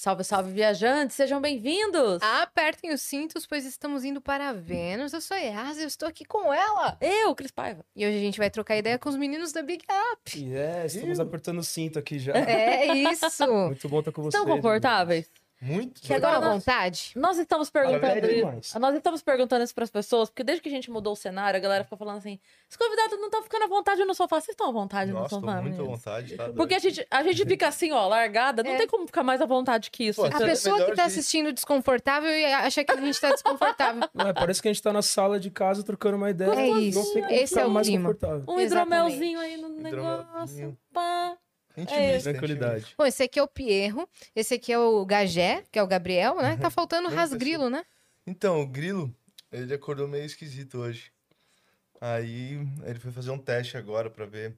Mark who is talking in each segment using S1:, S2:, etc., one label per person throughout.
S1: Salve, salve, viajantes! Sejam bem-vindos!
S2: Ah. Apertem os cintos, pois estamos indo para Vênus. Eu sou a Yas e eu estou aqui com ela.
S1: Eu, Cris Paiva.
S2: E hoje a gente vai trocar ideia com os meninos da Big Up.
S3: Yeah, É, estamos apertando o cinto aqui já.
S2: É isso.
S3: Muito bom estar com vocês. né?
S1: Estão
S4: né?
S1: confortáveis?
S3: Muito.
S1: Que
S2: Agora
S1: agora
S2: à
S1: nós-
S2: vontade?
S1: Nós estamos
S3: Maravilha
S1: perguntando isso. Ah,
S3: demais.
S1: Nós estamos perguntando isso pras pessoas, porque desde que a gente mudou o cenário, a galera fica falando assim: os convidados não estão ficando à vontade no sofá. Vocês estão à vontade
S4: Nossa,
S1: no
S4: tô
S1: sofá,
S4: muito à
S1: meninas?
S4: vontade, tá?
S1: né, Porque a gente, a gente fica assim, ó, largada. Não
S2: É.
S1: tem como ficar mais à vontade que isso.
S4: Pô,
S2: A
S4: Você é
S2: pessoa que
S4: melhor
S2: tá
S4: que-
S2: assistindo desconfortável e acha que a gente tá desconfortável.
S3: Ué, parece que a gente tá na sala de casa trocando uma ideia.
S2: É isso.
S3: Não tem como
S2: Esse
S3: ficar
S2: é o
S3: mais
S2: clima.
S3: confortável.
S1: Um
S2: Exatamente.
S1: hidromelzinho aí no negócio.
S4: Hidromelzinho.
S1: Pá. É
S4: Intimista,
S3: Tranquilidade.
S2: Bom, esse aqui é o Pierro, esse aqui é o Gagé, que é o Gabriel, né? Tá faltando o
S4: Mesma
S2: Rasgrilo, né?
S4: Então, o Grilo, ele acordou meio esquisito hoje. Aí, ele foi fazer um teste agora pra ver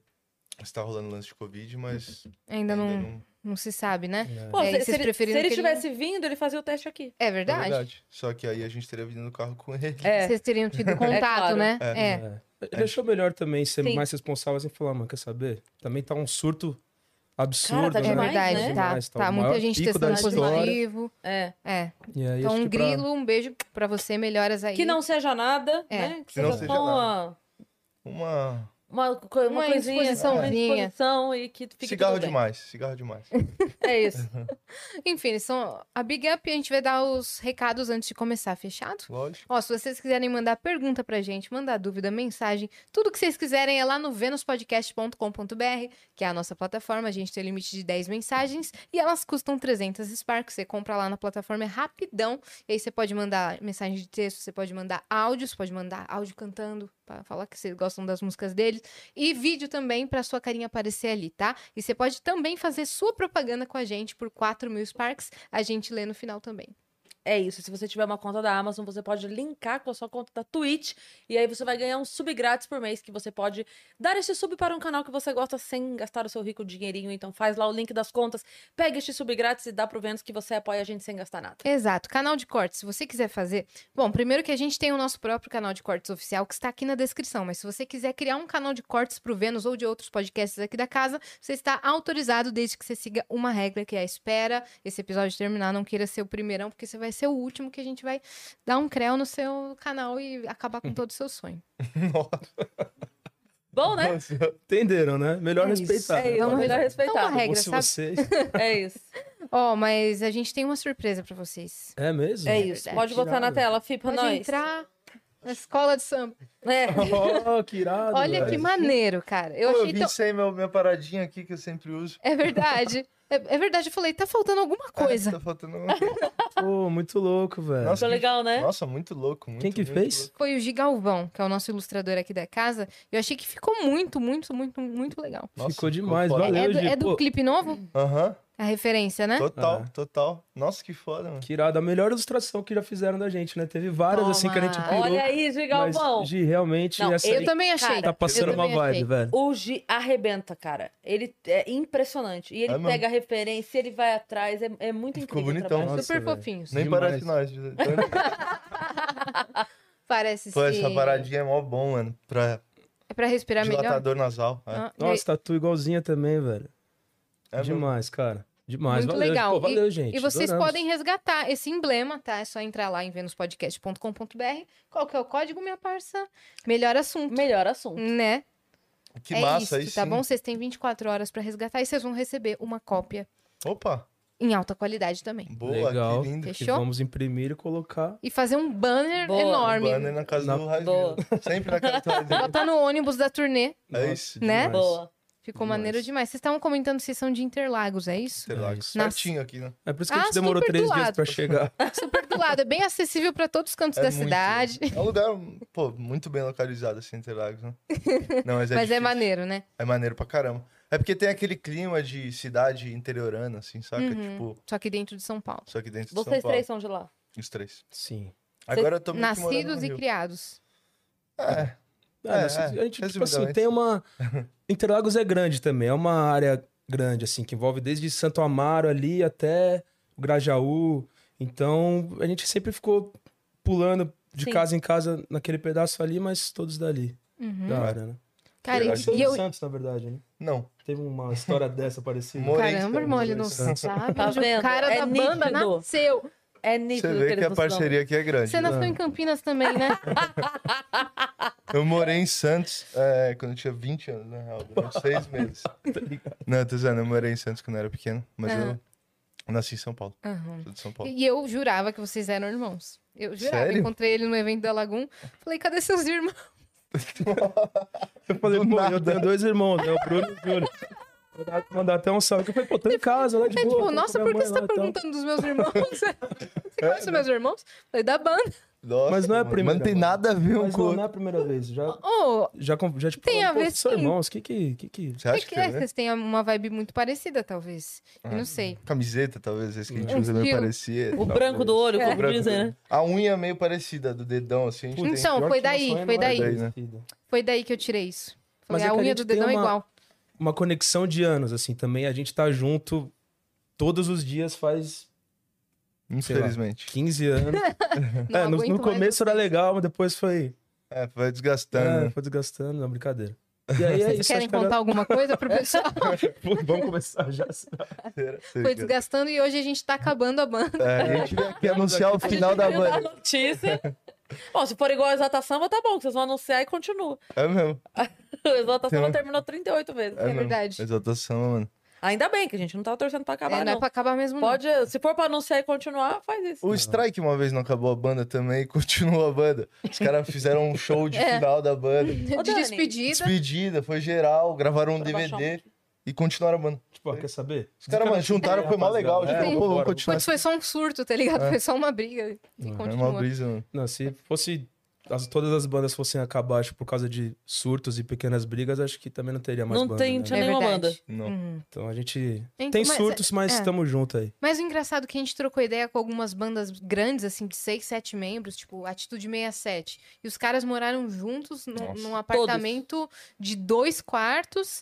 S4: se tá rolando lance de Covid, mas
S2: Ainda não, não se sabe, né?
S3: É.
S1: Pô,
S2: É, e
S1: se,
S2: vocês
S1: se ele, se
S2: preferiram
S1: ele
S2: que ele
S1: tivesse vindo, ele fazia o teste aqui.
S2: É
S4: É
S2: verdade.
S4: Só que aí a gente teria vindo no carro com ele.
S1: É.
S2: Vocês teriam tido contato,
S1: claro.
S2: né?
S4: É.
S2: É.
S3: É. Ele achou melhor também ser
S1: Sim.
S3: mais responsável assim, falar, mano, quer saber? Também tá um surto
S1: Cara,
S3: absurdo,
S1: tá
S2: É
S3: né?
S1: demais,
S2: verdade,
S1: né?
S2: tá.
S3: Demais,
S2: tá,
S3: o
S2: muita
S3: maior
S2: gente
S3: pico da
S2: testando
S3: história.
S2: positivo.
S1: É.
S2: É.
S3: E aí,
S2: Então,
S3: acho
S2: um
S3: que pra-
S2: grilo, um beijo pra você, melhoras aí.
S1: é. Que não seja nada,
S2: É.
S1: né? Que
S4: Que não
S1: seja
S4: seja
S1: só
S4: nada.
S1: uma,
S4: Uma...
S1: uma, co- uma
S2: Uma
S1: coisinha, uma
S2: indisposiçãozinha.
S1: indisposição e que fique
S4: cigarro
S1: tudo bem.
S4: demais, cigarro demais.
S1: É isso.
S2: Enfim, eles são a Big Up e a gente vai dar os recados antes de começar, fechado?
S4: Lógico.
S2: Ó, se vocês quiserem mandar pergunta pra gente, mandar dúvida, mensagem, tudo que vocês quiserem é lá no venuspodcast.com.br, que é a nossa plataforma. A gente tem limite de 10 mensagens e elas custam 300 Sparks. Você compra lá na plataforma, é rapidão. E aí você pode mandar mensagem de texto, você pode mandar áudio, você pode mandar áudio cantando, pra falar que vocês gostam das músicas deles. E vídeo também pra sua carinha aparecer ali, tá? E você pode também fazer sua propaganda com a gente por 4 mil Sparks. A gente lê no final também.
S1: É isso. Se você tiver uma conta da Amazon, você pode linkar com a sua conta da Twitch. E aí você vai ganhar um sub grátis por mês que você pode dar esse sub para um canal que você gosta sem gastar o seu rico dinheirinho. Então faz lá o link das contas, pega este sub grátis e dá pro Vênus que você apoia a gente sem gastar nada.
S2: Exato, canal de cortes, se você quiser fazer. Bom, primeiro que a gente tem o nosso próprio canal de cortes oficial, que está aqui na descrição, mas se você quiser criar um canal de cortes pro Vênus ou de outros podcasts aqui da casa, você está autorizado desde que você siga uma regra, que é a espera esse episódio terminar, não queira ser o primeirão, porque você vai ser o último que a gente vai dar um creu no seu canal e acabar com todo o seu sonho.
S4: Nossa.
S1: Bom, né?
S3: Entenderam, né? Melhor
S2: É isso.
S3: respeitar. Tá
S1: É isso.
S2: Vamos
S1: Melhor
S2: Então, uma
S1: respeitar.
S2: regra,
S3: se
S2: sabe?
S3: vocês...
S1: É isso.
S2: Ó, mas a gente tem uma surpresa pra vocês.
S3: É mesmo?
S1: É isso.
S2: verdade.
S1: Pode botar na
S3: Irado.
S1: tela, Fi, pra
S2: Pode
S1: nós.
S2: entrar na escola de samba.
S1: É.
S3: Oh, que irado,
S2: Olha que
S3: velho.
S2: maneiro, cara. Eu
S4: Pô,
S2: achei
S4: eu vim
S2: tão...
S4: sem meu, minha paradinha aqui que eu sempre uso.
S2: É verdade. É, é verdade, eu falei, tá faltando alguma coisa.
S4: Ah, tá faltando uma coisa.
S3: Pô, muito louco, velho.
S4: Nossa,
S1: Ficou legal, né?
S4: Nossa, muito louco. Muito,
S3: Quem que
S4: muito
S3: fez?
S4: louco.
S2: Foi o Gigalvão, que é o nosso ilustrador aqui da casa. Eu achei que ficou muito, muito, muito, muito legal.
S4: Nossa,
S3: Ficou demais,
S4: foda.
S3: valeu.
S2: É do,
S3: Gi,
S2: é do
S3: pô.
S2: clipe novo?
S4: Aham.
S2: A referência, né?
S4: Total,
S3: Ah.
S4: total. Nossa, que foda, mano.
S3: Que irado. A melhor ilustração que já fizeram da gente, né? Teve várias assim que a gente
S2: Toma.
S3: pirou.
S1: Olha aí, Gigalvão.
S3: mas, Gi, realmente,
S1: Não,
S3: essa
S1: eu
S3: aí
S2: Eu também achei.
S1: Cara,
S3: tá passando
S2: eu
S3: uma
S2: também
S3: vibe,
S2: achei.
S3: velho.
S1: O Gi arrebenta, cara. Ele é impressionante. E ele
S4: É mesmo.
S1: pega a referência, ele vai atrás. É, é muito incrível.
S4: Ficou
S1: o
S4: bonitão.
S1: trabalho.
S3: Nossa,
S2: Super
S3: Tá velho.
S2: fofinhos.
S4: Nem
S3: Demais.
S4: parece nós. de-
S2: Parece
S4: Pô,
S2: ser-
S4: essa paradinha é mó bom, mano. Pra
S2: É pra respirar melhor.
S4: dilatador nasal. É,
S2: Ah,
S3: Nossa, tatu igualzinha também, velho.
S4: é mesmo.
S3: Demais, cara. Demais.
S2: Muito
S3: valeu,
S2: legal.
S3: Pô, valeu, gente.
S2: E vocês
S3: Adoramos.
S2: podem resgatar esse emblema, tá? É só entrar lá em venuspodcast.com.br. Qual que é o código, minha parça? Melhor assunto,
S1: Melhor assunto.
S2: né?
S4: Que
S2: é
S4: massa
S2: isso,
S4: isso.
S2: tá bom? Vocês têm 24 horas pra resgatar e vocês vão receber uma cópia
S4: Opa,
S2: em alta qualidade também.
S4: boa,
S3: Legal.
S4: que lindo.
S3: Que
S2: Fechou?
S3: vamos imprimir e colocar.
S2: E fazer um banner
S1: Boa.
S2: enorme.
S4: Banner na casa
S3: Na-
S4: do Rasgrilo. Sempre na casa do Rasgrilo.
S2: Botar no ônibus da turnê.
S4: É isso.
S2: Né?
S3: demais.
S1: Boa.
S2: Ficou
S3: Demais.
S2: maneiro demais. Vocês estavam comentando que vocês são de Interlagos, é isso?
S4: Interlagos.
S3: Nossa.
S4: Certinho aqui, né?
S3: É por isso que a
S2: Ah,
S3: gente demorou
S2: super do
S3: três dias
S2: lado.
S3: pra chegar.
S2: Super do lado, é bem acessível pra todos os cantos
S4: É
S2: da
S4: muito-
S2: cidade.
S4: É um lugar, pô, muito bem localizado, assim, Interlagos, né? Não, mas é,
S2: Mas é
S4: difícil.
S2: maneiro, né?
S4: É maneiro pra caramba. É porque tem aquele clima de cidade interiorana, assim, saca?
S2: Uhum.
S4: Tipo,
S2: Só que dentro de São Paulo.
S4: só que dentro de São
S1: Vocês
S4: Paulo.
S1: três são de lá.
S4: Os três.
S3: Sim.
S4: Agora eu tô meio que morando no
S2: Nascidos e
S4: Rio.
S2: criados.
S4: É,
S3: Ah,
S4: É,
S3: nossa,
S4: é,
S3: a gente, tipo assim,
S4: resumidamente.
S3: tem uma... Interlagos é grande também. É uma área grande, assim, que envolve desde Santo Amaro ali até o Grajaú. Então, a gente sempre ficou pulando de
S2: Sim.
S3: casa em casa naquele pedaço ali, mas todos dali,
S2: Uhum.
S3: da área, né?
S2: Cara,
S4: Eu
S2: e-
S4: acho
S3: Todos
S2: e
S3: de
S2: eu...
S3: Santos, na verdade, né?
S4: Não.
S3: Teve uma história dessa parecida.
S4: Mo- Morei em
S2: Caramba, irmão, ele não
S3: Santos.
S2: sabe.
S1: Tá
S2: onde
S1: vendo?
S2: O cara
S1: É
S2: da banda
S1: nítido.
S4: Tá
S2: nasceu.
S1: É
S4: Você
S1: nítido que
S4: vê que
S1: eles
S4: a
S1: não são.
S4: parceria aqui é grande.
S2: Você nasceu em Campinas também, né?
S4: Eu morei em Santos é, quando eu tinha 20 anos, na real, durante seis meses. Não, tô dizendo, eu morei em Santos quando eu era pequeno, mas
S2: Aham.
S4: eu nasci em São Paulo.
S2: Aham.
S4: Sou de São Paulo.
S2: E eu jurava que vocês eram irmãos. Eu jurava.
S4: Sério?
S2: Encontrei ele no evento da Lagoon. Falei, cadê seus irmãos?
S3: Eu falei,
S4: Do
S3: pô,
S4: nada.
S3: eu tenho dois irmãos, né? O Bruno e o Júlio. Mandar, mandar até um salve. que Eu falei, pô, tô em casa, lá de
S2: É
S3: boa.
S2: tipo,
S3: tô
S2: nossa,
S3: com
S2: por
S3: minha
S2: que você tá
S3: mãe lá e tal." É.
S2: perguntando dos meus irmãos? você conhece meus irmãos? Falei, da banda.
S4: Nossa,
S3: Mas não é a
S4: mano,
S3: primeira,
S4: Não tem
S3: mano.
S4: nada a ver um
S3: Mas
S4: com o
S3: não, não
S4: outro.
S3: é a primeira vez. Já,
S2: Ô,
S3: já, com- já tipo,
S2: Tem
S3: falando,
S2: a
S3: pô,
S2: ver,
S3: São
S2: sim.
S3: irmãos, que que... que, que... tá Ah,
S4: Você
S2: é
S4: acha
S2: que
S4: que,
S2: é,
S4: né?
S2: vocês têm uma vibe muito parecida, talvez. Eu não sei.
S4: Camiseta, talvez, esse que a gente
S2: Um
S4: usa é meio
S2: estilo.
S4: parecia.
S1: O branco do olho, como
S4: É.
S1: dizem, né?
S4: A unha é meio parecida do dedão, assim. A gente
S3: Putz,
S4: tem...
S2: Então,
S3: pior
S2: foi
S3: que não
S2: daí,
S3: só
S2: foi
S3: é na hora
S4: daí. Daí, né?
S3: vida.
S2: Foi daí que eu tirei isso. Falei,
S3: Mas é
S2: a
S3: que a
S2: unha
S3: gente
S2: do
S3: tem
S2: dedão é
S3: uma-
S2: igual.
S3: Uma conexão de anos, assim, também a gente tá junto todos os dias faz
S4: Infelizmente.
S3: 15 anos.
S2: Não
S3: é, no, no
S2: aguento mais assim.
S3: começo era
S2: vocês.
S3: legal, mas depois foi,
S4: É, vai
S3: é,
S4: desgastando.
S3: foi desgastando, não, brincadeira. E aí é
S2: Vocês
S3: isso,
S2: querem
S3: acho que era-
S2: contar alguma coisa pro pessoal?
S3: Vamos começar já. assim, né? será?
S2: Foi desgastando e hoje a gente tá acabando a banda.
S4: É, a gente veio aqui anunciar o final da
S1: Viu da
S4: banda.
S1: notícia. Bom, se for igual a Exalta Samba, tá bom, que vocês vão anunciar e continua.
S4: É mesmo.
S1: O Exalta
S4: Tem
S1: Samba
S4: uma-
S1: terminou 38 vezes.
S4: Então- É, mesmo.
S2: verdade.
S4: Exaltação, mano.
S1: Ainda bem que a gente não tava torcendo né? pra acabar,
S2: É, não é
S1: não.
S2: pra acabar mesmo, não.
S1: Pode, se for pra anunciar e continuar, faz isso.
S4: O Strike uma vez não acabou a banda também e continuou a banda. Os caras fizeram um show de
S2: É.
S4: final da banda.
S1: Ô,
S2: De
S1: Dani.
S2: despedida.
S4: Despedida, foi geral, gravaram um
S1: Pra baixar
S4: DVD e continuaram a banda. É
S3: Tipo, ó, quer saber?
S4: Os caras, mano, juntaram, foi mó legal. A gente
S3: É,
S4: falou, pô, vamos
S3: vambora.
S4: continuar.
S2: Putz, foi só um surto, tá ligado? Foi só uma briga. E
S3: É uma
S4: É uma
S2: continua.
S4: brisa, mano.
S3: Não, se fosse. as- todas as bandas fossem acabar tipo, por causa de surtos e pequenas brigas, acho que também não teria mais
S1: Não
S3: banda,
S1: tem-
S3: né?
S1: tinha
S2: É
S1: nenhuma banda.
S4: Não.
S2: Uhum.
S3: Então a gente.
S2: Então,
S3: Tem
S2: mas-
S3: surtos, mas
S2: é.
S3: estamos junto aí.
S2: Mas o engraçado é que a gente trocou ideia com algumas bandas grandes, assim, de seis, sete membros, tipo Atitude 67. E os caras moraram juntos num-
S4: Nossa.
S2: num apartamento de dois quartos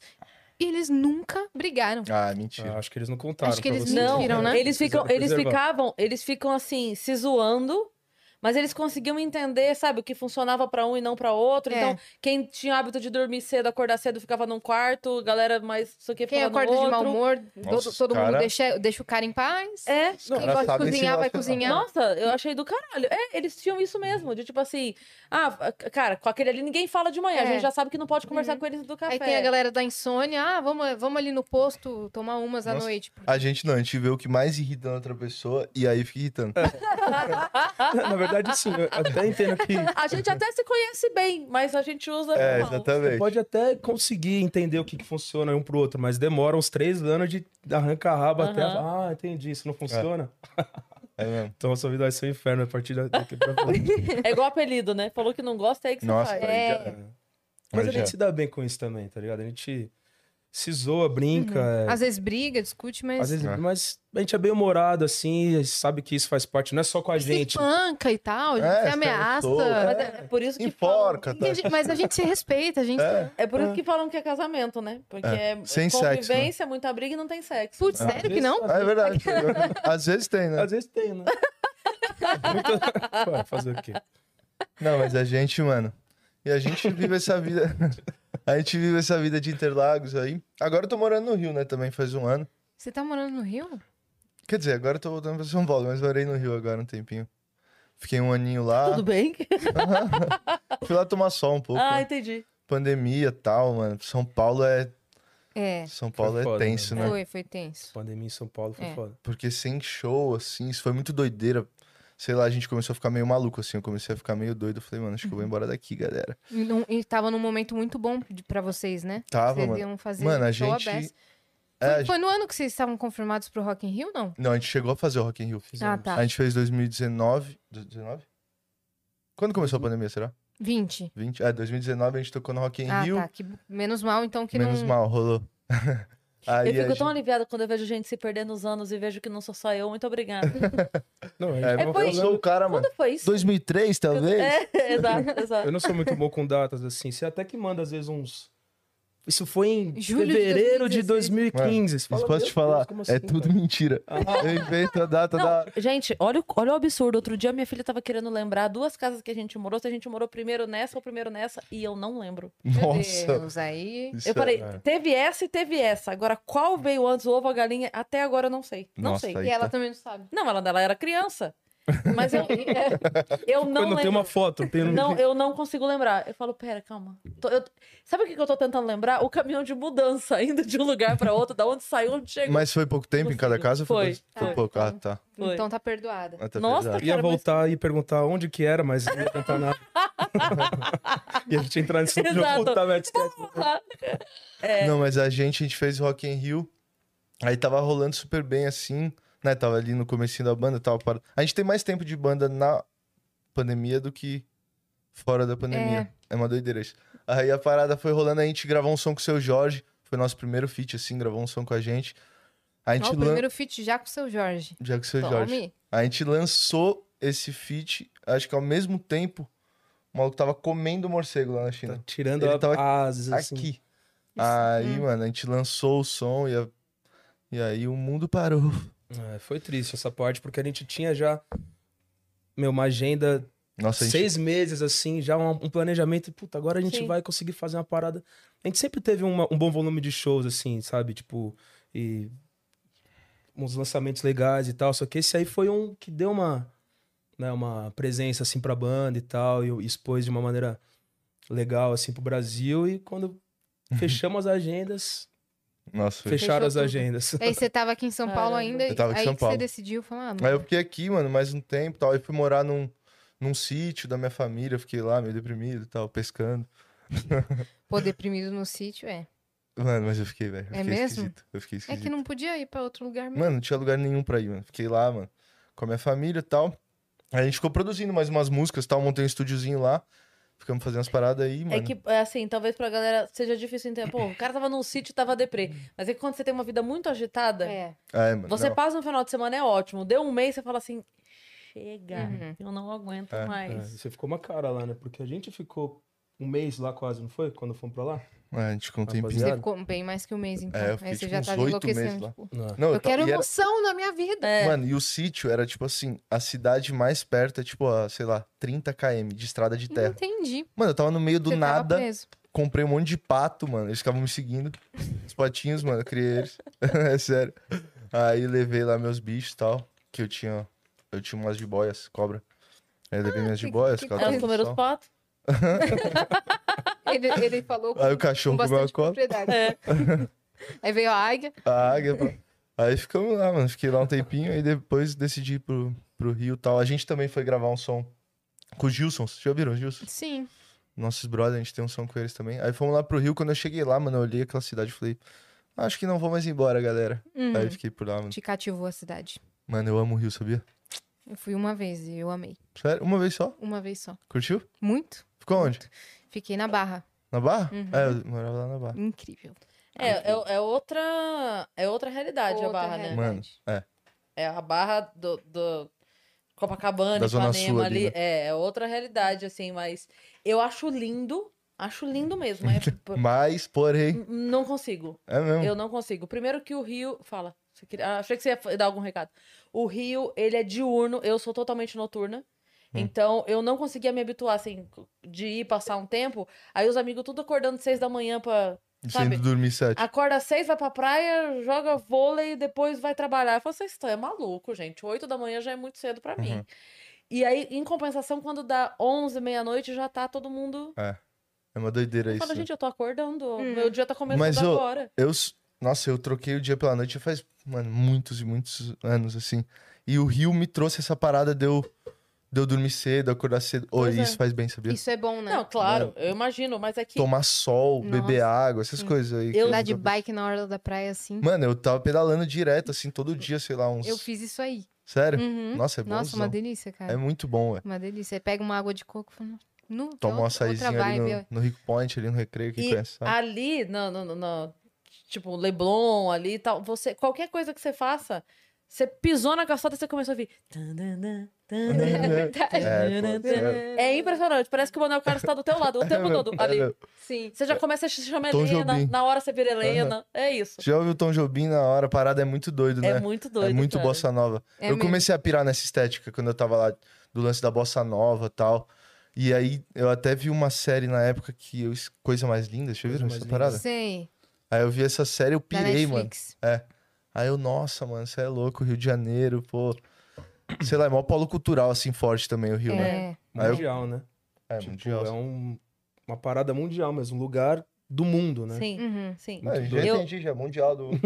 S2: e eles nunca brigaram.
S4: Ah, mentira.
S3: Ah, acho que eles não contaram.
S2: Acho que
S3: pra
S2: eles
S3: vocês, é
S1: Não,
S2: mentiram, né?
S1: eles, ficam,
S3: Quiseram
S1: eles
S3: preservar.
S1: ficavam, eles ficam assim, se zoando, mas eles conseguiam entender, sabe, o que funcionava pra um e não pra outro.
S2: É.
S1: Então, quem tinha o hábito de dormir cedo, acordar cedo, ficava num quarto, galera mais isso aqui
S2: Quem
S1: ficava no
S2: acorda de mau
S1: outro.
S2: humor,
S4: Nossa,
S2: todo, todo mundo
S4: cara.
S2: deixa, deixa o cara em paz.
S1: É,
S2: Quem
S4: caras
S2: gosta de
S4: sabem se
S2: cozinhar, vai
S4: relacionar.
S2: cozinhar.
S1: Nossa, eu achei do caralho. É, eles tinham isso mesmo, de tipo assim, ah, cara, com aquele ali ninguém fala de manhã, a
S2: É. Uhum.
S1: gente já sabe que não pode conversar com eles do café.
S2: Aí tem a galera da insônia, ah, vamos, vamos ali no posto tomar umas à
S4: Nossa.
S2: noite.
S4: A gente não, a gente vê o que mais irrita na outra pessoa e aí fica irritando.
S2: "Ah,
S3: Na verdade, sim, eu até entendo que.
S1: A gente até se conhece bem, mas a gente usa
S4: É,
S1: mal.
S3: Você
S4: exatamente.
S3: pode até conseguir entender o que, que funciona um pro outro, mas demora uns três anos de arrancar a raba até.
S1: Aham.
S3: Ah, entendi, isso não funciona.
S4: É mesmo.
S3: Então a sua vida vai ser um inferno a partir da- daqui pra frente.
S1: É igual apelido, né? Falou que não gosta, é aí que
S4: Nossa,
S1: você faz.
S4: aí
S2: É.
S4: já-
S3: Mas a
S4: Aí já.
S3: gente se dá bem com isso também, tá ligado? A gente se zoa, brinca. é,
S2: Uhum. Às vezes briga, discute, mas
S3: Às vezes,
S4: É.
S3: mas a gente é bem humorado, assim, a gente sabe que isso faz parte, não é só com a gente.
S2: se panca e tal, a gente
S4: É,
S2: se
S4: se
S2: ameaça.
S4: ameaçou,
S1: Mas
S4: é.
S1: é por isso que falam...
S4: Enforca, tá?
S2: E a gente- Mas a gente se respeita, a gente.
S4: É.
S1: É por isso que falam que é casamento, né? Porque é,
S4: Sem sexo, né?
S1: convivência, muita briga e não tem sexo.
S2: Putz,
S3: Às
S2: sério que
S3: vezes-
S2: não?
S4: Ah, é verdade. Às vezes tem, né?
S3: Às vezes tem, né? Muito... Ué, fazer o quê?
S4: Não, mas a gente, mano. E a gente vive essa vida. A gente vive essa vida de Interlagos aí. Agora eu tô morando no Rio, né? Também faz um ano.
S2: Você tá morando no Rio?
S4: Quer dizer, agora eu tô voltando pra São Paulo, mas morei no Rio agora um tempinho. Fiquei um aninho lá.
S1: Ah, Tudo bem?
S4: Fui lá tomar sol um pouco.
S1: ah,
S4: né?
S1: entendi.
S4: Pandemia e tal, mano. São Paulo é.
S2: É.
S4: São Paulo
S3: Foi
S4: é
S3: foda,
S4: tenso, né?
S2: Foi, foi tenso.
S3: Pandemia em São Paulo foi
S2: É.
S3: foda.
S4: Porque sem show, assim, isso foi muito doideira. Sei lá, a gente começou a ficar meio maluco, assim. Eu comecei a ficar meio doido. Eu falei, mano, acho que eu
S2: Uhum.
S4: vou embora daqui, galera.
S2: E, não, e tava num momento muito bom de- pra vocês, né?
S4: Tava,
S2: vocês
S4: mano.
S2: iam fazer
S4: Mano, a
S2: show
S4: gente.
S2: aberto.
S4: É,
S2: Foi,
S4: a gente-
S2: foi no ano que vocês estavam confirmados pro Rock in Rio, não?
S4: Não, a gente chegou a fazer o Rock in Rio.
S2: Ah,
S4: A
S2: tá.
S4: gente fez 2019. 19? Quando começou a pandemia, será?
S2: 20.
S4: 20? É, 2019 a gente tocou no Rock in
S2: Ah,
S4: Rio.
S2: tá. Que, menos mal, então, que
S4: Menos
S2: não.
S4: mal, rolou. Aí
S1: um eu fico
S4: a
S1: tão
S4: gente-
S1: aliviada quando eu vejo gente se perder nos anos e vejo que não sou só eu. Muito obrigada.
S3: Não, a gente
S4: É,
S3: tava
S1: foi-
S4: eu sou o cara, mano.
S1: Quando foi isso?
S4: 2003, talvez?
S1: É, exato, exato.
S3: Eu não sou muito bom com datas, assim. Você até que manda, às vezes, uns. Isso foi em
S2: Julho de
S3: fevereiro de
S2: 2016.
S3: 2015. Você fala,
S4: Mas posso
S3: "Meu
S4: te falar,
S3: Deus, como
S4: é
S3: assim,
S4: tudo
S3: cara?" ah.
S4: mentira. Eu invento a data da.
S1: Gente, olha, o- olha o absurdo. Outro dia minha filha tava querendo lembrar duas casas que a gente morou, se a gente morou primeiro nessa ou primeiro nessa, e eu não lembro.
S2: Meu
S4: Nossa.
S2: Deus, aí.
S4: isso
S1: Eu falei,
S4: é-
S1: teve essa e teve essa. Agora, qual veio antes, o ovo ou a galinha? Até agora eu não sei. Não
S4: Nossa,
S1: sei.
S4: aí
S2: E ela
S4: tá-
S2: também não sabe.
S1: Não, ela, ela era criança. Mas eu, é, eu
S3: Eu
S1: não
S3: não tenho
S1: lembro.
S3: uma né? foto, eu tenho... um-
S1: Não, eu não consigo lembrar. Eu falo, pera, calma. Tô- eu- Sabe o que, que eu tô tentando lembrar? O caminhão de mudança, indo de um lugar pra outro, da onde saiu, onde chegou.
S4: Mas foi pouco tempo em cada
S1: Consigo.
S4: casa? ou
S1: Foi.
S4: dois- Foi
S2: Tá.
S4: pouco. Ah, tá.
S1: Foi.
S2: Então tá perdoada.
S4: Ah, tá
S1: Nossa,
S4: pesado.
S3: ia
S1: cara, mas-
S3: voltar e perguntar onde que era, mas não ia contar nada. e a gente entrar nesse
S1: Exato.
S3: jogo, puta, velho, esquece. Tá
S4: Não, mas a gente, a gente fez Rock in Rio. Aí tava rolando super bem assim, né? Tava ali no comecinho da banda, tava parado. A gente tem mais tempo de banda na pandemia do que fora da pandemia. É, uma doideira isso. Aí a parada foi rolando, a gente gravou um som com o seu Jorge. Foi nosso primeiro feat, assim, gravou um som com a gente. A gente
S2: Ó, o
S4: lan-
S2: primeiro feat já com o seu Jorge.
S4: Já com o seu Jorge.
S2: Tome.
S4: A gente lançou esse feat, acho que ao mesmo tempo, o maluco tava comendo morcego lá na China.
S3: Tá tirando
S4: Ele
S3: a-
S4: tava
S3: asas, assim.
S4: Aqui.
S2: é.
S4: Aí, mano, a gente lançou o som e, a- e aí o mundo parou.
S3: É, foi triste essa parte, porque a gente tinha já, meu, uma agenda
S4: Nossa, a gente...
S3: seis meses, assim, já um, um planejamento. Puta, agora a gente
S1: Sim.
S3: vai conseguir fazer uma parada. A gente sempre teve uma- um bom volume de shows, assim, sabe? Tipo, e uns lançamentos legais e tal. Só que esse aí foi um que deu uma, né, uma presença, assim, pra banda e tal. E expôs de uma maneira legal, assim, pro Brasil. E quando
S4: Uhum.
S3: fechamos as agendas,
S4: Nossa, foi...
S3: fecharam as
S2: tudo.
S3: agendas.
S2: Aí você tava aqui em São Paulo
S1: Caramba.
S2: ainda.
S4: Eu tava aqui em
S2: aí
S4: São
S2: que
S4: Paulo.
S2: você decidiu falar, ah, não.
S4: Aí eu fiquei aqui, mano, mais um tempo e tal. Aí fui morar num, num sítio da minha família, eu fiquei lá meio deprimido e tal, pescando.
S2: Pô, deprimido no sítio, é.
S4: Mano, mas eu fiquei, velho. eu
S2: É
S4: fiquei
S2: mesmo?
S4: esquisito. Eu fiquei
S2: É
S4: esquisito.
S2: que não podia ir pra outro lugar mesmo.
S4: Mano, não tinha lugar nenhum pra ir, mano. Fiquei lá, mano, com a minha família e tal. Aí a gente ficou produzindo mais umas músicas e tal, montei um estúdiozinho lá. Ficamos fazendo as paradas aí, mano.
S1: É que, é assim, talvez pra galera seja difícil entender. Pô, o cara tava num sítio, tava deprê. Mas é que quando você tem uma vida muito agitada,
S2: É.
S4: É, mano,
S1: você
S4: não.
S1: passa um final de semana, é ótimo. Deu um mês, você fala assim, chega,
S2: Uhum.
S1: eu não aguento
S4: É,
S3: É,
S1: mais.
S3: você ficou uma cara lá, né? Porque a gente ficou um mês lá quase, não foi? Quando fomos pra lá?
S4: É, a gente ficou um tempinho.
S3: Rapaziada.
S2: Você ficou bem mais que um mês, então.
S4: É, eu fiquei,
S2: aí você
S4: tipo,
S2: já
S4: uns
S2: tava
S4: oito meses
S2: enlouquecendo.
S4: lá.
S2: Tipo,
S3: Não.
S4: Não,
S2: eu quero
S4: e era-
S2: emoção na minha vida.
S4: Mano, e o sítio era tipo assim, a cidade mais perto é tipo, a, sei lá, 30 km de estrada de terra.
S2: Entendi.
S4: Mano, eu tava no meio do
S2: Uhum. você
S4: nada,
S2: Tava preso.
S4: comprei um monte de pato, mano. Eles ficavam me seguindo. Os patinhos, mano, eu criei eles. é sério. Aí levei lá meus bichos e tal, que eu tinha, eu tinha umas jiboias, cobra. Aí eu levei minhas
S2: Ah, que-
S4: jiboias,
S2: que
S4: ficava
S1: Elas
S4: tomando
S1: comeram É os
S4: sol.
S1: patos.
S2: Ele, ele falou com,
S4: Aí o
S2: com
S4: cachorro comeu a
S2: bastante
S4: cobra,
S2: propriedade.
S1: É.
S2: Aí veio a águia.
S4: a águia. pô. Aí ficamos lá, mano. Fiquei lá um tempinho, aí depois decidi ir pro, pro Rio e tal. A gente também foi gravar um som com o Gilson. Vocês já ouviram o Gilson?
S2: Sim.
S4: Nossos brothers, a gente tem um som com eles também. Aí fomos lá pro Rio, quando eu cheguei lá, mano, eu olhei aquela cidade e falei, "Ah, acho que não vou mais embora, galera.
S2: Hum,
S1: Uhum.
S4: Aí fiquei por lá, mano.
S2: Te cativou a cidade.
S4: Mano, eu amo o Rio, sabia?
S2: Eu fui uma vez e eu amei.
S4: Sério? Uma vez só?
S2: Uma vez só.
S4: Curtiu?
S2: Muito.
S4: Ficou onde?
S2: Fiquei na barra.
S4: Na Barra?
S2: Uhum.
S4: É, eu morava lá na Barra.
S2: Incrível.
S1: É, é, é outra, é outra realidade
S2: Outra
S1: a barra, né?
S2: realidade.
S4: Mano, é.
S1: É a barra do, do Copacabana,
S4: Da Zona Sul
S1: Ipanema
S4: ali,
S1: ali.
S4: né?
S1: É, é outra realidade, assim, mas eu acho lindo. Acho lindo mesmo. mas p-
S4: Mas, porém,
S1: n- não consigo.
S4: é mesmo.
S1: Eu não consigo. Primeiro que o Rio. Fala. Você queria- ah, Achei que você ia f- dar algum recado. O Rio, ele é diurno, eu sou totalmente noturna.
S4: Hum.
S1: Então, eu não conseguia me habituar, assim, de ir passar um tempo. Aí os amigos tudo acordando seis da manhã pra
S4: Sendo
S1: sabe?
S4: dormir sete.
S1: Acorda às seis, vai pra praia, joga vôlei e depois vai trabalhar. Eu falo, vocês estão, é maluco, gente. Oito da manhã já é muito cedo pra mim.
S4: Uhum.
S1: E aí, em compensação, quando dá onze, meia-noite, já tá todo mundo...
S4: É uma doideira
S1: Eu
S4: isso.
S1: falo,
S4: né?
S1: gente, eu tô acordando,
S2: Hum.
S1: meu dia tá começando
S4: Mas, ô,
S1: agora.
S4: Eu, s- nossa, eu troquei o dia pela noite já faz, mano, muitos e muitos anos, assim. E o Rio me trouxe essa parada de eu, de eu dormir cedo, acordar cedo. Ô,
S1: Pois é.
S4: isso faz bem, sabia?
S2: Isso é bom, né?
S1: Não, claro, eu imagino, mas é que...
S4: Tomar sol,
S2: Nossa.
S4: beber água, essas
S2: Hum.
S4: coisas aí.
S1: Eu-
S4: que tá
S2: Andar de
S4: tô-
S2: bike na hora da praia, assim.
S4: Mano, eu tava pedalando direto, assim, todo dia, sei lá, uns...
S2: Eu fiz isso aí.
S4: Sério?
S2: Uhum.
S4: Nossa, é bom.
S2: Nossa, uma delícia, cara.
S4: É muito bom, ué.
S2: Uma delícia. Aí pega uma água de coco e fala, nu,
S4: Toma um
S2: outra-
S4: açaizinho
S2: outra
S4: ali
S2: vibe,
S4: no, no Rico Point, ali no Recreio, que
S1: E
S4: conhece, sabe?
S1: ali, no, no, no- no- tipo, Leblon ali e tal, você, qualquer coisa que você faça, Você pisou na calçada e você começou a ouvir. Tanana, tanana, tanana,
S4: pode ser.
S1: É impressionante. Parece que o Manuel Carlos tá do teu lado o
S4: É
S1: tempo todo. Ali.
S2: Sim.
S1: Você já começa a se chamar
S4: Tom
S1: Helena,
S4: Jobim.
S1: na hora você vira Helena. É isso.
S4: Já ouviu o Tom Jobim na hora, a parada é muito doido,
S1: É
S4: né?
S1: muito doido.
S4: é muito
S1: cara.
S4: bossa nova.
S2: É
S4: eu
S2: mesmo.
S4: comecei a pirar nessa estética quando eu tava lá do lance da bossa nova e tal. E aí eu até vi uma série na época que eu es- coisa mais linda, deixa eu ver
S3: Coisa
S4: essa
S3: Mais Linda.
S4: parada.
S2: Sim.
S4: Aí eu vi essa série, eu
S2: Da
S4: pirei, mano.
S2: Netflix.
S4: Aí eu, nossa, mano, você é louco, Rio de Janeiro, pô. Sei lá, é maior polo cultural assim forte também o Rio, né?
S2: É.
S4: Aí eu-
S3: Mundial, né?
S4: É,
S3: Tipo,
S4: mundial.
S3: é um- uma parada mundial, mas um lugar do mundo, né?
S1: Sim,
S2: Uhum.
S1: sim.
S4: Ah, já
S1: Eu-
S4: entendi, já é mundial do.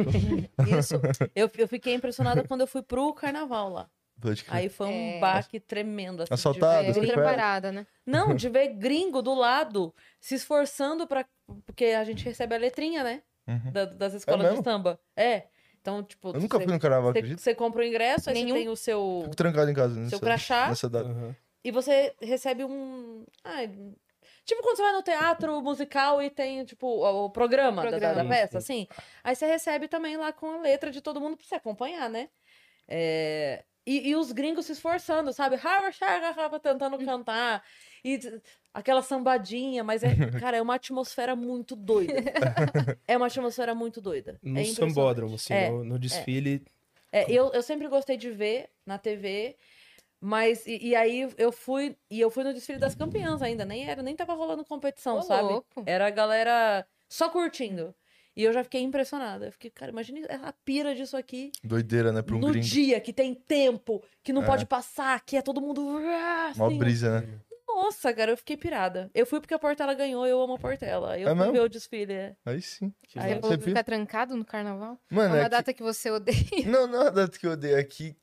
S1: Isso. Eu, eu fiquei impressionada quando eu fui pro carnaval lá.
S4: Pode crer.
S1: Aí foi um
S2: É.
S1: baque tremendo. Assim,
S4: Assaltado,
S1: de
S2: É,
S1: ver-
S4: Nada, fica
S2: outra
S4: com ela.
S2: parada, né?
S1: Não, de ver gringo do lado se esforçando pra. Porque a gente recebe a letrinha, né?
S4: Uhum.
S1: da- das escolas de
S4: mesmo?
S1: samba. É. Então, tipo.
S4: Eu nunca
S1: você-
S4: fui no carnaval,
S1: Você,
S4: acredito.
S1: você compra o ingresso, aí
S2: Nenhum.
S1: você tem o seu.
S4: Fico trancado em casa. Nessa,
S1: crachá?
S4: Nessa data.
S3: Aham.
S1: E você recebe um. ai, tipo quando você vai no teatro musical e tem, tipo, o o programa, da- Da, da
S2: Programa.
S1: peça,
S3: Sim,
S1: assim. Aí você recebe também lá com a letra de todo mundo pra você acompanhar, né? É, E, e os gringos se esforçando, sabe? Tentando
S3: Hum.
S1: cantar. E t- aquela sambadinha, mas é, cara, é uma atmosfera muito doida. É uma atmosfera muito doida.
S3: No
S1: é impressionante.
S3: sambódromo, assim,
S1: É,
S3: no, no desfile.
S1: é, eu, eu sempre gostei de ver na TV, mas e, e aí eu fui e eu fui no desfile das campeãs ainda, nem era, nem tava rolando competição,
S2: Ô,
S1: sabe?
S2: louco.
S1: Era a galera só curtindo. E eu já fiquei impressionada. Eu fiquei, cara, imagine a pira disso aqui
S4: Doideira, né? Pra um
S1: no
S4: gringo.
S1: dia que tem tempo, que não
S4: É.
S1: pode passar, que é todo mundo ah,
S4: Mó
S1: assim.
S4: brisa, né?
S1: Nossa, cara, eu fiquei pirada. Eu fui porque a Portela ganhou, eu amo a Portela. Eu
S4: É
S1: fui
S4: mesmo?
S1: ver o desfile. é.
S4: Aí sim.
S3: Que
S1: Aí
S2: Você
S1: eu-
S4: Você
S2: falou que
S4: viu?
S2: ficar trancado no carnaval? É
S4: Mano,
S2: uma
S4: é que...
S2: data que você odeia.
S4: Não, não é a data que eu odeio aqui.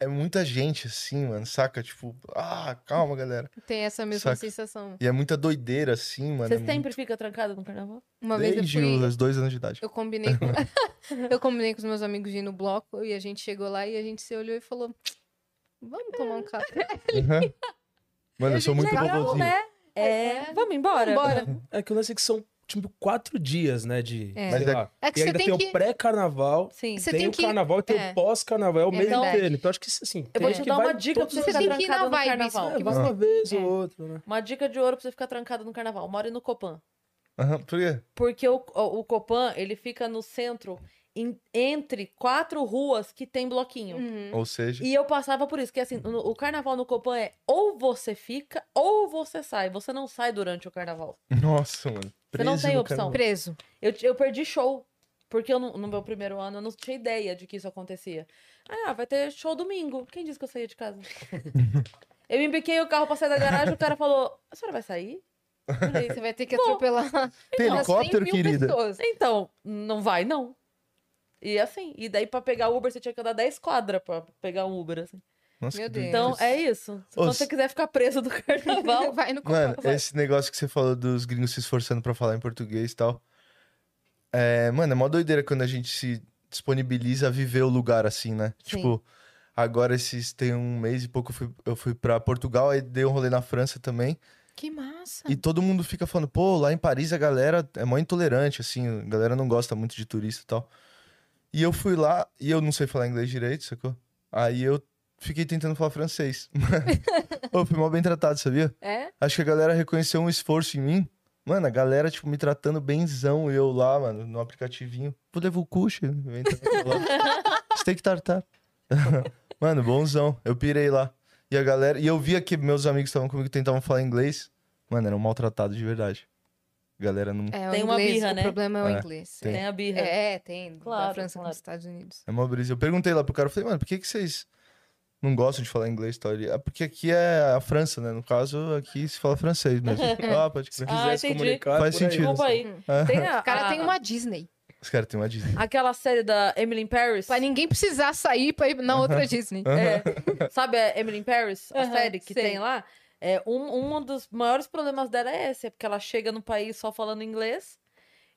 S4: É muita gente assim, mano, saca? Tipo, ah, calma, galera.
S2: Tem essa mesma
S4: Saca.
S2: sensação.
S4: E é muita doideira assim, mano.
S1: Você
S4: é
S1: sempre fica trancada no carnaval?
S2: Uma
S4: muito...
S2: vez
S4: Desde
S2: eu fui...
S4: os dois anos de idade.
S2: Eu combinei, com... eu combinei com os meus amigos de ir no bloco e a gente chegou lá e a gente se olhou e falou: Vamos tomar um café.
S4: Uhum. Mano, eu sou muito
S1: Legal,
S4: bobozinho.
S1: né? É, vamos embora.
S2: Bora.
S3: É que o lance é que são, tipo, quatro dias, né? De.
S2: É.
S3: sei
S4: Mas é-
S3: lá.
S2: É que
S3: e
S2: você
S3: ainda
S2: tem
S3: tem,
S2: que-
S3: o pré-carnaval.
S1: Sim.
S2: Você
S3: tem,
S2: tem
S3: o
S2: que-
S3: carnaval e tem
S2: é.
S3: o pós-carnaval, é o
S2: É
S3: mês
S2: verdade.
S3: inteiro. Então acho que isso, assim.
S1: Eu
S3: tem
S1: vou
S3: gente
S1: te
S3: que
S1: dar
S3: vai
S1: uma dica pra
S3: todo-
S1: você
S2: Você
S1: ficar
S2: tem que ir na
S1: trancado no
S2: vibe,
S1: carnaval.
S2: isso que
S3: É, vai uma vez
S2: É.
S3: ou outra, né?
S1: Uma dica de ouro pra você ficar trancado no carnaval. More no Copan.
S4: Aham, Por quê?
S1: Porque o, o, o Copan, ele fica no centro, em- entre quatro ruas que tem bloquinho.
S2: Uhum.
S4: Ou seja,
S1: E eu passava por isso, que assim, no- o carnaval no Copan é ou você fica ou você sai. Você não sai durante o carnaval.
S4: nossa, mano.
S1: Você não
S4: preso
S1: tem
S4: no
S1: opção.
S4: carnaval.
S2: Preso.
S1: Eu, ti- eu perdi show. Porque eu não- no meu primeiro ano eu não tinha ideia de que isso acontecia. Ah, vai ter show domingo. Quem disse que eu saía de casa? eu embiquei o carro pra sair da garagem, o cara falou: A senhora vai sair? Eu falei,
S2: Você vai ter que
S1: Bom,
S2: atropelar
S4: Tem
S2: umas 100
S4: helicóptero,
S2: mil
S4: querida?
S2: pessoas.
S1: Então, não vai, não. E assim, e daí pra pegar o Uber você tinha que andar 10 quadras pra pegar um Uber, assim.
S4: Nossa,
S2: Meu
S4: que
S2: Deus.
S4: doideira.
S1: Então, é isso. Se
S4: Os-
S1: você quiser ficar preso do carnaval,
S2: Vai no
S4: Mano,
S2: Copacabana.
S4: esse negócio que você falou dos gringos se esforçando pra falar em português e tal. É, mano, é mó doideira quando a gente se disponibiliza a viver o lugar assim, né?
S1: Sim.
S4: Tipo, agora esses tem um mês e pouco eu fui, eu fui pra Portugal, aí dei um rolê na França também.
S2: Que massa.
S4: E todo mundo fica falando, pô, lá em Paris a galera é mó intolerante, assim, a galera não gosta muito de turista e tal. E eu fui lá e eu não sei falar inglês direito, sacou? Aí eu fiquei tentando falar francês. Pô, fui mó bem tratado, sabia?
S2: É?
S4: Acho que a galera reconheceu um esforço em mim. Mano, a galera, tipo, me tratando benzão, eu lá, mano, no aplicativinho. Vou levar o cuxa. vem tratar lá. Steak tartar. mano, bonzão. Eu pirei lá. E a galera. E eu via que meus amigos que estavam comigo tentavam falar inglês. Mano, eram maltratados de verdade. A galera não. É,
S2: É, o
S1: Tem uma
S2: inglês,
S1: birra,
S2: o
S1: né?
S2: problema é o
S4: É,
S2: inglês.
S4: tem.
S1: tem a birra.
S2: É, é, tem. da
S1: Claro,
S2: França com
S1: claro.
S2: os Estados Unidos.
S4: uma é brisa. Eu perguntei lá pro cara, eu falei, mano, por que, que vocês não gostam de falar inglês e tal? Ele, "Ah, porque aqui é a França, né? No caso, aqui se fala francês mesmo. ah, pode
S3: Se
S4: crer.
S1: Ah,
S3: quiser se
S1: entendi.
S3: comunicar.
S4: Faz
S3: por aí.
S4: sentido.
S1: Desculpa aí. Tem a,
S2: O cara
S1: a-
S2: tem uma Disney.
S4: Os caras têm uma Disney.
S1: Aquela série da Emily in Paris.
S2: Pra ninguém precisar sair pra ir na outra Disney.
S1: É. Sabe a Emily in Paris, a
S2: Aham,
S1: série que
S2: sei.
S1: tem lá? É, um, um dos maiores problemas dela é esse, é porque ela chega no país só falando inglês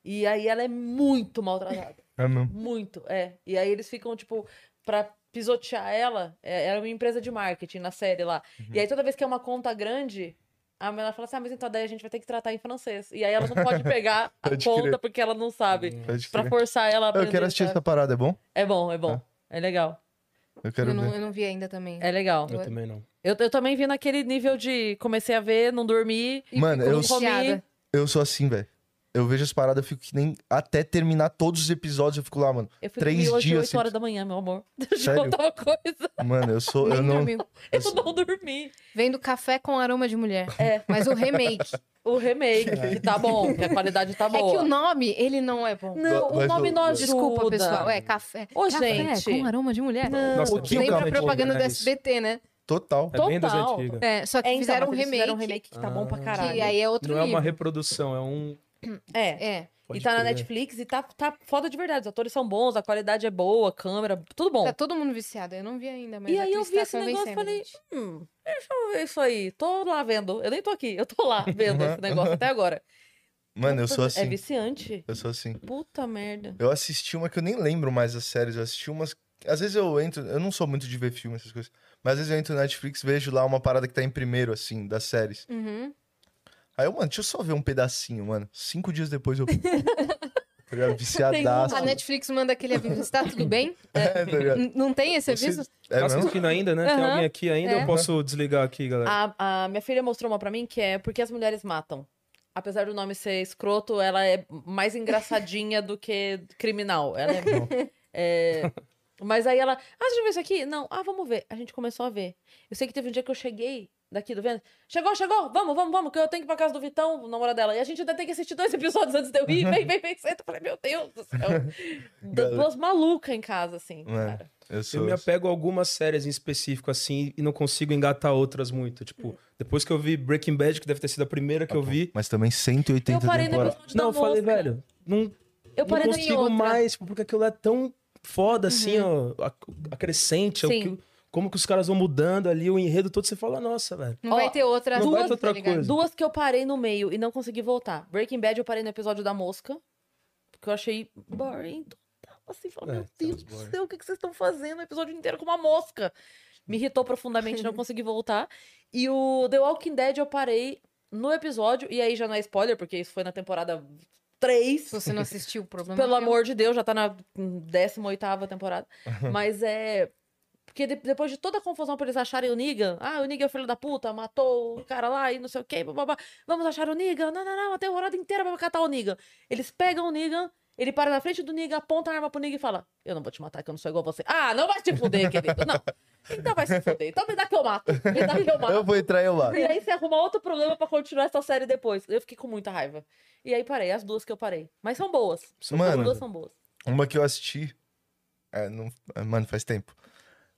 S1: e aí ela é muito maltratada.
S4: É mesmo.
S1: muito, é. E aí eles ficam, tipo, pra pisotear ela, é, era uma empresa de marketing na série lá. E
S4: Uhum.
S1: aí toda vez que é uma conta grande, a ela fala assim, ah, mas então daí a gente vai ter que tratar em francês. E aí ela não pode pegar a
S4: Pode
S1: conta
S4: crer. Hum,
S1: porque ela não sabe.
S4: Pode
S1: Pra
S4: crer.
S1: forçar ela a aprender.
S4: Eu quero assistir
S1: sabe?
S4: essa parada, é bom?
S1: É bom, é bom. É legal.
S4: Eu quero
S2: eu, não,
S4: ver.
S2: eu não vi ainda também.
S1: É legal.
S3: Eu também não.
S1: Eu, eu também vi naquele nível de comecei a ver, não dormi.
S2: E
S4: Mano,
S2: ficou
S4: eu-
S2: viciada.
S4: Eu sou assim, velho. Eu vejo as paradas, eu fico que nem. Até terminar todos os episódios, eu fico lá, mano.
S1: Eu fui
S4: Três
S1: dormir hoje
S4: dias
S1: 8
S4: sem-
S1: horas da manhã, meu amor. Deixa eu
S4: Sério?
S1: contar uma coisa.
S4: Mano, eu sou.
S2: Nem
S4: Eu não.
S2: dormiu.
S4: Eu
S1: Eu não dormi.
S2: Vendo café com aroma de mulher.
S1: É.
S2: Mas o remake.
S1: O remake,
S4: É.
S1: que tá bom, que a qualidade tá
S2: é
S1: boa.
S2: que o nome, ele não é bom.
S1: Não, o
S4: Mas
S1: nome
S4: o-
S1: não ajuda.
S2: Desculpa, pessoal. É café.
S1: Ô,
S2: café
S1: gente.
S2: com aroma de mulher.
S1: Não.
S3: Nossa,
S4: O
S3: bem
S4: que o
S3: antigo,
S2: Lembra a
S4: Café
S3: né,
S2: propaganda do
S3: isso?
S2: SBT, né?
S4: Total.
S3: É bem das
S1: Total.
S3: antigas.
S2: É, só que
S1: É, então,
S2: fizeram um
S1: mas eles
S2: remake.
S1: fizeram um remake que tá bom pra
S3: Ah.
S1: caralho.
S2: Que aí é outro
S3: Não é uma
S2: nível.
S3: reprodução, é um.
S1: É.
S2: É,
S3: Pode
S1: e tá na
S3: crer.
S1: Netflix e tá, tá foda de verdade. Os atores são bons, a qualidade é boa, a câmera, tudo bom.
S2: tá todo mundo viciado. Eu não vi ainda, mas
S1: E
S2: a
S1: aí eu
S2: Cris
S1: vi
S2: tá
S1: esse negócio e
S2: convencendo a
S1: falei,
S2: gente.
S1: hum, deixa eu ver isso aí. Tô lá vendo. Eu nem tô aqui, eu tô lá vendo
S4: Uhum.
S1: esse negócio até agora.
S4: Mano, eu sou
S1: É
S4: assim.
S1: viciante.
S4: Eu sou assim.
S1: Puta merda.
S4: Eu assisti uma que eu nem lembro mais as séries. Eu assisti umas. Às vezes eu entro. Eu não sou muito de ver filme, essas coisas. Mas às vezes eu entro no Netflix vejo lá uma parada que tá em primeiro, assim, das séries.
S2: Uhum.
S4: Aí eu, mano, deixa eu só ver um pedacinho, mano. Cinco dias depois eu. Tá ligado?
S1: Tem
S4: Viciadaço.
S2: A Netflix manda aquele aviso, está tudo bem?
S4: É, tá ligado?
S2: N- Não tem esse
S4: Vocês-
S2: aviso?
S4: É
S3: tá
S4: mesmo? Ah.
S3: assistindo ainda, né? Tem
S1: Aham.
S3: alguém aqui ainda?
S2: É.
S3: Eu posso desligar aqui, galera.
S1: A, a minha filha mostrou uma pra mim que é Porque as Mulheres Matam. Apesar do nome ser escroto, ela é mais engraçadinha do que criminal. Ela é. é, Mas aí ela. Ah, você já viu isso aqui? Não. Ah, vamos ver. A gente começou a ver. Eu sei que teve um dia que eu cheguei daqui do vento. Chegou, chegou! Vamos, vamos, vamos, que eu tenho que ir pra casa do Vitão, o namorado dela. E a gente ainda tem que assistir dois episódios antes de eu ir. Vem, vem, vem, senta. Eu falei, meu Deus do céu. Du- Duas malucas em casa, assim.
S4: Mano,
S1: cara.
S4: Eu
S3: Eu
S4: sou. assim.
S3: me apego a algumas séries em específico, assim, e não consigo engatar outras muito.
S1: Hum.
S3: Tipo, depois que eu vi Breaking Bad, que deve ter sido a primeira
S4: Tá
S3: que eu vi.
S4: Mas também 180
S1: Eu parei no
S4: temporadas.
S1: episódio
S3: Não,
S1: da
S3: eu falei,
S1: mosca.
S3: velho,
S1: tá
S3: não,
S1: né? Eu
S3: não
S1: parei no
S3: consigo mais, tipo, porque aquilo é tão foda, assim, ó, a- acrescente,
S1: Uhum. Sim.
S3: aquilo- como que os caras vão mudando ali, o enredo todo, você fala, nossa, velho.
S2: Não
S1: Ó,
S2: vai ter outra
S3: não vai ter
S2: tá
S3: outra
S2: ligado?
S3: coisa.
S1: Duas que eu parei no meio e não consegui voltar. Breaking Bad eu parei no episódio da mosca. Porque eu achei boring total. Assim, falei,
S3: É,
S1: meu
S3: tem
S1: Deus
S3: uns
S1: do
S3: boring.
S1: céu, o que, que vocês estão fazendo? O episódio inteiro com uma mosca. Me irritou profundamente, não consegui voltar. E o The Walking Dead eu parei no episódio. E aí já não é spoiler, porque isso foi na temporada 3.
S2: Se você não assistiu, o problema
S1: Pelo
S2: é meu.
S1: amor de Deus, já tá na 18 temporada. Mas é. Porque de- depois de toda a confusão pra eles acharem o Negan, ah, o Negan é o filho da puta, matou o cara lá e não sei o quê, bababá. vamos achar o Negan, não, não, não, a temporada inteira pra catar o Negan. Eles pegam o Negan, ele para na frente do Negan, aponta a arma pro Negan e fala: Eu não vou te matar, que eu não sou igual a você. Ah, não vai te fuder, querido, não. Então vai se fuder, então me dá que eu mato, me dá que eu mato.
S4: Eu vou entrar eu lá.
S1: E aí você arruma outro problema pra continuar essa série depois. Eu fiquei com muita raiva. E aí parei, as duas que eu parei. Mas são boas.
S3: São
S4: Mano.
S1: As duas
S3: boas.
S1: são boas.
S4: Uma que eu assisti. é, não- é, mano, faz tempo.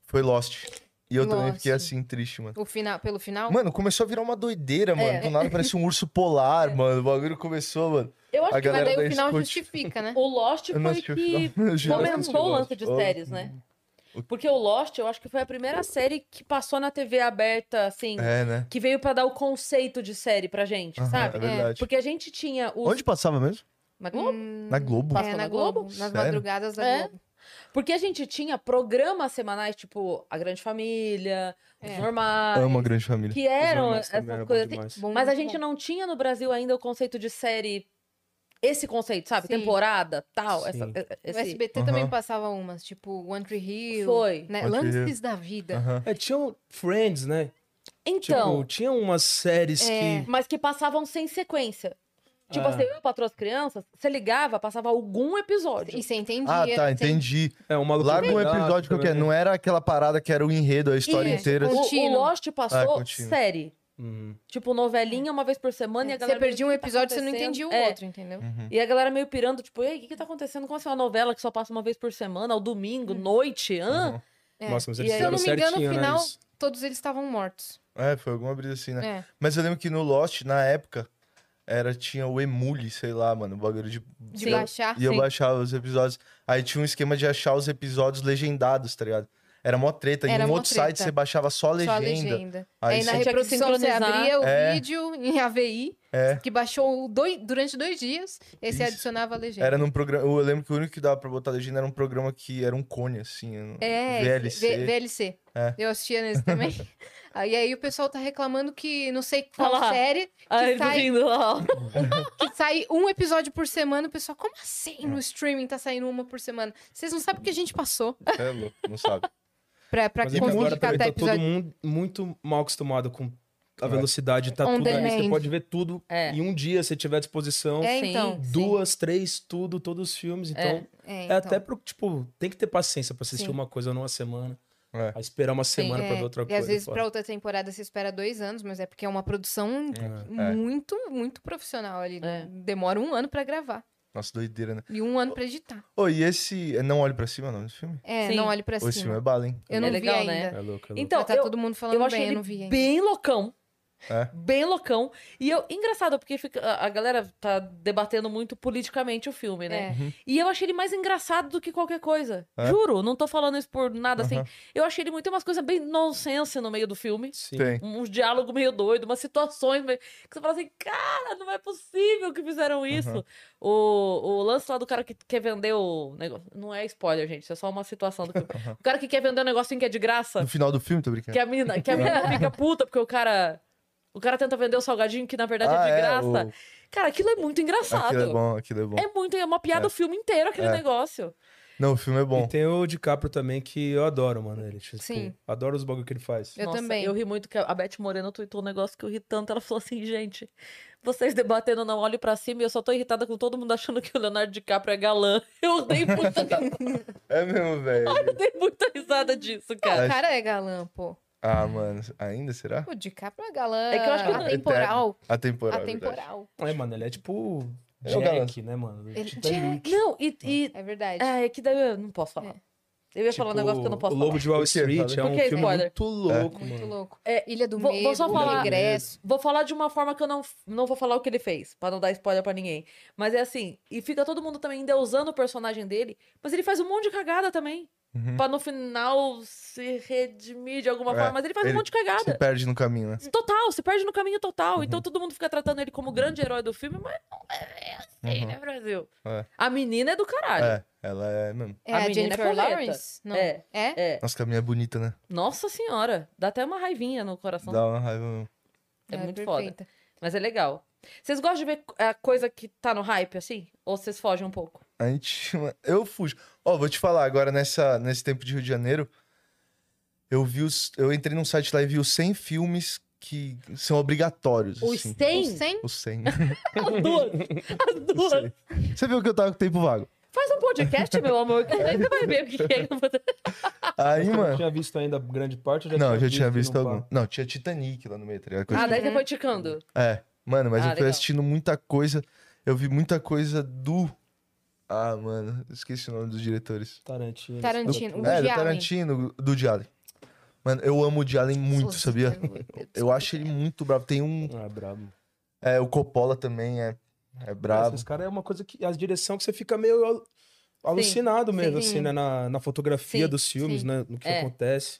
S4: Foi Lost. E eu também
S2: Lost.
S4: fiquei assim, triste, mano.
S2: O final, pelo final?
S4: Mano, começou a virar uma doideira, mano.
S1: É.
S4: Do nada parece um urso polar, mano. O bagulho começou, mano.
S1: Eu acho
S4: A
S1: que
S2: mas
S4: galera
S2: daí
S4: da
S2: o final
S4: Scout.
S2: justifica, né?
S1: o Lost
S4: Eu
S1: foi
S4: não assisti o
S1: que
S4: final. Eu juro, eu não assisti
S1: aumentou o lance de
S4: Lost.
S1: séries, né? Porque o Lost, eu acho que foi a primeira série que passou na TV aberta, assim,
S4: É, né?
S1: que veio pra dar o conceito de série pra gente,
S4: Aham,
S1: sabe?
S4: É verdade.
S1: Porque a gente tinha os...
S4: Onde passava mesmo?
S1: Na Globo?
S2: Hum,
S4: Na Globo.
S1: Passa
S2: é,
S1: na
S2: na Globo.
S1: Globo?
S2: Nas
S4: Sério?
S2: madrugadas da
S1: É.
S2: Globo.
S1: Porque a gente tinha programas semanais, tipo A Grande Família, Os
S2: É.
S1: Normais,
S4: Amo a grande família.
S1: que eram
S3: Mas
S1: essas
S3: também era bom
S1: coisas. assim.
S3: é demais.
S2: Bom,
S1: Mas a
S2: muito
S1: gente
S2: bom.
S1: não tinha no Brasil ainda o conceito de série... Esse conceito, sabe?
S2: Sim.
S1: Temporada, tal. essa-
S3: Sim.
S1: esse...
S2: O SBT também
S4: Aham.
S2: passava umas, tipo One Tree Hill.
S1: Foi.
S2: Né?
S4: One Tree Hill.
S2: Lances da vida.
S4: Aham.
S3: É, tinham Friends, né?
S1: Então...
S3: tipo, tinha umas séries
S2: É.
S3: que...
S1: mas que passavam sem sequência. Tipo
S4: É.
S3: Ah.
S1: assim, eu patroa as crianças, você ligava, passava algum episódio.
S2: E você entendia.
S4: Ah, tá,
S2: você
S4: entendi.
S3: É, um maluco
S4: Larga um
S3: Pedaço
S4: episódio qualquer.
S3: também.
S4: Não era aquela parada que era o enredo, a história
S2: Isso.
S4: inteira.
S1: O, o
S2: Contínuo.
S1: Lost
S4: Ah,
S1: passou
S4: contínuo.
S1: série.
S3: Hum.
S1: Tipo, novelinha uma vez por semana e a
S2: É,
S1: galera.
S2: Você perdia um
S1: meio que tá
S2: episódio, você não
S1: acontecendo.
S2: entendia o
S1: É,
S2: outro, entendeu?
S4: Uhum.
S1: E a galera meio pirando, tipo, ei, o que, que tá acontecendo? Como assim, uma novela que só passa uma vez por semana, ao domingo, noite, hã?
S4: Uhum.
S2: É.
S3: Nossa, mas
S1: E
S3: eles
S1: aí-
S2: Se eu
S3: fizeram
S2: não me engano, no
S3: certinho, né?
S2: final,
S3: isso.
S2: todos eles estavam mortos.
S4: É, foi alguma brisa assim, né?
S2: É.
S4: Mas eu lembro que no Lost, na época, era, tinha o Emule, sei lá, mano, o bagulho de.
S2: De
S4: eu-
S2: baixar.
S4: E eu
S2: sim.
S4: baixava os episódios. Aí tinha um esquema de achar os episódios legendados, tá ligado? Era mó treta.
S2: Era
S4: em um
S2: mó
S4: outro
S2: treta.
S4: site você baixava só a legenda.
S2: Só a legenda.
S4: Aí
S2: Aí na
S1: Tinha
S4: você-
S1: que
S2: reprodução você
S1: sincronizar.
S2: abria o
S4: É.
S2: vídeo em AVI,
S4: É.
S2: que baixou doi- durante dois dias, e aí você
S4: Isso.
S2: adicionava a legenda.
S4: Era num programa. Eu lembro que o único que dava pra botar legenda era um programa que era um cone, assim. um
S2: É,
S4: VLC.
S2: V- VLC.
S4: É.
S2: Eu assistia nesse também. aí, aí o pessoal tá reclamando que não sei qual
S1: Olha lá.
S2: série,
S1: Aí ele
S2: sai-
S1: rindo lá. ó.
S2: que sai um episódio por semana. O pessoal, como
S4: É.
S2: assim no streaming tá saindo uma por semana? Vocês não sabem o que a gente passou.
S4: Você é louco, não sabe.
S2: Pra, pra
S3: Mas é que
S2: conseguir
S3: agora também
S2: catar
S3: tá todo
S2: episódio.
S3: mundo muito mal acostumado com a
S4: É.
S3: velocidade, tá
S2: On
S3: tudo ali. Você
S2: demand.
S3: pode ver tudo
S1: É.
S3: em um dia, se tiver à disposição.
S2: É,
S1: Sim.
S2: então.
S1: sim.
S3: Duas, três, tudo, todos os filmes. Então, é,
S2: É, então.
S3: até pro, tipo, tem que ter paciência pra assistir
S2: Sim.
S3: uma coisa numa semana.
S4: É.
S3: Aí esperar uma semana pra
S2: É,
S3: ver outra
S2: e
S3: coisa.
S2: às vezes
S3: pô.
S2: pra outra temporada você espera dois anos, mas é porque é uma produção
S4: É.
S2: muito, muito profissional ali.
S1: É.
S2: Demora um ano pra gravar
S4: Nossa, doideira, né?
S2: e um ano pra editar.
S4: Ô, e esse. é Não Olhe Pra Cima, é o nome do filme?
S2: É,
S1: Sim.
S2: não olhe pra
S4: Ô, esse filme
S2: cima.
S4: é bala, hein?
S2: Eu não
S1: É legal,
S2: vi
S1: né?
S2: ainda.
S3: É louco, é louco.
S1: Então,
S2: tá
S1: eu,
S2: todo mundo
S1: eu
S2: falando
S1: achei
S2: bem, eu
S1: ele
S2: não vi ainda.
S1: bem loucão.
S4: É?
S1: Bem loucão. E eu, engraçado, porque fica- a a galera tá debatendo muito politicamente o filme, né?
S2: É.
S1: E eu achei ele mais engraçado do que qualquer coisa.
S4: É?
S1: Juro, não tô falando isso por nada assim.
S4: Aham.
S1: Eu achei ele muito tem umas coisas bem nonsense no meio do filme.
S3: Sim.
S4: Tem.
S1: Uns diálogos meio doido, umas situações meio... que você fala assim, cara, não é possível que fizeram isso.
S4: Aham.
S1: O, o lance lá do cara que quer vender o negócio. Não é spoiler, gente, isso é só uma situação do filme. O cara que quer vender um negocinho que é de graça.
S4: No final do filme, tô brincando.
S1: Que a menina, que a menina fica puta porque o cara. O cara tenta vender o salgadinho que na verdade
S4: Ah,
S1: é de
S4: é,
S1: graça.
S4: o-
S1: Cara, aquilo é muito engraçado.
S4: Aquilo é bom, aquilo é bom.
S1: É muito, é uma piada
S4: É.
S1: o filme inteiro aquele
S4: É.
S1: negócio.
S4: Não, o filme é
S3: E
S4: bom.
S3: tem o DiCaprio também, que eu adoro, mano. Ele, tipo,
S2: Sim.
S3: Adoro os bagulho que ele faz.
S2: Eu também.
S1: Eu ri muito que a Beth Moreno tweetou um negócio que eu ri tanto. Ela falou assim, gente, vocês debatendo não olho pra cima e eu só tô irritada com todo mundo achando que o Leonardo DiCaprio é galã. Eu dei muita,
S4: É mesmo, velho.
S1: dei muita risada disso, cara.
S2: O cara é galã, pô.
S4: Ah, mano. Ainda será?
S2: O DiCaprio é galã.
S1: É que eu acho que não-
S2: atemporal.
S4: Atemporal. é verdade.
S2: Atemporal.
S3: É, mano, ele é tipo.
S4: É o galã.
S3: Jack, né, mano?
S2: Ele-
S3: Titanic.
S2: Jack.
S1: Não, e... e-
S2: É verdade.
S1: Ah, é que daí eu não posso falar. Eu ia falar um
S3: Tipo,
S1: negócio que eu não posso
S3: O
S1: falar.
S3: Lobo de Wall
S4: Por quê?
S3: Street é
S1: Por
S3: um
S1: que
S3: filme
S1: spoiler?
S3: muito louco,
S2: Muito
S3: mano.
S2: louco.
S1: É,
S2: Ilha do
S1: vou- vou
S2: Medo, É,
S1: só falar-
S2: Regresso.
S1: Vou falar de uma forma que eu não, não vou falar o que ele fez, pra não dar spoiler pra ninguém. Mas é assim, e fica todo mundo também endeusando o personagem dele, mas ele faz um monte de cagada também.
S4: Uhum.
S1: Pra no final se redimir de alguma
S4: É,
S1: forma, mas ele faz
S4: ele
S1: um monte de cagada.
S4: Se perde no caminho, né?
S1: Total, se perde no caminho total.
S4: Uhum.
S1: Então todo mundo fica tratando ele como o grande herói do filme, mas não é assim,
S4: Uhum.
S1: né, Brasil?
S4: É.
S1: A menina é do caralho.
S4: É, ela é mesmo.
S2: É
S1: A
S2: a,
S1: menina é
S2: Jennifer
S1: porreta.
S2: Lawrence? Não.
S1: É,
S2: É?
S1: é.
S4: Nossa, que a minha é bonita, né?
S1: Nossa senhora, dá até uma raivinha no coração.
S4: Dá uma raiva mesmo.
S1: É muito foda.
S2: perfeita.
S1: Mas é legal. Vocês gostam de ver a coisa que tá no hype, assim? Ou vocês fogem um pouco?
S4: A gente. Eu fujo. Ó, vou te falar, agora nessa, nesse tempo de Rio de Janeiro, eu vi os. Eu entrei num site lá e vi os 100 filmes que são obrigatórios. assim.
S2: Os 100?
S4: Os 100.
S1: As duas. As duas.
S4: Você viu que eu tava com tempo vago.
S1: Faz um podcast, meu amor, que aí você vai ver o que que é.
S4: Aí,
S3: Eu
S4: mano.
S3: tinha visto ainda grande parte. Eu já
S4: Não, eu já tinha
S3: no
S4: visto
S3: par.
S4: algum. Não, tinha Titanic lá no meio, tá ligado? Coisa-
S1: Ah, daí você foi ticando.
S4: É, mano, mas
S1: Ah,
S4: eu fui
S1: legal.
S4: assistindo muita coisa. Eu vi muita coisa do. Ah, mano, esqueci o nome dos diretores.
S3: Tarantino.
S2: Tarantino. O Woody
S4: é, do
S2: Allen.
S4: Tarantino, do Woody Allen. Mano, eu amo o Woody Allen muito,
S2: Os-
S4: sabia? Eu acho ele muito bravo. Tem um.
S3: Ah, brabo.
S4: É, o Coppola também é, é
S3: Nossa,
S4: brabo.
S3: Esse cara é uma coisa que. A direção que você fica meio al- alucinado mesmo,
S2: sim.
S3: assim, né? Na, na fotografia
S1: Sim,
S3: dos filmes,
S2: sim.
S3: né? No que
S1: É.
S3: acontece.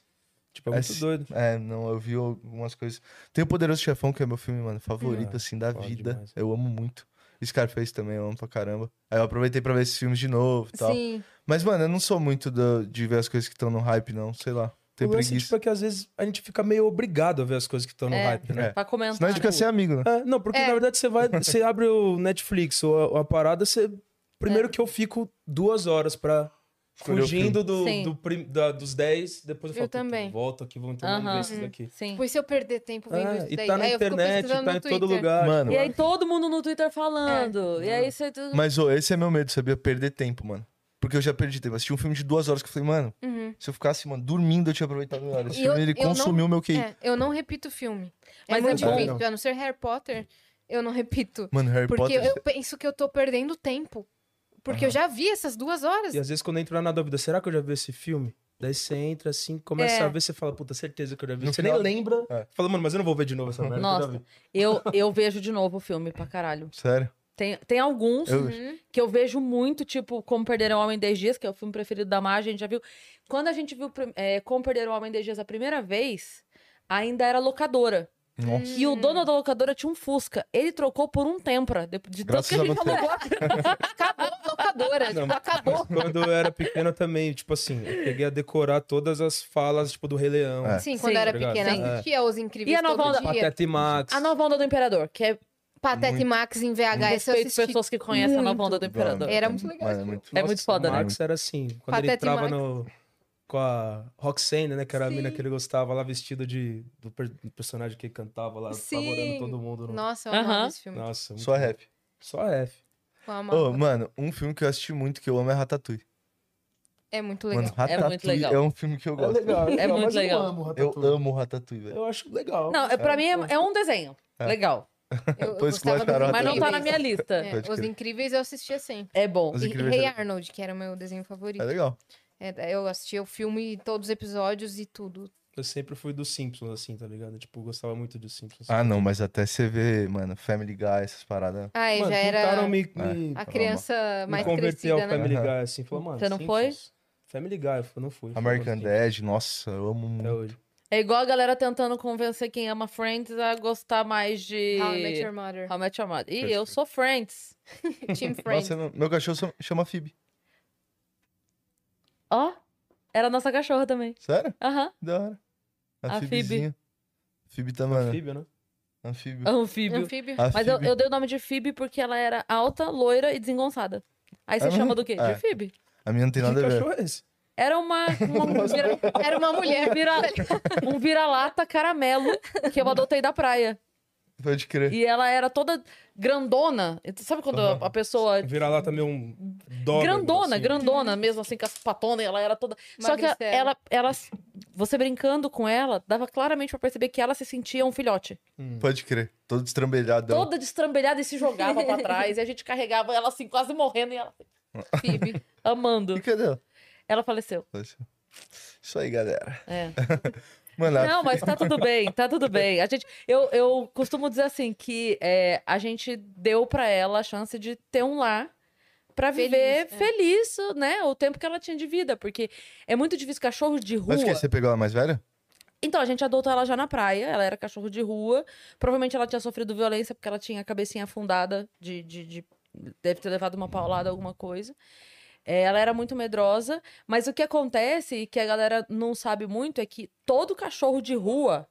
S3: Tipo, é
S4: É
S3: muito
S4: sim.
S3: doido.
S4: É, não, eu vi algumas coisas. Tem o Poderoso Chefão, que é meu filme, mano, favorito,
S3: Ah,
S4: assim, da
S3: foda
S4: vida.
S3: demais.
S4: Eu amo muito. Scarface também, eu amo pra caramba. Aí eu aproveitei pra ver esses filmes de novo e tal.
S2: Sim.
S4: Mas, mano, eu não sou muito do- de ver as coisas que estão no hype, não. Sei lá. Tem
S3: o lance,
S4: preguiça.
S3: tipo, é que às vezes a gente fica meio obrigado a ver as coisas que estão no
S1: É.
S3: hype, né?
S4: É.
S1: Pra
S2: tipo,
S1: comentar.
S4: Senão a gente fica sem amigo, né?
S3: É, não, porque
S2: É.
S3: na verdade você vai, você abre o Netflix ou a, ou a parada, você.
S2: É.
S3: Primeiro que eu fico duas horas pra.
S4: Escolher o
S3: Fugindo do,
S1: Sim.
S3: do prim- da- dos 10, depois eu
S2: Eu
S3: falo, "Puta,
S2: também.
S3: volto aqui, vamos tomar
S1: Aham.
S3: ver esses daqui.
S1: Sim.
S2: Pois se eu perder tempo vendo
S3: Ah,
S2: isso
S3: e
S2: daí.
S3: tá na
S2: Aí eu fico
S3: internet,
S2: pesquisando
S3: tá
S2: no
S3: em todo
S2: Twitter.
S3: lugar.
S4: Mano,
S1: E aí todo mundo no Twitter falando. E aí você...
S4: É. mas ô, esse é meu medo, sabia? Perder tempo, mano. Porque eu já perdi tempo. Assisti um filme de duas horas que eu falei, mano,
S2: Uhum.
S4: se eu ficasse, mano, dormindo, eu tinha aproveitado melhor. Esse
S2: E
S4: filme,
S2: eu-
S4: ele
S2: eu não-
S4: consumiu meu QI.
S2: É, eu não repito filme.
S1: Mas
S2: é muito
S1: é bom.
S2: difícil. A não ser Harry Potter, eu não repito.
S4: Mano, Harry
S2: Porque
S4: Potter...
S2: eu penso que eu tô perdendo tempo. Porque eu já vi essas duas horas.
S3: E às vezes quando entra na dúvida, será que eu já vi esse filme? Daí você entra assim, começa
S2: É.
S3: a ver, você fala, puta, certeza que eu já vi.
S4: No
S3: você
S4: final-
S3: nem lembra.
S4: É.
S3: Fala, mano, mas eu não vou ver de novo essa merda. que eu já
S1: Nossa,
S3: vi.
S1: eu, eu vejo de novo o filme pra caralho.
S4: Sério.
S1: Tem, tem alguns
S4: Eu-
S2: Uhum.
S1: que eu vejo muito, tipo, Como Perder um Homem em 10 Dias, que é o filme preferido da Mar, a gente já viu. Quando a gente viu prim- é, Como Perder um Homem em 10 Dias a primeira vez, ainda era locadora.
S2: Hum,
S4: Nossa.
S1: E o dono da locadora tinha um Fusca. Ele trocou por um Tempra, de, de tanto
S4: Graças
S1: que a
S2: é
S4: a
S1: gente
S4: você.
S1: alugou.
S2: Acabou a locadora.
S3: Não,
S2: tipo, acabou.
S3: Quando eu era pequeno eu também, tipo assim, eu peguei a decorar todas as falas, tipo, do Rei Leão.
S2: Sim,
S4: É.
S1: Sim,
S2: assim, quando eu era
S3: obrigado.
S2: pequena,
S3: Sim.
S2: eu assistia Os
S1: E
S2: Incríveis
S1: a nova
S2: todo
S1: onda?
S2: dia. Ah,
S3: Pateta e Max.
S1: A Nova Onda do Imperador, que é
S2: Pateta e Max em VHS Ah, eu
S1: respeito às
S2: assisti.
S1: pessoas que conhecem a Nova Onda do
S4: Mano,
S1: Imperador.
S2: Era muito legal
S4: Mano, é
S2: aquilo.
S4: muito...
S1: É muito foda, né?
S3: Max era assim, quando
S2: Pateta e
S3: ele entrava
S2: Max.
S3: no... com a Roxane, né? Que era a mina
S2: Sim.
S3: que ele gostava lá, vestida de, do, per- do personagem que ele cantava lá,
S2: Sim.
S3: apavorando todo mundo. No...
S2: Nossa, é eu amava
S1: Aham.
S2: esse filme.
S3: Nossa, é muito
S4: é Só
S3: bom.
S4: rap.
S3: Só F.
S2: Eu amava.
S4: Ô, mano, um filme que eu assisti muito que eu amo é Ratatouille.
S2: é muito legal.
S4: Mano, Ratatouille é,
S1: legal.
S4: um filme que eu gosto.
S1: É muito
S3: mas
S1: legal.
S3: Eu amo
S4: Eu
S3: Ratatouille.
S4: amo Ratatouille, velho.
S3: Eu acho legal.
S1: Não, é, pra mim é, é um desenho.
S4: É.
S1: Legal.
S2: Eu, eu
S4: Pois
S2: gostava
S4: colocaram
S2: dos
S4: a
S1: Mas não tá na
S2: Incríveis.
S1: minha lista.
S2: É,
S4: Pode
S2: Os
S4: crer.
S2: Incríveis eu assistia sempre.
S1: É bom.
S4: Os
S2: E
S4: Incríveis
S2: Rei
S4: era-
S2: Arnold, que era o meu desenho favorito.
S4: É legal.
S2: É, eu assistia o filme, todos os episódios e tudo.
S3: Eu sempre fui dos Simpsons, assim, tá ligado? Tipo, eu gostava muito dos Simpsons.
S4: Ah, não, mas até você vê, mano, Family Guy, essas paradas.
S2: Ah, eu
S3: Mano,
S2: já era
S3: tentaram me,
S4: É.
S3: me,
S2: a
S4: Calma.
S2: criança
S3: me
S2: mais
S3: converter ao
S2: crescida, né?
S3: Family
S4: Aham.
S3: Guy, assim. Falou, mano,
S1: Você não
S3: Simpsons? Family Guy, eu falei, não fui.
S4: American
S3: Falei,
S4: Dad, nossa, eu amo
S3: Até
S4: muito.
S3: hoje.
S1: É igual a galera tentando convencer quem ama Friends a gostar mais de.
S2: How I Met Your Mother.
S1: How I Met Your Mother. Ih,
S4: Perfeito.
S1: eu sou Friends.
S2: Team Friends.
S4: Nossa, eu não- meu cachorro chama- chama Phoebe.
S1: Ó, era nossa cachorra também.
S4: Sério?
S1: Aham.
S4: Da hora. A,
S1: A Phoebe.
S4: Phoebezinha. Phoebe tá, mano.
S3: Anfíbio, né?
S4: Anfíbio.
S1: Anfíbio.
S2: Anfíbio.
S4: A
S1: É um Mas eu,
S4: Phoebe.
S1: eu dei o nome de Phoebe porque ela era alta, loira e desengonçada. Aí você
S4: É
S1: chama
S4: mesmo?
S1: do quê?
S4: É.
S1: De Phoebe.
S4: A minha não tem nada
S3: que
S4: a ver.
S3: cachorro é esse?
S1: Era uma. uma vira-
S2: Era uma mulher.
S1: um vira- um vira-lata caramelo que eu adotei da praia.
S4: Pode crer.
S1: E ela era toda grandona. Então, Sabe quando a-
S4: Aham.
S1: a pessoa.
S3: Vira lá também um dó.
S1: grandona, grandona mesmo, assim, com as patonas, ela era toda. Só que
S2: Magricela.
S1: ela, ela. Você brincando com ela, dava claramente pra perceber que ela se sentia um filhote.
S4: Pode crer. Todo destrambelhadão.
S1: toda destrambelhada e se jogava pra trás. E a gente carregava ela assim, quase morrendo, e ela
S2: Phoebe.
S1: amando.
S4: E cadê ela?
S1: Ela faleceu.
S4: Isso aí, galera.
S1: É.
S4: Mano, a
S1: Não, mas tá tudo bem, tá tudo bem. A gente, eu, eu costumo dizer assim que é, a gente deu pra ela a chance de ter um lar pra
S2: Feliz,
S1: viver
S2: é.
S1: feliz, né? O tempo que ela tinha de vida, porque é muito difícil cachorro de rua.
S4: Mas que você pegou ela mais velha?
S1: Então, a gente adotou ela já na praia, ela era cachorro de rua. Provavelmente ela tinha sofrido violência porque ela tinha a cabecinha afundada de. de- de- deve ter levado uma paulada, alguma coisa. É, ela era muito medrosa, mas o que acontece, e que a galera não sabe muito, é que todo cachorro de rua.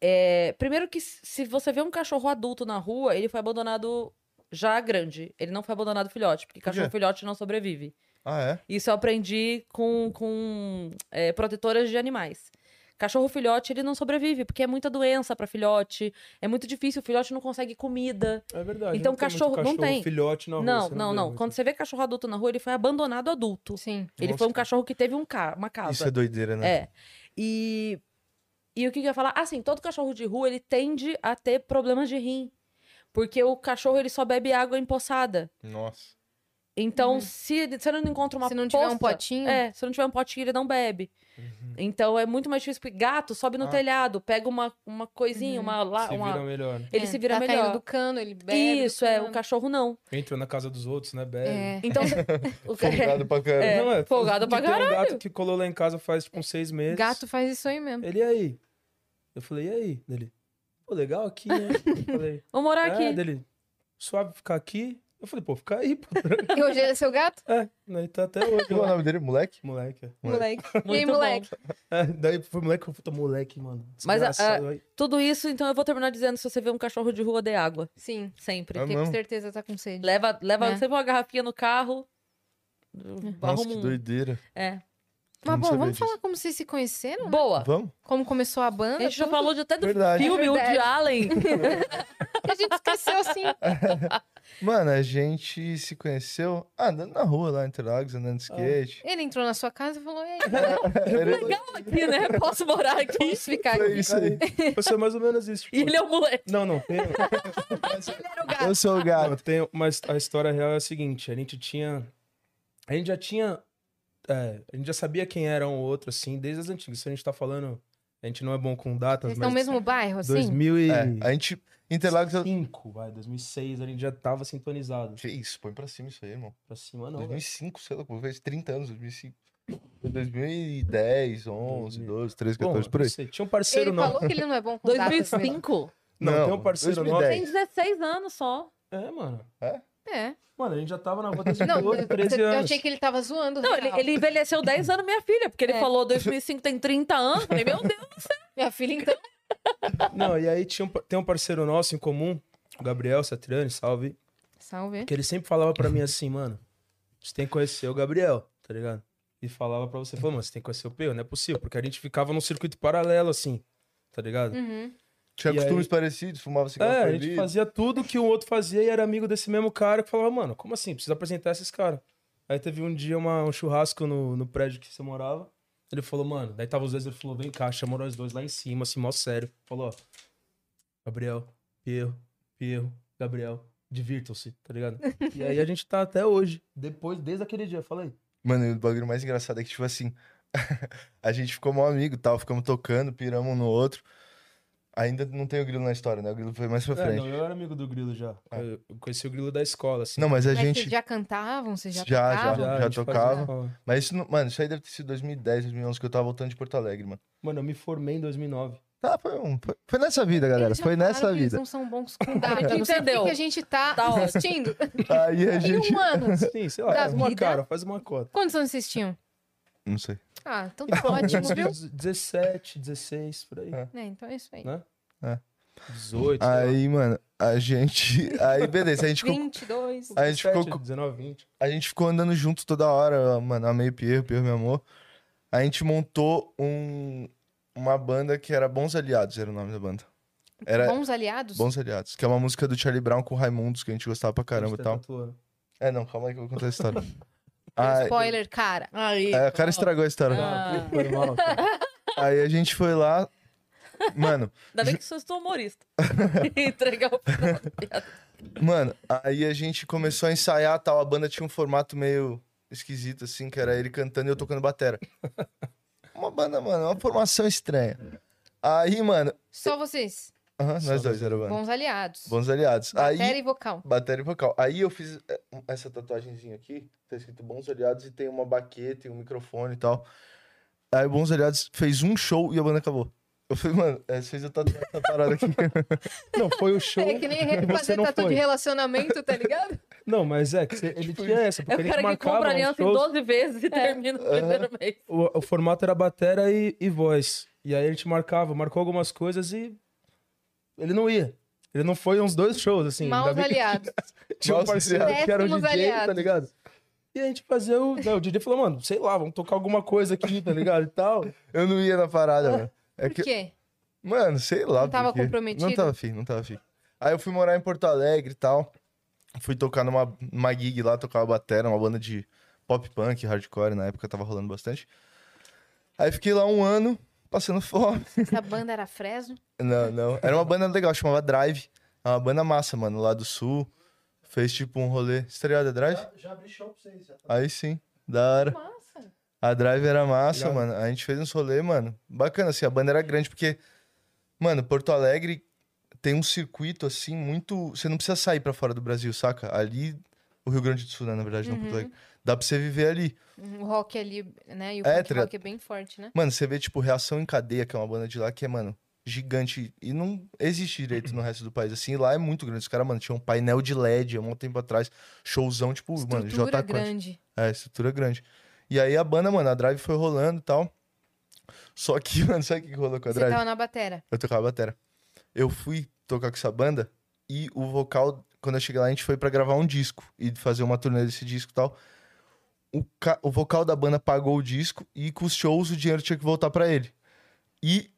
S1: é, primeiro que s- se você vê um cachorro adulto na rua, ele foi abandonado já grande. Ele não foi abandonado filhote, porque
S4: Por quê?
S1: cachorro filhote não sobrevive.
S4: Ah, é?
S1: Isso eu aprendi com, com é, protetoras de animais. Cachorro filhote, ele não sobrevive, porque é muita doença pra filhote, é muito difícil, o filhote não consegue comida.
S3: É verdade.
S1: Então,
S3: não tem muito
S1: cachorro- não tem.
S3: Filhote na rua,
S1: não,
S3: você
S1: não,
S3: vê
S1: não.
S3: muito.
S1: Quando você vê cachorro adulto na rua, ele foi abandonado adulto.
S2: Sim.
S1: Ele
S4: Nossa,
S1: foi um
S4: cara.
S1: cachorro que teve um ca uma casa.
S4: Isso é doideira, né?
S1: É. E, e o que, que eu ia falar? Assim, todo cachorro de rua, ele tende a ter problemas de rim. Porque o cachorro, ele só bebe água empoçada.
S4: Nossa.
S1: Então,
S2: Uhum.
S1: se ele- você não encontra uma
S2: Se não tiver um
S1: poça-
S2: potinho,
S1: É, se não tiver um potinho, ele não bebe. Então é muito mais difícil, porque gato sobe no
S4: Ah.
S1: telhado, pega uma, uma coisinha,
S2: Uhum.
S1: uma, lá,
S3: Se
S1: uma-
S3: vira um- melhor.
S1: Ele
S2: é,
S1: se vira
S2: tá
S1: melhor.
S2: caindo do cano, ele bebe. do
S1: Isso, é, o
S2: cano.
S1: cachorro não.
S3: Entra na casa dos outros, né, Bebe?
S2: É.
S1: Então, o ca-
S4: Folgado pra caramba.
S1: É,
S3: Não,
S1: folgado pra
S3: tem um gato que colou lá em casa faz, tipo, uns seis meses.
S2: Gato faz isso aí mesmo.
S3: Ele, e aí? Eu falei, e aí? Dele, pô, legal aqui, né? Eu falei,
S1: vou morar
S3: é,
S1: aqui.
S3: dele, suave ficar aqui? Eu falei, pô, fica aí, pô.
S2: E hoje ele é seu gato?
S3: É, né, e tá até hoje
S4: Qual é o
S3: lá.
S4: nome dele? Moleque?
S3: Moleque, é.
S2: Moleque.
S1: Muito
S2: e aí,
S1: bom.
S2: moleque?
S3: É, daí foi moleque, eu falei, moleque, mano.
S1: Mas a- a-
S3: desgraçado, aí.
S1: Tudo isso, então eu vou terminar dizendo: se você vê um cachorro de rua, dê água.
S2: Sim.
S1: Sempre.
S4: Ah,
S2: Porque
S4: não.
S2: com certeza tá com sede.
S1: Leva, leva
S2: É.
S1: sempre uma garrafinha no carro.
S4: Nossa,
S1: Arruma
S4: que
S1: um.
S4: doideira.
S1: É.
S4: não
S2: Mas bom,
S4: sabia
S2: vamos
S4: disso.
S2: falar como vocês se conheceram?
S1: Boa.
S4: Vamos?
S2: Como começou a
S1: A
S2: banda?
S1: gente já
S2: tudo.
S1: falou de até do
S4: Verdade.
S1: filme, o
S2: Verdade.
S1: de Allen.
S2: A gente esqueceu assim.
S4: Mano, a gente se conheceu andando na rua lá em Interlagos, andando de skate.
S2: Ele entrou na sua casa e falou: Ei,
S3: Ah.
S4: Era-
S1: Legal aqui, né? Posso morar aqui.
S2: posso ficar
S4: Foi
S2: aqui?
S4: isso aí.
S3: Eu sou mais ou menos isso. tipo,
S1: E ele é um moleque.
S3: Não, não, tem...
S4: Eu sou o
S3: Não,
S4: gato.
S3: tem, mas a história real é a seguinte: a gente tinha. A gente já tinha. é, a gente já sabia quem era um ou outro, assim, desde as antigas. Se a gente tá falando. A gente não é bom com datas,
S2: Vocês estão
S3: mas.
S2: no mesmo bairro, assim?
S3: 2005,
S4: É, a gente. Interlagos. eu-
S3: vai, 2006, a gente já tava sintonizado.
S4: Que isso, põe pra cima isso aí, irmão.
S3: Pra cima, não. velho.
S4: 2005, sei lá, como fez 30 anos, 2005. Foi 2010, 11, 12, 13,
S3: Bom,
S4: 14, por
S3: não
S4: aí.
S3: sei, Tinha um parceiro
S2: Ele
S3: nosso.
S2: falou que ele não é bom com datas, né?
S1: 2005.
S3: Não,
S4: Não,
S3: tem um parceiro
S4: 2010.
S1: Tem 16 anos só.
S3: nosso. É, mano.
S2: É.
S3: Mano, a gente já tava na rua desde
S2: Não,
S3: 12, 13
S2: eu
S3: anos.
S2: achei que ele tava zoando.
S1: Não, ele,
S2: real.
S1: ele envelheceu 10 anos, minha filha, porque ele
S2: É.
S1: falou 2005 tem 30 anos. Eu Falei, meu Deus.
S2: Minha filha, então.
S3: Não, e aí tinha um pa- tem um parceiro nosso em comum, o Gabriel Satriani, salve.
S2: Salve.
S3: Que ele sempre falava pra mim assim, mano, você tem que conhecer o Gabriel, tá ligado? e falava pra você, falou, mano, você tem que conhecer o Peu, não é possível, porque a gente ficava num circuito paralelo, assim, tá ligado?
S2: Uhum.
S4: Tinha
S3: E
S4: costumes parecidos, fumava cigarro
S3: É, a gente
S4: proibido.
S3: fazia tudo que o outro fazia e era amigo desse mesmo cara que falava, mano, como assim? Precisa apresentar esses caras. Aí teve um dia uma- um churrasco no, no prédio que você morava. Ele falou, mano, daí tava os dois, ele falou, vem cá, chamou nós dois lá em cima, assim, mó sério. Falou, ó, Gabriel, Pierro, Pierro, Gabriel, divirtam-se, tá ligado? E aí a gente tá até hoje, depois, desde aquele dia, fala aí.
S4: Mano, e o bagulho mais engraçado é que, tipo assim, a gente ficou mal amigo e tal, ficamos tocando, piramos um no outro. Ainda não tem o grilo na história, né? O grilo foi mais pra
S3: É,
S4: frente.
S3: não, eu era amigo do Grilo já.
S4: Ah.
S3: Eu eu conheci o Grilo da escola, assim.
S4: Não, mas a
S2: Mas
S4: gente.
S2: vocês já cantavam? Vocês já,
S4: Já,
S3: Já,
S2: tocavam?
S4: já
S3: a gente fazia
S4: tocava.
S3: escola.
S4: Mas isso, não- mano, isso aí deve ter sido 2010, 2011 que eu tava voltando de Porto Alegre, mano.
S3: Mano, eu me formei em 2009.
S4: Tá, foi, um, foi, foi nessa vida, galera.
S2: Eles já
S4: Foi
S2: falaram
S4: nessa
S2: que Eles
S4: vida.
S2: não são bons com data. Não sei por que
S1: Entendeu.
S2: que a gente tá,
S1: Tá ótimo.
S2: assistindo.
S4: Aí a
S2: Em
S4: gente.
S2: um ano.
S3: Sim, sei lá,
S2: Da
S3: faz uma
S2: vida?
S3: cara, faz uma cota.
S2: Quantos anos vocês tinham?
S4: Não sei.
S2: Ah, então tá ótimo,
S3: tipo,
S2: viu?
S3: 17, 16, por aí.
S4: É.
S2: É, então é isso aí.
S3: Né?
S4: É.
S3: 18. sei lá.
S4: Aí, mano, a gente. Aí, beleza, a gente ficou.
S2: 22.
S4: a gente ficou
S3: 17,
S4: co-
S3: 19, 20.
S4: A gente ficou andando junto toda hora, mano. Amei o Pierre, o Pierre me amou. A gente montou um, uma banda que era Bons Aliados, era o nome da banda. Era
S2: Bons aliados?
S4: Bons Aliados, que é uma música do Charlie Brown com o Raimundos, que a gente gostava pra caramba um- e
S3: Tá
S4: tal.
S3: tatuando.
S4: É, não, calma aí que eu vou contar a história. Ai,
S2: Spoiler, cara.
S1: Aí.
S4: é, a cara estragou a história.
S1: Ah.
S3: Foi mal, cara.
S4: Aí a gente foi lá. Mano,
S1: Ainda bem que eu sou humorista. Entregar o final da piada.
S4: mano, aí a gente começou a ensaiar tal. A banda tinha um formato meio esquisito, assim, que era ele cantando e eu tocando batera. Uma banda, mano, uma formação estranha. Aí, mano.
S2: Só vocês.
S4: Aham,
S3: Só
S4: nós dois
S3: vocês.
S4: era a banda.
S2: Bons aliados.
S4: Bons aliados.
S2: Matéria
S4: Aí,
S2: e vocal.
S4: bateria e vocal. Aí eu fiz é, um- essa tatuagemzinha aqui, tá escrito Bons Aliados e tem uma baqueta e um microfone e tal. Aí o Bons Aliados fez um show e a banda acabou. Eu falei, mano, é, vocês eu tatuar essa parada aqui.
S3: Não, foi o show.
S2: É que nem re-
S3: Você
S2: fazer
S3: não
S2: tatu de
S3: foi.
S2: relacionamento, tá ligado?
S3: Não, mas é que você- ele
S4: Tipo
S3: tinha essa,
S1: É
S3: porque
S1: o
S3: ele
S1: cara que
S3: marcava
S1: compra
S3: uns
S1: aliança em
S3: shows,
S1: 12 vezes e termina no primeiro mês.
S3: o, o formato era batera e, e voz. E aí a gente marcava, marcou algumas coisas e ele não ia. Ele não foi uns dois shows, assim.
S2: Maus
S3: ainda bem que-
S4: é
S2: aliados.
S3: Tinha um
S4: Nossa,
S3: parceiro
S2: esse
S3: que era o
S2: Péssimos
S3: DJ, tá
S2: aliados.
S3: ligado? E a gente fazia o. Não, o DJ falou, mano, sei lá, vamos tocar alguma coisa aqui, tá ligado? E tal.
S4: Eu não ia na parada, mano. É
S2: Por
S4: que,
S2: quê?
S4: mano, sei lá.
S2: Não tava
S4: por quê.
S2: comprometido?
S4: Não tava afim, não tava afim. Aí eu fui morar em Porto Alegre e tal. Fui tocar numa uma gig lá, tocava batera, uma banda de pop punk, hardcore, na época tava rolando bastante. Aí fiquei lá um ano, passando fome.
S2: Essa banda era Fresno?
S4: Não, não. Era uma banda legal, chamava Drive. É uma banda massa, mano, lá do sul. Fez tipo um rolê. Estreada a Drive?
S3: Já abri show pra vocês, já.
S4: Aí sim, da hora.
S2: Nossa.
S4: A Drive era massa,
S3: Obrigado.
S4: mano. A gente fez uns rolê, mano. Bacana, assim, a banda era grande, porque, mano, Porto Alegre tem um circuito, assim, muito. Você não precisa sair pra fora do Brasil, saca? Ali, o Rio Grande do Sul, né, na verdade, não Porto Alegre. Dá pra você viver ali.
S2: O Um rock ali, né? E o
S4: É,
S2: punk
S4: tá ligado?
S2: rock é bem forte, né?
S4: Mano, você vê, tipo, Reação em Cadeia, que é uma banda de lá que é, mano, gigante. E não existe direito no resto do país. Assim, e lá é muito grande. Os caras, mano, tinha um painel de LED há um tempo atrás. Showzão, tipo, mano,
S2: Estrutura
S4: J Quant.
S2: grande.
S4: É, estrutura grande. E aí a banda, mano, a drive foi rolando e tal. Só que, mano, sabe o que rolou com a
S2: Você
S4: drive?
S2: tava na batera.
S4: Eu tocava batera. Eu fui tocar com essa banda e o vocal, quando eu cheguei lá, a gente foi pra gravar um disco e fazer uma turnê desse disco e tal. O, ca- o vocal da banda pagou o disco e com os shows o dinheiro tinha que voltar pra ele. E.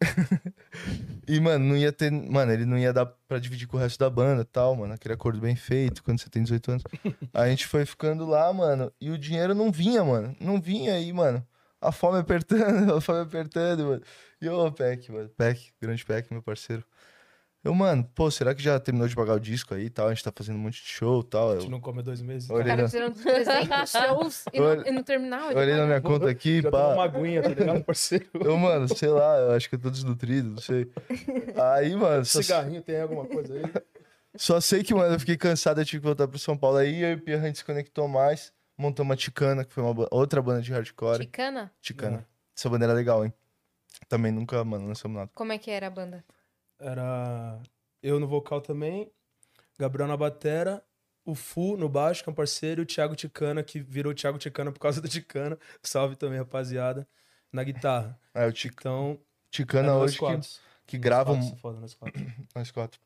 S4: e, mano, não ia ter. Mano, ele não ia dar pra dividir com o resto da banda e tal, mano. Aquele acordo bem feito quando você tem 18 anos. A gente foi ficando lá, mano, e o dinheiro não vinha, mano. Não vinha aí, mano. A fome apertando, a fome apertando, mano. E ô, Peck, mano. Peck, grande Peck, meu parceiro. Eu, mano, pô, será que já terminou de pagar o disco aí e tal? A gente tá fazendo um monte de show e tal.
S3: A gente
S4: Eu
S3: não come dois meses.
S4: Olha,
S2: Os
S4: Olhei
S2: caras
S4: na-
S2: fizeram 300 shows e no,
S4: Olhei-
S2: e no terminal.
S4: eu olhei na minha conta aqui,
S3: já
S4: pá.
S3: toma uma aguinha, tá ligado, parceiro?
S4: Eu, mano, sei lá, eu acho que eu tô desnutrido, não sei. Aí, mano, só,
S3: Cigarrinho, tem alguma coisa aí?
S4: só sei que, mano, eu fiquei cansado, eu tive que voltar pro São Paulo. Aí eu e o Pierre a gente se conectou mais, montou uma Ticana, que foi uma ba- outra banda de hardcore.
S2: Chicana?
S4: Ticana. Essa banda era legal, hein? Também nunca, mano, lançamos nada.
S2: Como é que era a banda?
S3: Era eu no vocal também, Gabriel na batera, o Fu no baixo, que é um parceiro, e o Thiago Ticana, que virou Thiago Ticana por causa do Ticana. Salve também, rapaziada. Na guitarra.
S4: É, o Tic-
S3: Então,
S4: Ticana
S3: é nós
S4: hoje que,
S3: quatro.
S4: que grava.
S3: Nós
S4: um-
S3: quatro, foda, nós quatro.
S4: Nós quatro.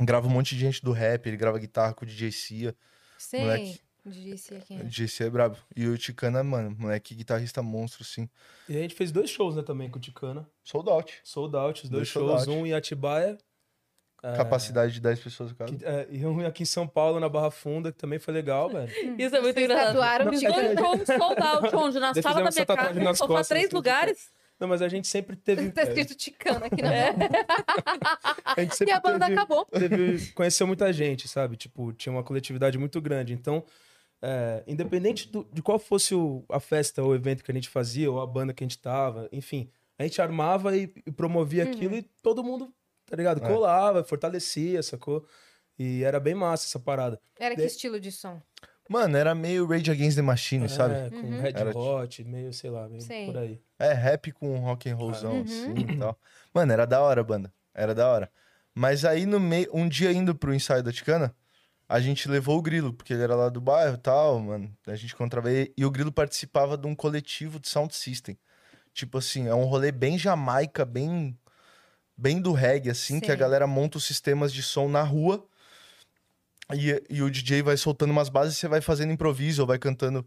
S4: Grava um monte de gente do rap, ele grava guitarra com o DJ Cia.
S2: Sei.
S4: Moleque.
S2: DJC é quem
S4: O
S2: é.
S4: DJC é brabo. E o Ticana, mano, moleque guitarrista monstro, assim.
S3: E a gente fez dois shows, né, também, com o Ticana.
S4: Sold out.
S3: Sold out, os dois,
S4: Dois sold
S3: shows,
S4: out.
S3: um em Atibaia. é,
S4: Capacidade de 10 pessoas cada.
S3: que- é, e um aqui em São Paulo, na Barra Funda, que também foi legal, velho.
S1: Isso é muito
S2: Vocês
S1: engraçado.
S2: tatuaram
S3: Não,
S2: o
S1: Os
S3: é
S1: dois
S3: que-
S2: Ticana.
S1: shows sold out, onde na sala da minha
S3: Daí fizemos essa
S1: casa,
S3: tatuagem tá nas
S1: sofá
S3: costas,
S1: três
S3: assim,
S1: lugares.
S3: Não, mas a gente sempre teve.
S2: Tá escrito Ticana aqui na
S3: É.
S2: mão.
S3: a gente
S2: E
S3: sempre
S2: a banda
S3: teve-
S2: acabou.
S3: teve- conheceu muita gente, sabe? Tipo, tinha uma coletividade muito grande. Então, é, independente do- de qual fosse o- a festa ou o evento que a gente fazia, ou a banda que a gente tava, enfim, a gente armava e, e promovia
S2: Uhum.
S3: aquilo e todo mundo, tá ligado?
S4: É.
S3: Colava, fortalecia, sacou? E era bem massa essa parada.
S2: Era que
S3: De-
S2: estilo de som?
S4: Mano, era meio Rage Against the Machine, sabe?
S3: É, com
S2: Uhum.
S3: Red
S4: Era tipo
S3: Hot, meio, sei lá, meio
S2: Sei.
S3: por aí.
S4: É, rap com rock and rollzão,
S2: Uhum.
S4: assim e tal. Mano, era da hora, banda. Era da hora. Mas aí, no meio, um dia indo pro ensaio da Ticana, a gente levou o Grilo, porque ele era lá do bairro e tal, mano. A gente encontrava ele. E o Grilo participava de um coletivo de sound system. Tipo assim, é um rolê bem jamaica, bem, bem do reggae, assim, que a
S2: Sei.
S4: galera monta os sistemas de som na rua. E, e o DJ vai soltando umas bases e você vai fazendo improviso, ou vai cantando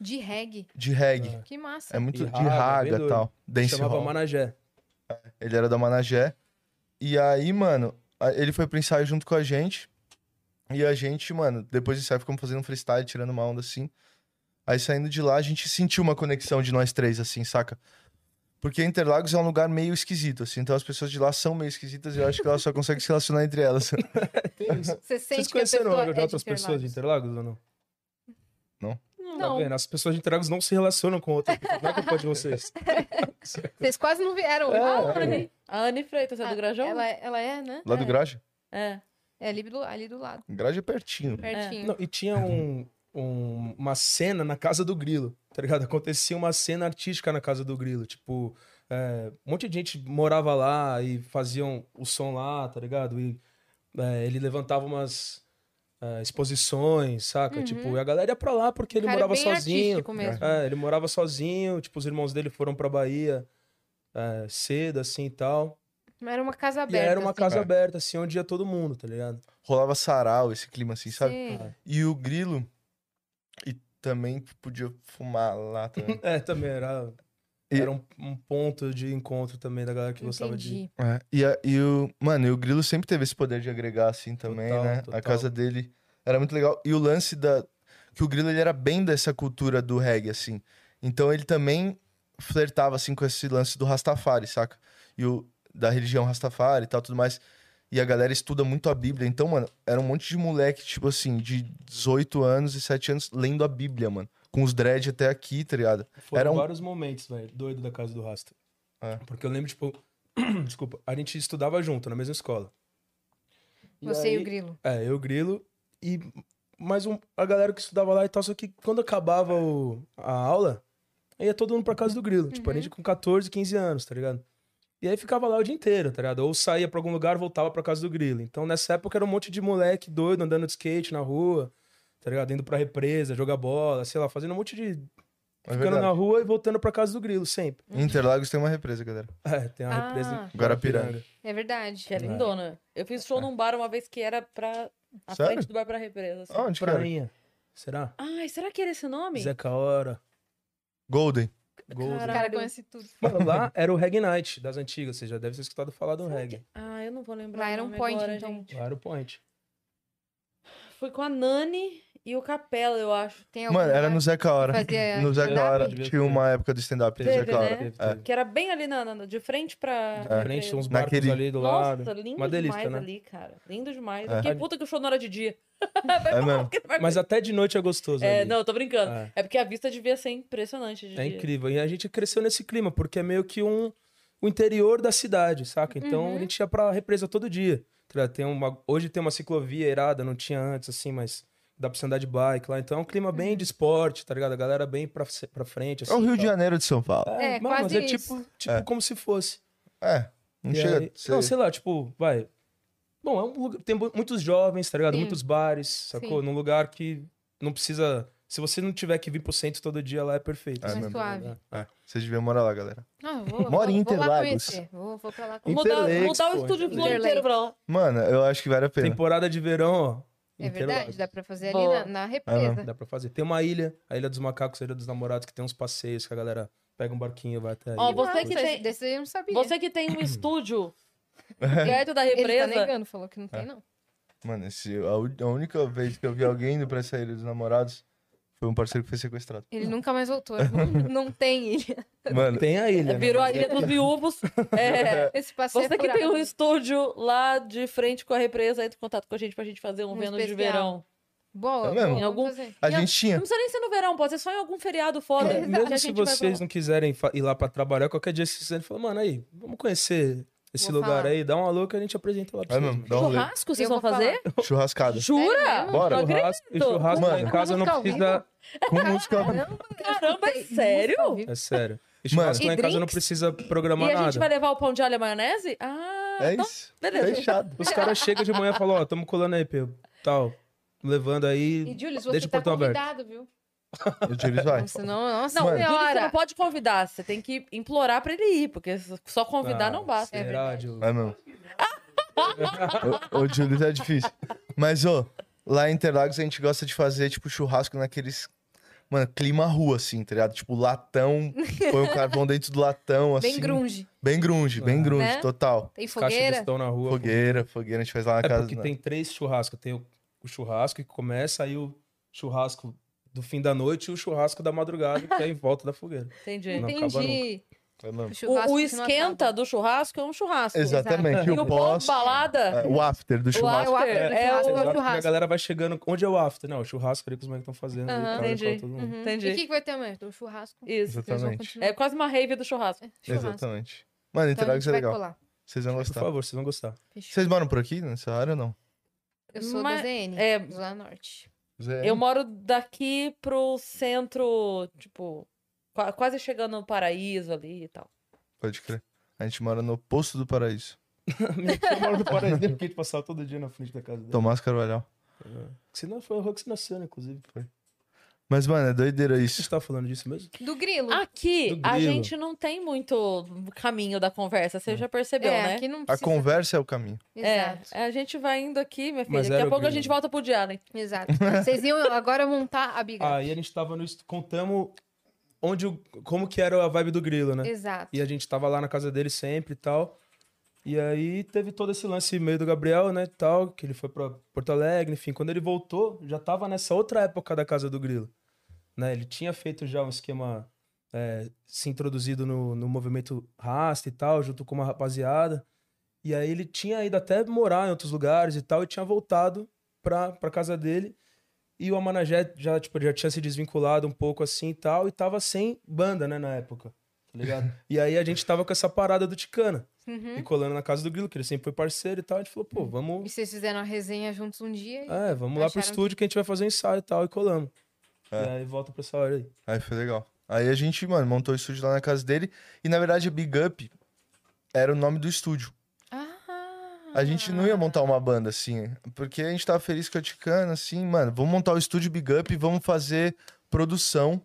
S2: De reggae.
S4: de reggae.
S3: É.
S2: Que massa.
S4: É muito
S3: E
S4: de
S3: raga, bem
S4: raga e
S3: doido.
S4: tal. Dance
S3: Chamava
S4: hall.
S3: Manajé.
S4: Ele era da Managé. E aí, mano, a- ele foi pro ensaio junto com a gente. E a gente, mano, depois do ensaio ficamos fazendo um freestyle, tirando uma onda assim. Aí saindo de lá, a gente sentiu uma conexão de nós três, assim, saca? Porque Interlagos é um lugar meio esquisito, assim. Então as pessoas de lá são meio esquisitas e eu acho que elas só conseguem se relacionar entre elas.
S3: Tem isso.
S2: Você sente
S3: Vocês
S2: que a
S3: conheceram
S2: pessoa é de
S3: outras pessoas de
S2: Interlagos?
S3: Interlagos ou não? Tá
S2: Não.
S3: vendo? As pessoas de Interlagos não se relacionam com outras. pessoas. Não é culpa de vocês.
S2: Vocês quase não vieram.
S3: então? É,
S2: Ah,
S1: A Anne- A Anne Freitas Uhum. é do Grajão?
S2: Ela, ela é, né?
S4: Lá do
S2: é.
S4: Graja?
S1: É.
S2: É ali do, ali do lado,
S4: Graja é pertinho.
S2: pertinho.
S3: Não, e tinha um- um- uma cena na casa do Grilo, tá ligado? Acontecia uma cena artística na casa do Grilo. Tipo, é, um monte de gente morava lá e faziam o som lá, tá ligado? E é, ele levantava umas é, exposições, saca?
S2: Uhum.
S3: Tipo, e a galera ia pra lá porque ele
S2: Cara,
S3: morava
S2: bem
S3: sozinho.
S2: artístico mesmo.
S3: É, ele morava sozinho, tipo, os irmãos dele foram pra Bahia é, cedo, assim e tal.
S2: Era uma casa
S3: E
S2: aberta.
S3: era uma
S2: assim.
S3: casa
S4: É.
S3: aberta, assim, onde ia todo mundo, tá ligado?
S4: Rolava sarau, esse clima assim, sabe?
S2: Sim.
S4: E o Grilo. E também podia fumar lá também.
S3: É, também era.
S4: E-
S3: Era um, um ponto de encontro também da galera que gostava de.
S2: Entendi.
S4: É, e, a- e o. Mano, e o Grilo sempre teve esse poder de agregar, assim, também,
S3: Total,
S4: né?
S3: total.
S4: A casa dele era muito legal. E o lance da. Que o Grilo ele era bem dessa cultura do reggae, assim. Então ele também flertava, assim, com esse lance do Rastafari, saca? E o. Da religião Rastafari e tal, tudo mais. E a galera estuda muito a Bíblia. Então, mano, era um monte de moleque, tipo assim, de 18 anos e 7 anos, lendo a Bíblia, mano. Com os dread até aqui, tá ligado?
S3: Foram
S4: Era um-
S3: vários momentos, velho, doido da casa do Rasta.
S4: É.
S3: Porque eu lembro, tipo. Desculpa, a gente estudava junto na mesma escola.
S2: Você e
S3: aí-
S2: o Grilo.
S3: É, eu, Grilo e mais um, a galera que estudava lá e tal. Só que quando acabava o- a aula, ia todo mundo pra casa do Grilo. Tipo, a gente com 14, 15 anos, tá ligado? E aí ficava lá o dia inteiro, tá ligado? Ou saía pra algum lugar, voltava pra casa do Grilo. Então nessa época era um monte de moleque doido andando de skate na rua, tá ligado? Indo pra represa, jogar bola, sei lá, fazendo um monte de.
S4: É
S3: Ficando na
S4: verdade.
S3: rua e voltando pra casa do Grilo, sempre.
S4: Em Interlagos tem uma represa, galera.
S3: É, tem uma represa
S2: Ah.
S3: em
S4: Guarapiranga.
S2: É verdade.
S1: Que é lindona. Eu fiz
S3: É.
S1: show num bar uma vez que era pra. A
S4: Sério?
S1: frente do bar pra represa. assim.
S4: Onde que era?
S3: Prainha. Será?
S1: Ai, será que era esse nome?
S3: Zeca Hora.
S4: Golden.
S3: Gold.
S2: O cara conhece tudo.
S3: Mano, lá era o Reg Night das antigas, você já deve ter escutado falar do reggae.
S1: Ah, eu não vou lembrar.
S2: Lá
S1: o
S2: era um
S1: nome
S2: point,
S1: agora,
S2: então.
S1: gente.
S3: Lá era o Point.
S1: Foi com a Nani e o Capela, eu acho.
S2: Tem algum
S4: Mano, era
S2: lugar
S4: no Zeca Hora.
S2: que fazia
S4: No Zeca
S2: stand-up?
S4: Hora
S3: Devia
S4: tinha
S3: ter.
S4: uma época do stand-up do
S1: Teve,
S4: Zeca Hora.
S1: né?
S3: Teve,
S4: É.
S3: teve.
S1: Que era bem ali na, na- de frente pra.
S3: Na frente, tinha uns barcos
S4: Naquele-
S3: ali do
S1: Nossa,
S3: lado.
S1: lindo
S3: Uma delícia,
S1: demais
S3: né?
S1: ali, cara. Lindo demais.
S4: É.
S1: Fiquei puta que o show não era de dia.
S4: É mesmo.
S3: Mas até de noite é gostoso.
S1: É,
S3: ali.
S1: não, eu tô brincando.
S3: É.
S1: É. porque a vista devia ser impressionante de
S3: É
S1: dia.
S3: incrível. E a gente cresceu nesse clima, porque é meio que um o interior da cidade, saca? Então
S1: Uhum.
S3: a gente ia pra represa todo dia. tá ligado? Tem uma, hoje tem uma ciclovia irada, não tinha antes, assim, mas dá pra você andar de bike lá. Então é um clima bem
S1: Uhum.
S3: de esporte, tá ligado? A galera bem pra, ce- pra frente.
S4: É
S3: Assim,
S4: o Rio de
S3: tal.
S4: Janeiro de São Paulo.
S2: É,
S3: mano,
S2: quase
S3: mas é
S2: isso.
S3: tipo, tipo como se fosse.
S4: É. Não
S3: E
S4: chega
S3: aí-
S4: a ser-
S3: Não, sei lá, tipo, vai. Bom, é um lugar. Tem mu- muitos jovens, tá ligado?
S2: Sim.
S3: Muitos bares, sacou?
S2: Sim.
S3: Num lugar que não precisa. Se você não tiver que vir pro centro todo dia, lá é perfeito.
S4: É
S3: assim,
S2: mesmo.
S3: tá
S2: Mais
S3: ligado? É.
S4: Vocês deviam morar lá, galera.
S2: Não, eu vou, vou,
S4: Mora em
S2: vou lá
S4: Interlagos.
S2: conhecer. Vou, vou pra lá
S1: Mudar,
S4: Interlakes,
S1: mudar o
S3: pô,
S1: estúdio
S3: Interlakes.
S1: inteiro pra lá.
S4: Mano, eu acho que vale a pena.
S3: Temporada de verão, ó.
S2: É
S3: Interlagos.
S2: verdade, dá pra fazer ali
S1: Boa.
S2: na, na represa.
S3: Dá pra fazer. Tem uma ilha, a Ilha dos Macacos, a Ilha dos Namorados, que tem uns passeios que a galera pega um barquinho e vai até. a
S1: Ó,
S3: ilha.
S1: você que
S2: Nossa,
S1: tem-
S2: Desse aí eu não sabia.
S1: Você que tem um estúdio
S3: É.
S1: perto da
S2: Ele tá
S1: represa.
S2: negando, falou que não tem, não.
S4: Mano, esse, a, u- a única vez que eu vi alguém indo pra essa ilha dos namorados foi um parceiro que foi sequestrado.
S2: Ele nunca mais voltou. Ele falou, não tem ilha.
S4: Mano,
S3: Tem a ilha. né?
S1: é, Virou a Ilha dos Viúvos. É.
S2: Esse passeio
S1: Você que tem um estúdio lá de frente com a represa, entra em contato com a gente pra gente fazer um,
S2: Um
S1: Vênus de
S2: especial.
S1: verão.
S2: Bola,
S4: É mesmo?
S2: boa,
S1: Em algum-
S2: vamos fazer.
S4: a
S1: E a- Não
S4: gente tinha.
S1: precisa nem ser no verão, pode ser só em algum feriado foda. que
S3: É, Mesmo
S1: a
S3: se
S1: gente vai pra
S3: vocês
S1: lá.
S3: não quiserem fa- ir lá pra trabalhar, qualquer dia vocês quiserem, falam, mano, aí, vamos conhecer esse
S2: Vou
S3: lugar
S2: falar.
S3: aí, dá uma louca e a gente apresenta lá pra
S4: É
S3: vocês.
S4: mesmo,
S3: mano.
S4: dá um rolê.
S1: Churrasco vocês
S2: né? Eu
S1: vão
S2: vou
S1: fazer?
S4: Churrascada.
S1: Jura?
S2: mesmo?
S4: Bora.
S1: Não acredito.
S3: Churrasco, e churrasco lá em
S4: Mano.
S3: casa não
S2: Música ao
S3: precisa.
S4: Com música.
S2: Caramba, eu
S1: Caramba, é
S2: escutei
S1: sério?
S2: música ao vivo.
S3: É sério. E
S4: Mano.
S3: churrasco lá
S2: E
S3: em casa não
S2: drinks?
S3: precisa
S1: E
S3: programar
S1: a gente vai
S3: nada.
S1: levar o pão de alho e a maionese? Ah,
S4: É
S1: então
S4: isso.
S1: beleza.
S4: Fechado.
S3: Os caras chegam de manhã e falam, ó, tamo colando aí, Pedro. Tal. Levando aí.
S2: E, Julius,
S3: Deixa
S2: você
S3: o
S2: tá
S3: portão aberto.
S2: convidado, viu?
S4: O Julius vai.
S2: Nossa, não, nossa tá
S1: Não,
S4: Mano.
S1: Yuri, você
S2: senhora.
S1: não pode convidar, você tem que implorar pra ele ir, porque só convidar
S3: Ah,
S1: não basta.
S3: Será, Diogo?
S4: É mesmo. o, o Julius é difícil. Mas, ô, lá em Interlagos a gente gosta de fazer, tipo, churrasco naqueles. Mano, clima rua, assim, tá ligado? Tipo, latão, põe o carvão dentro do latão, assim.
S2: Bem grunge.
S4: Bem grunge, bem grunge,
S2: Né?
S4: total.
S2: Tem
S3: Caixa de
S2: fogueira?
S3: estão na rua.
S4: Fogueira, fogueira, a gente faz lá na
S3: É
S4: casa.
S3: porque
S4: né?
S3: tem três churrascos. Tem o, o churrasco que começa, aí o churrasco do fim da noite e o churrasco da madrugada, que é em volta da fogueira.
S1: Entendi.
S3: Não acaba
S2: Entendi.
S4: É mesmo.
S2: O,
S1: O,
S2: churrasco
S1: o
S2: que não
S1: esquenta
S2: acaba.
S1: do churrasco é um churrasco.
S3: Exato.
S4: Exatamente.
S1: E
S4: E
S1: o
S4: o
S1: pão
S4: pós,
S1: de balada
S4: é, o after do
S2: Ah,
S1: o
S4: churrasco.
S1: after
S2: after do
S1: é o...
S2: churrasco. Ou
S3: Exato, porque
S2: churrasco.
S3: a galera vai chegando. Onde é o after? Não, o churrasco ali que os moleques estão fazendo.
S2: Aham,
S3: ali, tal,
S1: entendi.
S3: Todo mundo.
S2: Uhum.
S1: Entendi.
S2: E o que, que vai ter amanhã? O churrasco.
S1: Isso.
S2: Eles vão
S4: Exatamente.
S2: continuar.
S1: É quase uma rave do churrasco.
S2: Churrasco.
S4: Exatamente.
S2: Então
S4: Mano,
S2: a
S4: Interlagos
S2: gente
S4: é
S2: vai
S4: legal.
S2: colar.
S4: Vocês vão
S3: Por
S4: gostar.
S3: favor, vocês vão gostar.
S2: Fechou.
S4: Vocês moram por aqui, nessa área ou não?
S2: Eu sou
S1: Mas-
S2: da ZN,
S1: é-
S2: do Lá Norte.
S4: Zé,
S1: Eu moro daqui pro centro, tipo, qua- quase chegando no paraíso ali e tal.
S4: Pode crer. A gente mora no Poço do Paraíso.
S3: Minha tia mora no Paraíso, porque a gente passava todo dia na frente da casa dela.
S4: Tomás Carvalhal.
S3: Se não, foi a rua que você nasceu, né, inclusive. Foi.
S4: Mas, mano, é doideira
S3: A gente
S4: isso.
S3: tava falando disso mesmo?
S2: Do Grilo.
S1: Ah, Aqui,
S3: Do
S1: a
S3: grilo.
S1: gente não tem muito caminho da conversa, você já percebeu,
S2: é,
S1: né?
S2: aqui não
S4: A
S2: precisa.
S4: conversa é o caminho.
S2: Exato.
S1: É, a gente vai indo aqui, minha filha.
S3: Mas
S1: Daqui
S3: era
S1: a
S3: o
S1: pouco a
S3: grilo.
S1: gente volta pro Diário.
S2: Exato. Vocês iam agora montar a
S4: Ah,
S2: biga.
S3: Aí a gente tava no. est- Contamos onde, o- como que era a vibe do grilo,
S4: é.
S3: né?
S2: Exato.
S3: E a gente tava lá na casa dele sempre e tal. E aí teve todo esse lance meio do Gabriel, né, e tal, que ele foi pra Porto Alegre, enfim. Quando ele voltou, já tava nessa outra época da Casa do Grilo, né? Ele tinha feito já um esquema, é, se introduzido no, no movimento rasta e tal, junto com uma rapaziada. E aí ele tinha ido até morar em outros lugares e tal, e tinha voltado pra, pra casa dele. E o Amanajé já, tipo, já tinha se desvinculado um pouco assim e tal, e tava sem banda, né, na época. Tá ligado? e aí a gente tava com essa parada do Ticana.
S2: Uhum.
S1: Hum?
S3: E colando na casa do Grilo, que ele sempre foi parceiro e tal. A gente falou, pô,
S2: E
S3: vamos.
S2: vocês fizeram a resenha juntos um dia e
S3: É, vamos lá pro
S2: Acharam que-
S3: estúdio que a gente vai fazer um ensaio e tal, e colamos.
S4: É.
S3: E aí volta pra essa hora aí.
S4: Aí foi legal. Aí a gente, mano, montou o estúdio lá na casa dele. E, na verdade, a Big Up era o nome do estúdio.
S2: Ah!
S4: A gente não ia montar uma banda, assim. Porque a gente tava feliz com a Ticana, assim, mano, vamos montar o estúdio Big Up e vamos fazer produção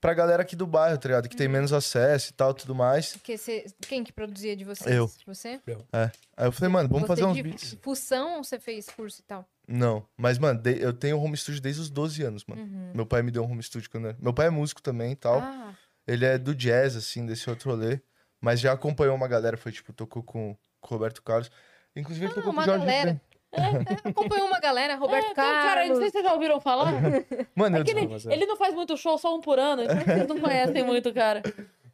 S4: pra galera aqui do bairro, tá ligado? Que tem menos acesso e tal, tudo mais.
S2: Porque cê- Quem que produzia de vocês?
S4: Eu.
S2: Você?
S4: Aí eu falei, mano, vamos
S2: Você
S4: fazer uns
S2: de
S4: beats.
S2: Fução ou você fez curso e tal?
S4: Não, mas, mano, de- eu tenho home studio desde os 12 anos, mano.
S2: Uhum.
S4: Meu pai me deu um home studio quando eu era... Meu pai é músico também e tal.
S2: Ah,
S4: Ele é do jazz, assim, desse outro rolê. Mas já acompanhou uma galera, foi tipo, tocou com, com o Roberto Carlos. Inclusive, ele
S2: Ah,
S4: tocou com
S2: uma
S4: o Jorge
S2: galera.
S4: Ben.
S2: É, acompanhou uma galera, Roberto
S1: É, tem um cara, não sei
S2: Carlos.
S1: se vocês já ouviram falar.
S4: Mano, eu...
S1: É que ele,
S3: desculpa, mas é.
S1: ele não faz muito show, só um por ano, então vocês não conhecem muito, cara.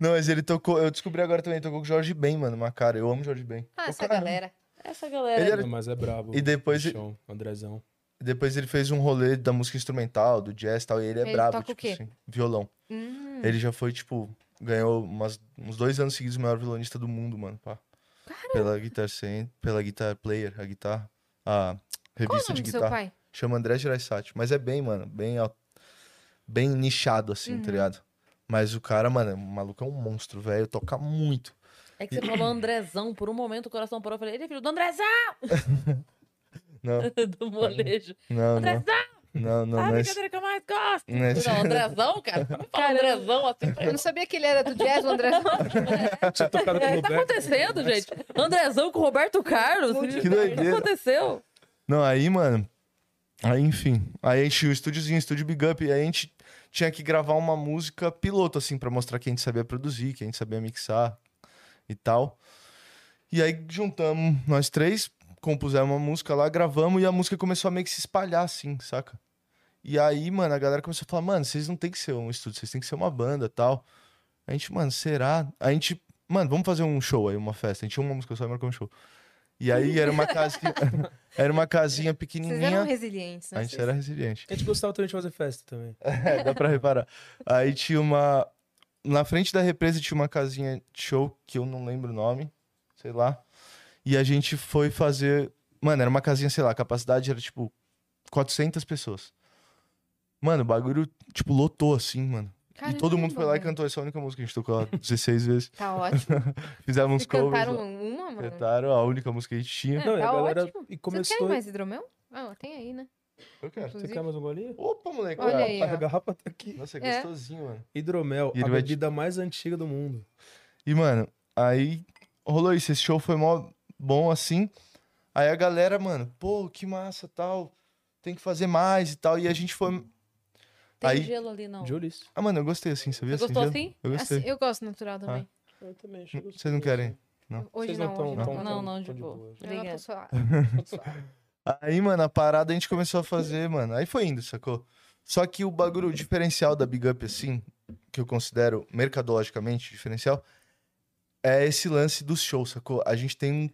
S4: Não, mas ele tocou. Eu descobri agora também, ele tocou com o Jorge Ben, mano. Uma cara, eu amo o Jorge Ben.
S2: Ah,
S4: O
S2: essa
S4: cara- é
S2: galera.
S1: Essa galera.
S4: Ele era-
S3: Mas é brabo.
S4: E depois-
S3: bichão, Andrezão.
S4: Depois ele fez um rolê da música instrumental, do jazz e tal, e ele é
S2: Ele
S4: brabo,
S2: toca o
S4: tipo
S2: quê?
S4: assim, violão.
S2: Hum,
S4: Ele já foi, tipo, ganhou umas- uns dois anos seguidos o maior violonista do mundo, mano. Pá. Pela Guitar Cent- pela Guitar Player, a guitarra, a
S2: qual o
S4: revista
S2: nome
S4: de
S2: do seu
S4: guitarra.
S2: pai?
S4: Chama André Giraissati. Mas é bem, mano, bem, al- bem nichado, assim,
S1: Uhum.
S4: tá ligado? Mas o cara, mano, o maluco é um monstro, velho. Toca muito.
S1: É que você falou Andrezão, por um momento o coração parou. Eu falei, ele é filho do Andrezão!
S4: Não,
S1: do molejo.
S4: não, não.
S1: Andrezão!
S4: Não, não,
S1: a
S4: não. é esse-
S1: brincadeira que eu mais gosto!
S4: não é esse-
S1: Não, Andrezão, cara? Não fala Andrezão assim
S4: É.
S1: pra
S2: Eu não sabia que ele era do jazz, o André.
S3: Tinha tocado com o
S1: É, tá
S3: Roberto.
S1: acontecendo, gente? Andrezão com Roberto Carlos?
S4: Que doideira.
S1: O que aconteceu?
S4: Não, aí, mano, Aí, enfim. Aí a gente, o estúdiozinho, estúdio Big Up, e aí a gente tinha que gravar uma música piloto, assim, pra mostrar que a gente sabia produzir, que a gente sabia mixar e tal. E aí juntamos nós três, compusemos uma música lá, gravamos, e a música começou a meio que se espalhar, assim, saca? E aí, mano, a galera começou a falar, mano, vocês não tem que ser um estúdio, vocês têm que ser uma banda tal. A gente, mano, será? A gente, mano, vamos fazer um show aí, uma festa. A gente tinha uma música só e marcou um show. E aí era uma casa que- era uma
S2: Vocês
S4: casinha
S2: eram
S4: pequenininha.
S2: resilientes, né?
S4: A gente era resiliente.
S3: A gente gostava também de fazer festa também.
S4: É, dá pra reparar. Aí tinha uma. Na frente da represa tinha uma casinha de show que eu não lembro o nome, sei lá. E a gente foi fazer. Mano, era uma casinha, sei lá, a capacidade era tipo 400 pessoas. Mano, o bagulho, tipo, lotou assim, mano. e todo mundo foi lá e
S2: Caramba,
S4: cantou essa única música. A gente tocou ela 16 vezes.
S2: Tá ótimo.
S4: Fizeram uns
S2: Vocês
S4: covers.
S2: cantaram
S4: ó.
S2: uma, mano?
S4: Cantaram a única música que a gente tinha.
S2: É,
S3: Não, e a
S2: tá
S3: galera-
S2: ótimo.
S3: E
S2: Vocês querem
S3: começou.
S2: mais hidromel? Ah, tem aí, né?
S4: Eu quero.
S3: Você
S2: Inclusive.
S3: quer mais um golinho?
S4: Opa, moleque.
S2: Olha
S4: cara.
S2: aí,
S3: Rapaz,
S2: ó.
S3: a garrafa tá aqui.
S4: Nossa, é
S2: É.
S4: gostosinho, mano.
S3: Hidromel,
S4: E ele
S3: a
S4: vai te-
S3: bebida mais antiga do mundo.
S4: E, mano, aí rolou isso. Esse show foi mó bom, assim. Aí a galera, mano, pô, que massa, tal. Tem que fazer mais e tal. E a gente foi...
S1: Tem
S4: Aí-
S1: gelo ali, não.
S3: Julis.
S4: Ah, mano, eu gostei, assim, sabia?
S1: Você gostou
S4: já-
S1: assim?
S4: Eu gostei.
S2: Assim, eu gosto natural também.
S3: Eu também.
S4: Hum, Vocês não querem?
S2: Hoje
S3: Vocês
S2: não,
S3: não
S2: hoje
S3: tão-
S2: não.
S3: tão-
S2: não.
S1: Não, não, de
S3: de
S1: boa.
S3: boa. Eu não
S2: Eu não tô
S1: Obrigada.
S2: suave.
S4: Aí, mano, a parada a gente começou a fazer, mano. Aí foi indo, sacou? Só que o bagulho o diferencial da Big Up, assim, que eu considero mercadologicamente diferencial, é esse lance dos shows, sacou? A gente tem um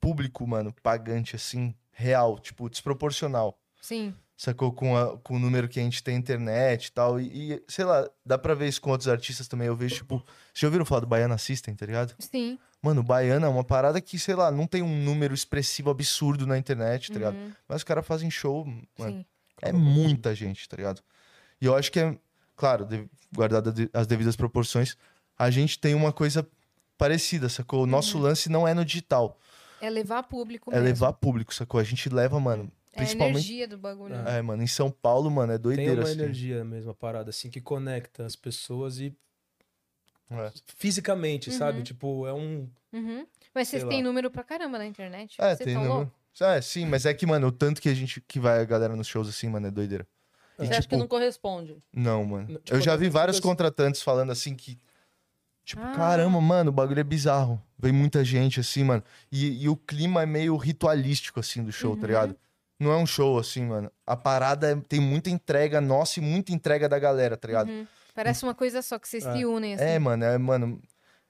S4: público, mano, pagante, assim, real, tipo, desproporcional.
S2: Sim.
S4: sacou? Com, a- com o número que a gente tem na internet e tal. E, e, sei lá, dá pra ver isso com outros artistas também. Eu vejo, tipo, vocês já ouviram falar do Baiana System, tá ligado?
S2: Sim.
S4: Mano, o Baiana é uma parada que, sei lá, não tem um número expressivo absurdo na internet, tá ligado?
S2: Uhum,
S4: Mas os caras fazem show, mano.
S2: Sim.
S4: É muita gente, tá ligado? E eu acho que é, claro, de, guardado de- as devidas proporções, a gente tem uma coisa parecida, sacou? O nosso lance não é no digital,
S2: É levar público
S4: é
S2: Uhum. mesmo.
S4: levar público, sacou? A gente leva, mano,
S2: É a
S4: principalmente.
S2: energia do bagulho.
S3: É.
S4: É, mano, em São Paulo, mano, é
S3: Tem
S4: doideira
S3: uma
S4: assim.
S3: energia mesmo, a parada, assim, que conecta as pessoas e
S4: É.
S3: fisicamente,
S2: Uhum.
S3: sabe? Tipo, é um.
S2: Uhum. Mas
S3: Sei
S2: vocês têm
S3: lá.
S2: número pra caramba na internet?
S4: É,
S2: vocês
S4: tem
S2: tão
S4: número.
S2: loucos?
S4: É, sim, mas é que, mano, o tanto que a gente que vai a galera nos shows assim, mano, é doideira. E, tipo,
S1: Você acha que não corresponde?
S4: não, mano.
S3: Não, tipo,
S4: eu já
S3: eu
S4: vi
S3: fico
S4: vários
S3: assim-
S4: contratantes falando assim que. Tipo,
S2: Ah.
S4: caramba, mano, o bagulho é bizarro. Vem muita gente, assim, mano. E, e o clima é meio ritualístico, assim, do show, tá ligado? Não é um show, assim, mano. A parada é- tem muita entrega nossa e muita entrega da galera, tá ligado?
S2: Uhum. Parece uma coisa só que vocês
S3: É.
S2: se unem assim.
S4: É, mano, é, mano.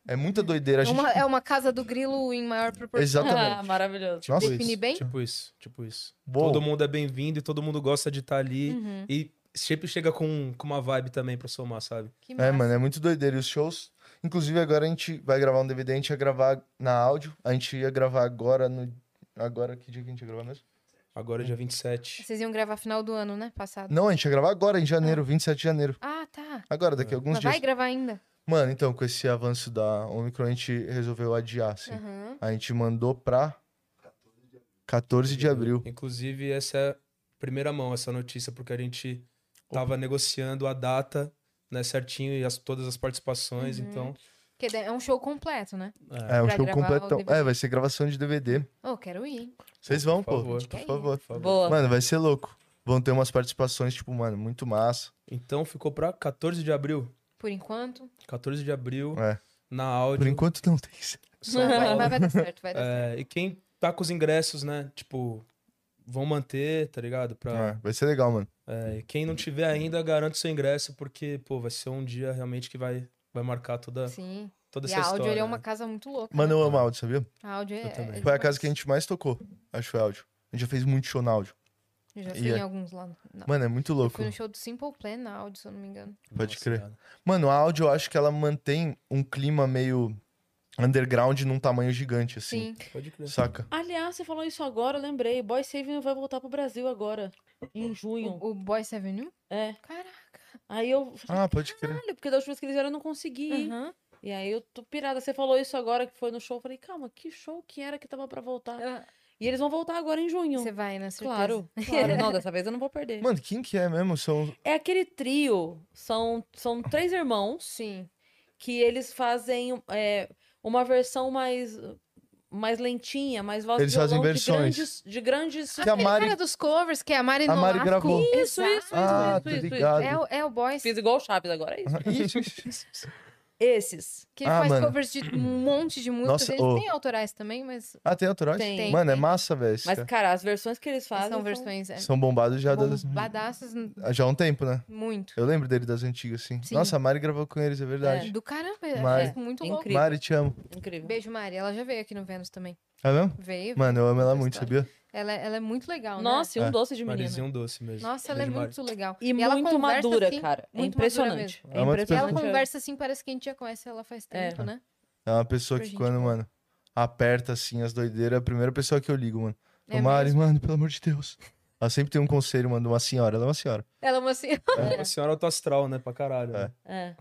S4: É muita doideira. A
S2: É
S4: gente...
S2: uma, é uma casa do grilo em maior proporção.
S4: Exatamente.
S1: Ah, maravilhoso.
S4: Nossa,
S2: Defini bem?
S3: Tipo isso, tipo isso.
S4: Uou.
S3: Todo mundo é bem-vindo e todo mundo gosta de estar ali.
S2: Uhum.
S3: E sempre chega com, com uma vibe também pra somar, sabe?
S2: Que
S4: É,
S2: massa.
S4: mano, é muito doideiro. E os shows. Inclusive, agora a gente vai gravar um DVD, a gente ia gravar na áudio. A gente ia gravar agora no. Agora, que dia que a gente ia gravar mesmo?
S3: Agora é
S2: Uhum.
S3: dia 27.
S2: Vocês iam gravar final do ano, né? Passado.
S4: Não, a gente ia gravar agora, em janeiro, 27 de janeiro.
S2: Ah, tá.
S4: Agora, daqui a alguns
S2: Mas
S4: dias.
S2: vai gravar ainda.
S4: Mano, então, com esse avanço da Omicron, a gente resolveu adiar, assim.
S2: Aham.
S4: A gente mandou pra 14 de abril.
S3: Inclusive, essa é a primeira mão, essa notícia, porque a gente tava negociando a data, né, certinho, e as, todas as participações,
S2: Uhum.
S3: então.
S2: Que de- é um show completo, né?
S3: É,
S4: É, o
S2: Pra
S4: show
S2: gravar o
S4: completão.
S2: DVD.
S4: É, vai ser gravação de DVD.
S2: Oh, quero ir.
S4: Vocês vão,
S3: Por
S4: pô.
S3: favor.
S4: Por favor.
S3: por favor.
S1: Boa.
S4: Mano, vai ser louco. Vão ter umas participações, tipo, mano, muito massa.
S3: Então ficou pra 14 de abril.
S2: Por enquanto.
S3: 14 de abril,
S4: É.
S3: na áudio.
S4: Por enquanto não tem.
S3: São
S2: Vai,
S3: Paulo.
S2: vai- vai dar certo, vai dar certo.
S3: É, e quem tá com os ingressos, né? Tipo, vão manter, tá ligado?
S4: É,
S3: Pra,
S4: vai ser legal, mano.
S3: é, e quem não tiver ainda, garante seu ingresso, porque, pô, vai ser um dia realmente que vai, vai marcar toda,
S2: Sim.
S3: toda
S2: E
S3: essa
S2: a áudio
S3: história.
S2: ele é uma
S3: né?
S2: casa muito louca.
S4: Mano, eu amo áudio, sabia?
S2: A áudio é.
S3: Eu também.
S2: é
S4: Foi a
S2: demais.
S4: casa que a gente mais tocou. Acho que foi áudio. A gente já fez muito show na áudio.
S2: Eu já
S4: e
S2: fui
S4: é-
S2: em alguns lá. Não.
S4: Mano, é muito louco.
S2: Tá. Fui no show do Simple Plan na áudio, se eu não me engano.
S4: Pode
S3: Nossa,
S4: crer.
S3: cara.
S4: Mano, a áudio eu acho que ela mantém um clima meio underground num tamanho gigante, assim.
S2: Sim.
S3: Pode crer.
S4: Saca?
S1: Aliás, você falou isso agora, eu lembrei. Boy Save vai voltar pro Brasil agora, em junho.
S2: O, o Boy Avenue?
S1: É.
S2: Caraca.
S1: Aí eu falei,
S4: Ah, pode crer.
S1: caralho, porque da última vez que eles vieram eu não consegui ir.
S2: Aham.
S1: E aí eu tô pirada. Você falou isso agora que foi no show. Eu falei, calma, que show que era que tava pra voltar?
S2: Ah,
S1: E eles vão voltar agora em junho.
S2: Você vai, né? Certeza.
S1: Claro, claro. Não, dessa vez eu não vou perder.
S4: Mano, quem que é mesmo? São.
S1: É aquele trio. São, são três irmãos
S2: Sim.
S1: que eles fazem é, uma versão mais. mais lentinha, mais voz
S4: Eles
S1: de violão
S4: fazem versões. Ah,
S1: de grandes, de grandes
S4: Que a
S2: Aquele
S4: Mari-
S2: cara dos covers que a Mari,
S4: A Mari
S2: Nolasco-
S4: gravou.
S1: Isso, isso, isso,
S4: Ah,
S1: isso,
S4: tô
S1: isso, isso.
S4: ligado.
S2: É, o- é o Boys
S1: Fiz igual o Chaves agora, é isso.
S4: Uhum.
S1: Esses.
S2: que ele
S4: Ah,
S2: faz
S4: mano.
S2: covers de um monte de músicas.
S4: Nossa,
S2: Eles
S4: ô.
S2: têm autorais também, mas
S4: Ah, tem autorais?
S1: Tem,
S2: tem,
S4: Mano, é
S2: tem.
S4: massa, velho. esse
S1: Mas,
S4: cara.
S1: cara, as versões que eles fazem.
S2: são versões é,
S4: São bombados já, das...
S2: bombadaças
S4: já há um tempo, né?
S2: muito.
S4: Eu lembro dele das antigas, assim.
S2: Sim.
S4: Nossa, a Mari gravou com eles, é verdade.
S2: Do caramba, é
S4: Mari.
S2: isso muito
S1: É
S2: louco.
S1: incrível.
S4: Mari, te amo.
S1: Incrível.
S2: Beijo, Mari. Ela já veio aqui no Vênus também.
S4: É mesmo?
S2: Veio.
S4: Mano, eu amo ela muito,
S2: História.
S4: sabia?
S2: Ela, ela é muito legal,
S1: Nossa, e um
S4: É.
S1: doce de menina.
S3: Marizinho doce
S2: né?
S3: mesmo.
S2: Nossa, ela é
S3: Beijo, Mari.
S2: muito legal.
S1: E,
S2: ela
S1: muito
S2: conversa,
S1: madura,
S2: assim,
S1: cara. É
S2: muito madura
S1: impressionante. É
S4: mesmo. É uma
S2: E ela
S4: Exatamente.
S1: impressionante.
S2: conversa assim, parece que a gente já conhece ela faz tempo,
S4: É.
S2: né?
S4: É uma pessoa
S2: Super
S4: que
S2: gente
S4: quando,
S2: boa.
S4: mano, aperta assim as doideiras, é a primeira pessoa que eu ligo, mano.
S2: É
S4: Ô, Mari,
S2: mesmo.
S4: mano, pelo amor de Deus. Ela sempre tem um conselho, mano, de uma senhora. Ela é uma senhora.
S2: Ela é uma assim,
S3: A senhora autoastral, né? Pra caralho.
S4: É.
S3: né?
S1: É.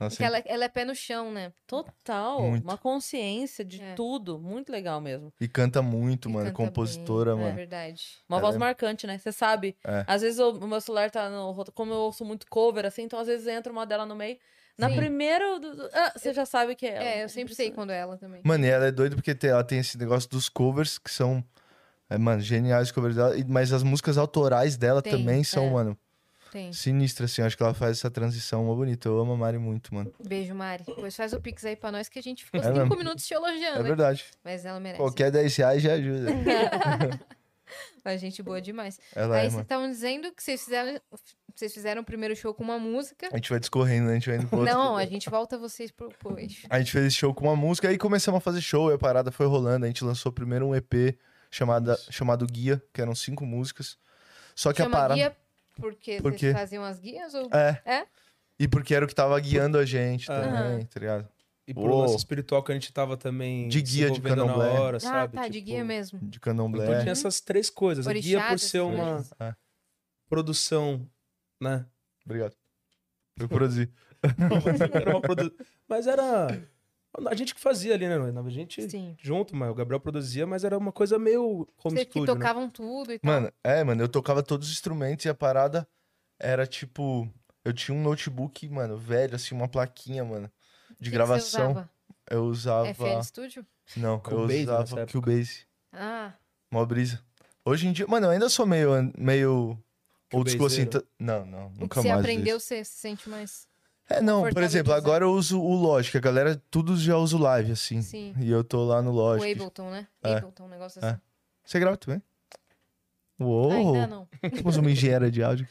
S4: Ela
S2: que
S4: sempre-
S2: ela, ela é pé no chão, né?
S1: Total.
S4: Muito.
S1: Uma consciência de
S2: É.
S1: tudo. Muito legal mesmo.
S4: E canta muito,
S2: E
S4: mano.
S2: canta
S4: compositora,
S2: bem, É
S4: mano.
S2: verdade.
S1: Uma
S4: Ela
S1: voz
S4: é-
S1: marcante, né? Você sabe.
S4: É.
S1: Às vezes o o meu celular tá no. rota- Como eu ouço muito cover, assim, então às vezes entra uma dela no meio. Na
S2: Sim.
S1: primeira. do- do- ah, você já sabe que é ela.
S2: É, eu sempre sei quando é ela também.
S4: Mano, e ela é doida porque tem- ela tem esse negócio dos covers que são, é, mano, geniais os covers dela. e- Mas as músicas autorais dela
S2: Tem,
S4: também são,
S1: é.
S4: mano,
S2: Tem.
S4: sinistras, assim. Acho que ela faz essa transição uma bonita. Eu amo a Mari muito, mano.
S2: Beijo, Mari. Pois faz o pix aí pra nós que a gente ficou
S4: É
S2: cinco
S4: mesmo.
S2: minutos te elogiando.
S4: É
S2: hein?
S4: verdade.
S2: Mas ela é assim. merece.
S4: Qualquer 10 reais já ajuda.
S2: A gente boa demais.
S4: Ela
S2: aí
S4: é,
S2: vocês
S4: mano.
S2: estavam dizendo que vocês fizeram, vocês fizeram o primeiro show com uma música.
S4: A gente vai discorrendo, né? A gente vai indo pro outro.
S2: Não, a gente volta vocês pro, pro eixo.
S4: A gente fez esse show com uma música, aí começamos a fazer show, e a parada foi rolando. A gente lançou primeiro um EP chamada,
S3: Isso.
S4: chamado Guia, que eram cinco músicas. Só que
S2: Chama
S4: a parada.
S2: guia porque
S4: Por
S2: vocês
S4: quê?
S2: faziam as guias ou
S4: É.
S2: É?
S4: E porque era o que tava guiando a gente
S3: Aham.
S4: também, tá ligado?
S3: E pro
S4: Uou.
S3: lance espiritual que a gente tava também
S4: De guia de
S3: desenvolvendo na
S4: candomblé. É.
S3: hora,
S2: ah,
S3: sabe?
S2: tá, de
S3: Tipo,
S2: guia mesmo.
S4: De
S3: Então
S4: candomblé.
S3: tinha essas três coisas. O guia por
S2: Orixás,
S3: ser
S2: essas
S3: uma
S2: coisas.
S4: É.
S3: produção, né?
S4: Obrigado. Eu produzi.
S3: Era uma produ- Mas era. A gente que fazia ali, né? mano? A gente
S2: Sim.
S3: junto, mas o Gabriel produzia, mas era uma coisa meio home
S2: Vocês que
S3: studio, né?
S2: tocavam tudo e tal.
S4: Um Mano, é, mano, eu tocava todos os instrumentos e a parada era tipo. Eu tinha um notebook, mano, velho, assim, uma plaquinha, mano,
S2: O que
S4: de
S2: que você
S4: gravação.
S2: usava?
S4: Eu usava.
S2: FL Studio?
S4: Não,
S3: Cubase
S4: eu
S3: né, nessa
S4: usava
S3: época.
S4: Cubase.
S2: Ah,
S4: Mó brisa. Hoje em dia, mano, eu ainda sou meio, meio old school assim.
S3: Cubaseiro.
S4: t- Não, não,
S2: o que
S4: nunca
S2: você
S4: mais.
S2: aprendeu,
S4: desse.
S2: você se sente mais.
S4: É, não, por
S2: confortável de
S4: exemplo,
S2: usar.
S4: agora eu uso o Logic. A galera, tudo já usa o Live, assim.
S2: Sim.
S4: E eu tô lá no
S2: O
S4: Logic.
S2: Ableton, né?
S4: É.
S2: Ableton, um negócio
S4: É.
S2: assim.
S4: Você grava também? Uou!
S2: Ah, Ainda não.
S4: Somos uma engenheira de áudio.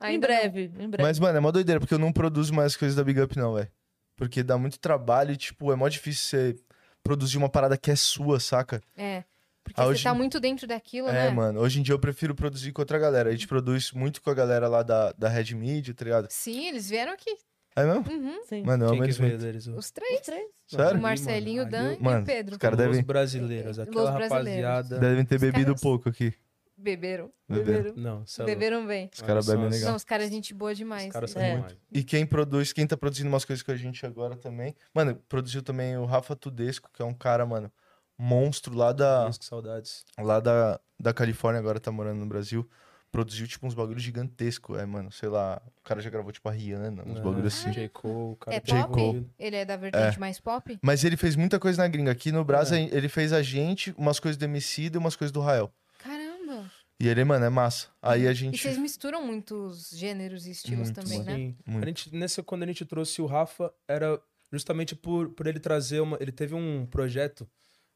S2: Ainda
S1: Em breve, em breve.
S4: Mas, mano, é mó doideira, porque eu não produzo mais as coisas da Big Up, não, velho. Porque dá muito trabalho e, tipo, é mó difícil você produzir uma parada que é sua, saca?
S2: não. É. Porque
S4: Ah,
S2: você
S4: hoje-
S2: tá muito dentro daquilo,
S4: É,
S2: né?
S4: mano. Hoje em dia eu prefiro produzir com outra galera. A gente produz muito com a galera lá da, da Red Media, tá ligado?
S2: Sim, eles vieram aqui.
S4: É mesmo?
S2: Uhum,
S1: Sim.
S4: Mano, eu
S3: Quem
S4: amo
S3: que
S4: eles
S3: veio
S4: muito.
S3: deles?
S2: os três.
S4: Sério?
S2: O Marcelinho, o
S3: Ali,
S2: Dan
S3: mano,
S4: ali,
S2: e o
S4: mano,
S2: Pedro.
S4: os caras devem-
S3: Os brasileiros,
S2: Los
S3: aquela
S2: brasileiros.
S3: rapaziada.
S4: Devem ter
S2: Os
S4: bebido
S2: caras-
S4: pouco aqui.
S2: Beberam.
S4: Beberam.
S3: Não, cê é louco.
S2: Beberam bem.
S4: Os caras
S3: Olha só,
S4: bebem
S3: os-
S4: Tá legal.
S2: Não, os caras, é gente boa demais.
S3: Os caras são
S1: É.
S3: demais.
S4: E quem produz, quem tá produzindo umas coisas com a gente agora também. Mano, produziu também o Rafa Tudesco, que é um cara, mano, monstro lá da,
S3: Isso, que saudades.
S4: lá da, da Califórnia, agora tá morando no Brasil. Produziu, tipo, uns bagulhos gigantescos. É, mano, sei lá, o cara já gravou, tipo, a Rihanna, uns
S3: É,
S4: bagulhos assim.
S3: J. Cole, o cara
S2: É
S3: que tá
S4: J.
S2: pop?
S4: Cole.
S3: envolvido.
S2: Ele é da vertente mais pop?
S4: Mas ele fez muita coisa na gringa. Aqui no Brasil, ele fez a gente, umas coisas do MC e umas coisas do Rael.
S2: Caramba!
S4: E ele, mano, é massa. Aí a
S2: E vocês
S4: gente.
S2: misturam muitos gêneros e estilos
S4: Muito,
S2: também, né?
S3: Sim.
S4: Muito.
S3: A gente, nessa, quando a gente trouxe o Rafa, era justamente por, por ele trazer uma. Ele teve um projeto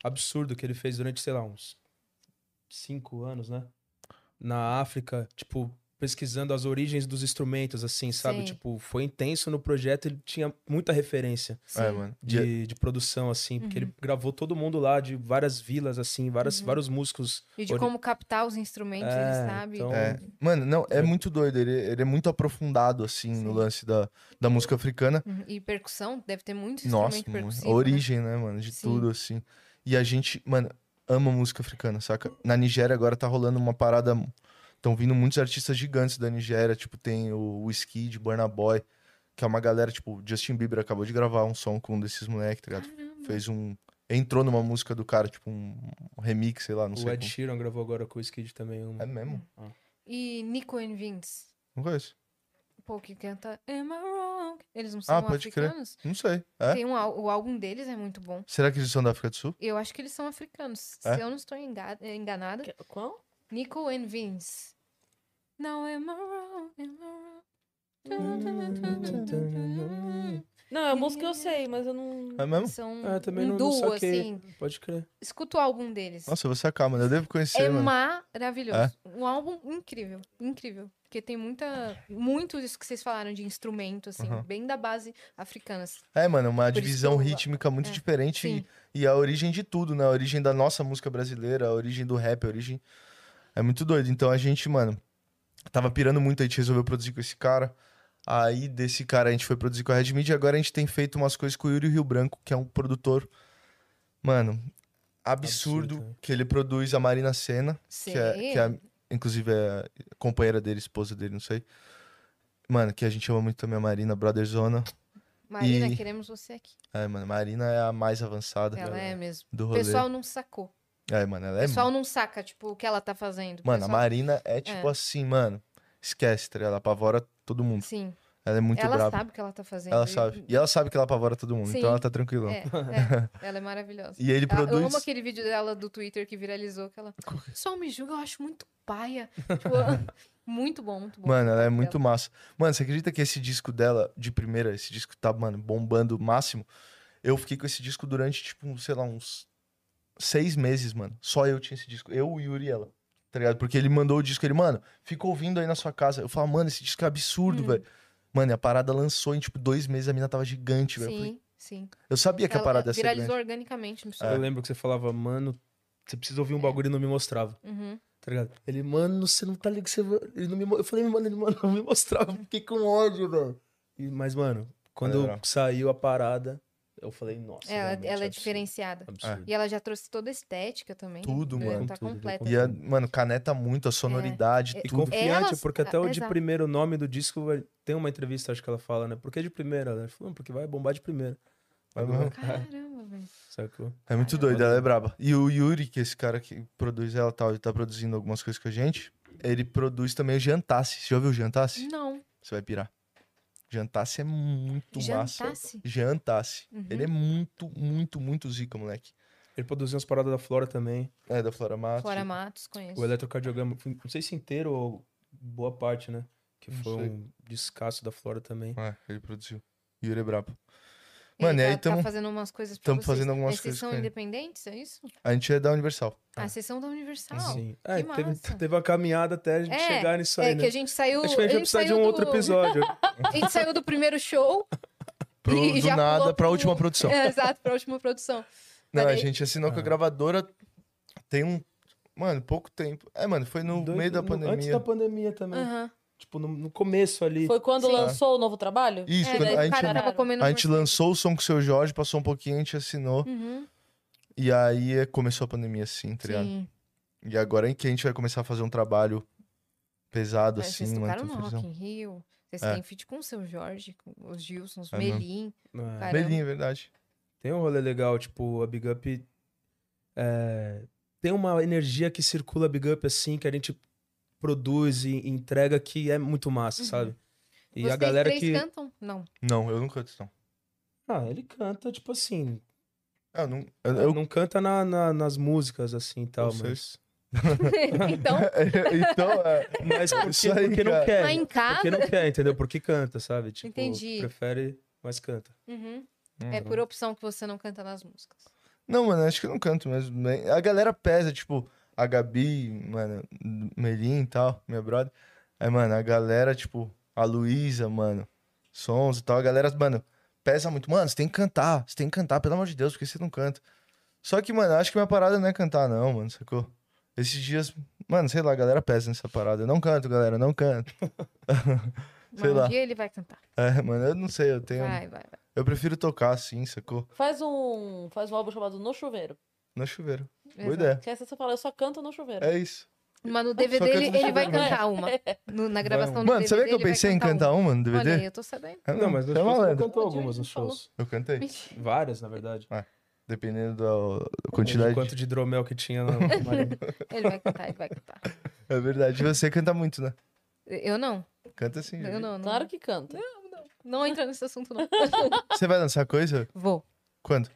S3: absurdo que ele fez durante, sei lá, uns cinco anos, né? Na África, tipo, pesquisando as origens dos instrumentos, assim, sabe?
S2: Sim.
S3: Tipo, foi intenso no projeto, ele tinha muita referência
S2: Sim.
S4: É, mano. E-
S3: de, de produção, assim, porque
S2: Uhum.
S3: ele gravou todo mundo lá de várias vilas, assim, várias, vários músicos.
S2: E de
S3: ori-
S2: como captar os instrumentos,
S3: É,
S2: ele sabe.
S3: então-
S4: É. Mano, não, é muito doido. Ele, ele é muito aprofundado, assim, no
S2: Sim.
S4: lance da, da música africana.
S2: Uhum. E percussão, deve ter muito instrumento
S4: Nossa, mano,
S2: percussivo.
S4: a origem, né, mano? De
S2: Sim.
S4: tudo, assim. E a gente, mano, ama música africana, saca? Na Nigéria agora tá rolando uma parada. Estão vindo muitos artistas gigantes da Nigéria. Tipo, tem o, o Skid, Burna Boy, que é uma galera, tipo, Justin Bieber acabou de gravar um som com um desses moleques, tá ligado? Fez um. Entrou numa música do cara, tipo, um remix, sei lá, não
S3: O
S4: sei.
S3: Ed Sheeran gravou agora com o Skid também.
S4: como.
S3: Uma.
S4: É mesmo?
S2: E Nico and Vince.
S4: Não conheço.
S2: Pô, que canta Am I wrong? Eles não são
S4: Ah, pode crer.
S2: africanos?
S4: Não sei. É?
S2: Tem um, ál- o álbum deles é muito bom.
S4: Será que eles são da África do Sul?
S2: Eu acho que eles são africanos.
S4: É?
S2: Se eu não estou enga- eh, enganada.
S1: Que- Qual?
S2: Nico and Vince. Now I'm around, I'm around.
S1: Não, é a música eu sei, mas eu não.
S4: É mesmo?
S2: São
S3: Ah, também
S2: um
S3: não- não
S2: duo,
S3: saquei.
S2: assim.
S3: Pode crer.
S2: Escuta o álbum deles.
S4: Nossa, eu vou sacar, mano. Eu devo conhecer,
S2: é
S4: mano. É?
S2: maravilhoso. Um álbum incrível, incrível. Porque tem muita. Muito isso que vocês falaram de instrumento, assim,
S4: Aham.
S2: bem da base africana. assim.
S4: É, mano, uma
S2: Por isso
S4: divisão
S2: que eu-
S4: rítmica muito
S2: é,
S4: diferente
S2: Sim.
S4: e, e a origem de tudo, né? A origem da nossa música brasileira, a origem do rap, a origem. É muito doido. Então a gente, mano, tava pirando muito, a gente resolveu produzir com esse cara. Aí desse cara a gente foi produzir com a Red Media e agora a gente tem feito umas coisas com o Yuri Rio Branco, que é um produtor, mano, absurdo,
S3: Absurdo, né?
S4: que ele produz a Marina Senna
S2: Sei.
S4: que é, que é, inclusive é companheira dele, esposa dele, não sei. Mano, que a gente ama muito também a Marina, Brother Zona.
S2: Marina,
S4: e-
S2: queremos você aqui.
S4: É, mano, Marina é a mais avançada
S2: Ela é mesmo.
S4: do
S2: O
S4: rolê.
S2: pessoal não sacou.
S4: É, mano, ela
S2: O
S4: é.
S2: pessoal não saca, tipo, o que ela tá fazendo. O
S4: Mano, a
S2: pessoal-
S4: Marina é tipo assim, mano. Esquece, tá ligado? Ela apavora todo mundo.
S2: Sim.
S4: Ela é muito
S2: ela
S4: brava.
S2: sabe o que ela tá fazendo.
S4: Ela
S2: e-
S4: sabe. E ela sabe que ela apavora todo mundo,
S2: Sim.
S4: então ela tá tranquilão.
S2: É, é, ela é maravilhosa.
S4: E ele
S2: Ela-
S4: produz. é?
S2: Eu amo aquele vídeo dela do Twitter que viralizou, que ela. Só me julga, eu acho muito paia. Tipo, muito bom, muito bom.
S4: Mano, ela é
S2: Dela.
S4: muito massa. Mano, você acredita que esse disco dela, de primeira, esse disco tá, mano, bombando o máximo? Eu fiquei com esse disco durante, tipo, um, sei lá, uns seis meses, mano. Só eu tinha esse disco. Eu, o Yuri e ela. Tá ligado? Porque ele mandou o disco, ele, mano, fica ouvindo aí na sua casa. Eu falo, mano, esse disco é
S2: Hum.
S4: absurdo, velho. Mano, e a parada lançou em, tipo, dois meses, a mina tava gigante, velho. Eu falei,
S2: Sim, sim.
S4: Eu assim, sabia que a
S2: Ela
S4: parada ia ser
S2: viralizou
S4: grande. É.
S2: organicamente no
S3: Eu
S2: Instagram.
S3: lembro que você falava, mano, você precisa ouvir um bagulho e não me mostrava.
S2: Uhum.
S3: Tá ligado? Ele, mano, você não tá ligado. Você... vai- Ele não me... mo- Eu falei, mano, ele mano, não me mostrava. Eu fiquei com ódio, velho. E- Mas, mano, quando
S4: Galera.
S3: saiu a parada, eu falei, nossa.
S2: Ela,
S3: realmente,
S2: ela é
S3: absurdo,
S2: diferenciada.
S3: Absurdo.
S2: E ela já trouxe toda a estética também.
S4: Uhum. Tudo,
S2: né?
S4: mano.
S2: Tá
S3: Tudo,
S2: completa.
S3: tudo.
S4: E, a- mano, caneta muito a sonoridade,
S2: É.
S3: E
S4: tudo.
S3: confiante,
S2: Elas-
S3: porque até o de
S2: Exato.
S3: primeiro nome do disco vai- tem uma entrevista, acho que ela fala, né? Por que de primeira? Ela falou, "Não, porque vai bombar de primeira.
S4: Vai mesmo?
S2: Caramba, velho.
S3: Sacou?
S4: É muito doido, ela é braba. E o Yuri, que é esse cara que produz ela e tal, ele tá produzindo algumas coisas com a gente, ele produz também o Jantasse. Você já ouviu o Jantasse?
S2: Não.
S4: Você vai pirar. Jantasse é muito massa.
S2: Jantasse?
S4: Jantasse.
S2: Uhum.
S4: Ele é muito, muito, muito zica, moleque.
S3: Ele produziu umas paradas da Flora também.
S4: É, da Flora Matos.
S2: Flora Matos, conheço.
S3: O eletrocardiograma, não sei se inteiro ou boa parte, né? Que
S4: Não
S3: foi
S4: sei.
S3: um descasso da Flora também.
S4: É, ele produziu. Yuri é brabo.
S2: Ele
S4: Mano, e
S2: tá,
S4: aí tamo-
S2: tá fazendo umas coisas pra
S4: tamo
S2: vocês.
S4: fazendo algumas
S2: Mas Vocês
S4: coisas
S2: são
S4: com ele.
S2: independentes, é isso?
S4: A gente é da Universal.
S2: A sessão da Universal.
S3: Sim. É, teve,
S2: Ah, massa.
S3: teve uma caminhada até a gente
S2: É,
S3: chegar nisso aí,
S2: É
S3: né?
S2: que a gente saiu.
S3: A gente vai
S2: a gente
S3: precisar de
S2: saiu
S3: um
S2: do-
S3: outro episódio.
S2: A gente saiu do primeiro show.
S4: Pro-
S2: e
S4: do
S2: já
S4: nada
S2: pulou
S4: pra
S2: pro-
S4: última produção.
S2: É, exato, pra última produção.
S4: Não, a
S2: Peraí. É.
S4: gente assinou com a gravadora tem um. Mano, pouco tempo. É, mano, foi no
S3: Dois-
S4: meio da
S3: no-
S4: pandemia.
S3: Antes da pandemia também.
S2: Aham.
S3: Tipo, no, no começo ali.
S1: Foi quando
S2: Sim.
S1: lançou o novo trabalho?
S4: Isso,
S2: É,
S4: quando
S2: daí
S4: a
S2: o
S4: gente
S2: cara tava
S1: Caralho.
S2: comendo.
S4: A gente
S2: morcego.
S4: lançou o som com o seu Jorge, passou um pouquinho, a gente assinou.
S2: Uhum.
S4: E aí é, começou a pandemia, assim, tá ligado?
S2: Sim.
S4: E agora em que a gente vai começar a fazer um trabalho pesado,
S2: Mas
S4: assim,
S2: É, vocês
S4: mano.
S2: tocaram
S4: tô
S2: no Rock
S4: felizão.
S2: in Rio. Vocês
S4: É.
S2: têm feat com o seu Jorge, com os Gilsons,
S4: É mesmo.
S2: Melim.
S3: É.
S2: Caramba.
S4: Belinha, é verdade.
S3: Tem um rolê legal, tipo, a Big Up. é, tem uma energia que circula a Big Up assim, que a gente produz e entrega que é muito massa, sabe? E
S2: Uhum. Vocês
S3: a galera
S2: três
S3: que.
S2: cantam? Não.
S4: Não, eu não canto, não.
S3: Ah, ele canta, tipo assim.
S4: Eu não. Eu, eu-
S3: Não canta na- na- nas músicas assim e tal,
S4: Eu sei.
S3: mas.
S2: então,
S4: então, é.
S3: Mas porque,
S4: Isso aí,
S3: porque não
S4: cara.
S3: quer.
S2: lá em
S3: Porque
S2: casa.
S3: não quer, entendeu? Porque canta, sabe? Tipo,
S2: Entendi.
S3: prefere, mas canta.
S2: Uhum.
S4: Hum.
S2: É por opção que você não canta nas músicas.
S4: Não, mano, acho que eu não canto mesmo. né? A galera pesa, tipo, a Gabi, mano, Melim e tal, minha brother. Aí, mano, a galera, tipo, a Luísa, mano, Sons e tal, a galera, mano, pesa muito. Mano, você tem que cantar, você tem que cantar, pelo amor de Deus, porque você não canta. Só que, mano, acho que minha parada não é cantar, não, mano, sacou? Esses dias, mano, sei lá, a galera pesa nessa parada. Eu não canto, galera, eu não canto.
S2: Mas
S4: Sei
S2: um
S4: lá.
S2: dia ele vai cantar.
S4: É, mano, eu não sei, eu tenho.
S2: Vai, vai, vai.
S4: Eu prefiro tocar assim, sacou?
S1: Faz um. Faz um álbum chamado No Chuveiro.
S4: No chuveiro. Boa
S2: Exato.
S4: ideia.
S1: Que essa você fala, eu só canto no chuveiro.
S4: É isso.
S2: Mas no DVD
S4: canta
S2: ele,
S4: no
S2: ele vai
S4: chuveiro.
S2: cantar uma. No- na gravação do
S4: Mano,
S2: DVD.
S4: sabia que eu
S2: ele vai um.
S4: pensei em
S2: uma.
S4: cantar um, uma no DVD?
S2: Olha aí, eu tô sabendo.
S4: Ah,
S3: Não, tá mas
S4: você
S3: nos
S4: é
S3: shows você
S4: malandro.
S3: cantou
S1: Olha,
S3: algumas
S1: você
S3: nos
S1: falou.
S3: shows.
S4: Eu cantei.
S2: Mentira.
S3: Várias, na verdade.
S4: Dependendo da- da
S3: De
S4: quantidade.
S3: quanto de hidromel que tinha na na Maria.
S2: Ele vai cantar, ele vai cantar.
S4: É verdade. Você canta muito, né?
S2: Eu não.
S4: Canta assim.
S2: Eu não. não.
S1: Claro que canta.
S2: Não entra nesse assunto, não.
S4: Você vai lançar coisa?
S2: Vou.
S4: Quando?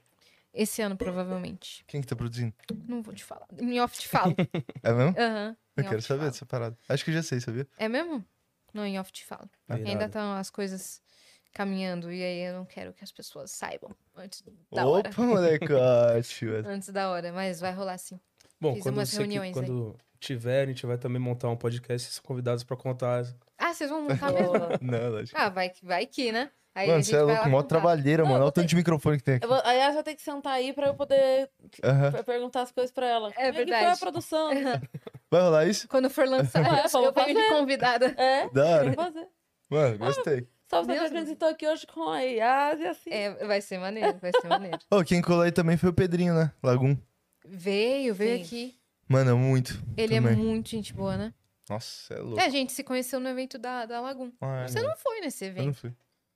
S2: Esse ano, provavelmente.
S4: Quem que tá produzindo?
S2: Não vou te falar. Em off te falo.
S4: É mesmo?
S2: Aham.
S4: Eu
S2: Em
S4: quero
S2: off te
S4: saber
S2: falo.
S4: dessa parada. Acho que eu já sei, sabia?
S2: É mesmo? Não, em off te falo.
S3: Ah,
S2: Ainda
S3: irado.
S2: estão as coisas caminhando. E aí eu não quero que as pessoas saibam antes da hora.
S4: Opa, molecote. mano.
S2: Antes da hora. Mas vai rolar sim.
S3: Bom,
S2: Fiz
S3: quando,
S2: umas
S3: você que-
S2: reuniões aí.
S3: quando tiver, a gente vai também montar um podcast. Vocês são convidados pra contar.
S2: Ah, vocês vão montar mesmo?
S4: Não, é lógico.
S2: Ah, vai, que- vai que, né? Aí a
S4: Mano,
S2: gente
S4: você é
S2: vai lá
S4: louco, mó
S2: contar.
S4: trabalheira,
S1: Não,
S4: mano.
S1: eu
S4: Olha o
S1: vou
S4: tanto de microfone que tem aqui.
S1: Eu vou- aí ela vai ter que sentar aí pra eu poder
S4: Aham.
S1: per- perguntar as coisas pra ela. Como é que foi a
S2: É verdade.
S1: produção?
S4: Vai rolar isso?
S2: Quando for lançado,
S1: É, vamos
S2: eu venho de
S1: fazer.
S2: convidada.
S1: é,
S4: Da hora.
S1: vamos fazer.
S4: Mano, gostei.
S1: Salve,
S2: Meu
S1: Santa
S2: Deus.
S1: Cruz, estou aqui hoje com a Yas e assim.
S2: É, vai ser maneiro, vai ser maneiro.
S4: Ô, quem colou aí também foi o Pedrinho, né? Lagum.
S2: Veio, veio
S1: Sim.
S2: aqui.
S4: Mano, é muito.
S2: Ele
S4: também.
S2: é muito gente boa, né?
S4: Nossa, é louco.
S2: É, a gente se conheceu no evento da, da Lagoon.
S4: Ah,
S2: Você não foi nesse
S4: Eu não
S2: evento.
S4: fui.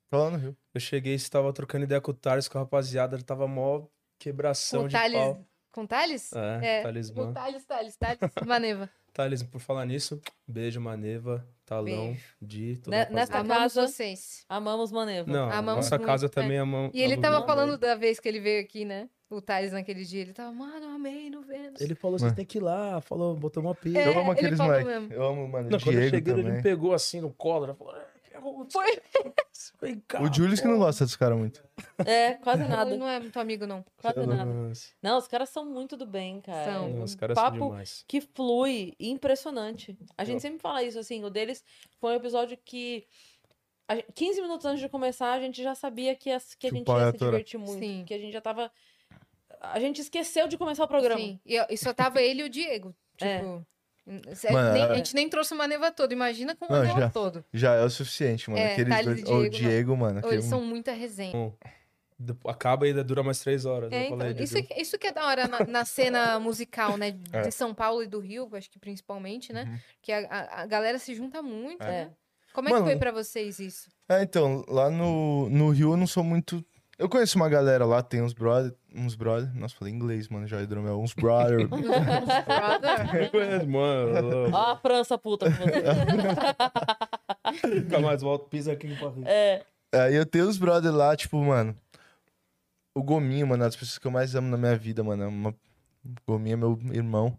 S4: Tô lá no Rio.
S3: Eu cheguei e estava trocando ideia com o Thales, com a rapaziada. Ele tava mó quebração
S2: Com o
S3: de
S2: Thales.
S3: pau.
S2: Com o Thales?
S4: Ah,
S3: É,
S2: É, Com
S3: talismã.
S4: né?
S2: o Thales, Thales, Thales. Maneva.
S3: Thales, por falar nisso, beijo, Maneva, Talão, Di, toda
S2: Né,
S1: Ne-
S3: a
S1: nessa-
S3: rapaziada.
S2: Amamos
S1: casa.
S2: vocês.
S1: Amamos Maneva.
S3: Não, a
S2: Amamos
S3: nossa
S2: muito,
S3: casa
S2: é.
S3: também amamos.
S2: E ele tava falando da vez que ele veio aqui, né? O Thales naquele dia. Ele tava, mano, amei no Vênus.
S3: Ele falou, vocês têm que ir lá, falou, botou uma pilha.
S2: É,
S4: eu amo
S2: ele
S4: aqueles
S2: falou
S4: moleques.
S2: mesmo.
S4: Eu amo, mano.
S3: Não,
S4: o
S3: quando eu
S4: Diego
S3: cheguei, ele
S4: também.
S3: me pegou assim no colo, ele falou, "Ah, pegou-
S2: Foi.
S3: vem cá,
S4: O Julius que não
S3: pô."
S4: gosta dos caras muito.
S1: É, quase
S2: Ele
S1: nada.
S2: não é muito amigo, não.
S1: Quase
S4: Sei lá.
S1: nada.
S3: Nossa,
S1: Não, os caras são muito do bem, cara.
S2: São.
S3: não,
S1: Um
S3: os caras
S1: papo
S3: são demais.
S1: que flui impressionante. A gente
S3: Eu-
S1: sempre fala isso, assim. O deles foi um episódio que. a gen- 15 minutos antes de começar, a gente já sabia que, as, que a
S4: Que o
S1: gente
S4: pau ia
S1: ia se
S4: atorar.
S1: divertir muito.
S2: Sim.
S1: Que a gente já tava. A gente esqueceu de começar o programa.
S2: Sim. E, eu- e só tava ele e o Diego.
S1: É.
S2: Tipo. n- cê-
S4: Mano,
S2: nem-
S4: é-
S2: a gente nem trouxe o Maneva todo. Imagina com o
S4: Não, já.
S2: Maneva todo.
S4: Já é o suficiente, mano.
S2: É,
S4: aqueles
S2: Thales
S4: dois.
S2: e
S4: Ô, o
S2: Diego, não.
S4: Diego, mano.
S2: Ou
S4: aquele-
S2: eles são muita resenha.
S3: Dep- Acaba e ainda dura mais três horas.
S2: É,
S3: eu falei,
S2: então, isso,
S3: Dudu.
S2: que- isso que é da hora na, na cena musical, né? De
S4: É.
S2: São Paulo e do Rio, acho que principalmente, né?
S4: Uhum.
S2: Que a, a- a galera se junta muito,
S1: É.
S2: né? Como é que
S4: Mano,
S2: foi pra vocês isso?
S4: É, então, lá no, no Rio eu não sou muito. Eu conheço uma galera lá, tem uns brother. Uns brother. Nossa, falei inglês, mano, já hidromel. Uns brother.
S2: Brother?
S3: Mano,
S1: Ó a França puta com você.
S3: nunca mais volto, pisa aqui no barril.
S1: é.
S4: Aí eu tenho os brother lá, tipo, mano. O Gominho, mano, é uma das pessoas que eu mais amo na minha vida, mano. é Uma... O Gominho é meu irmão.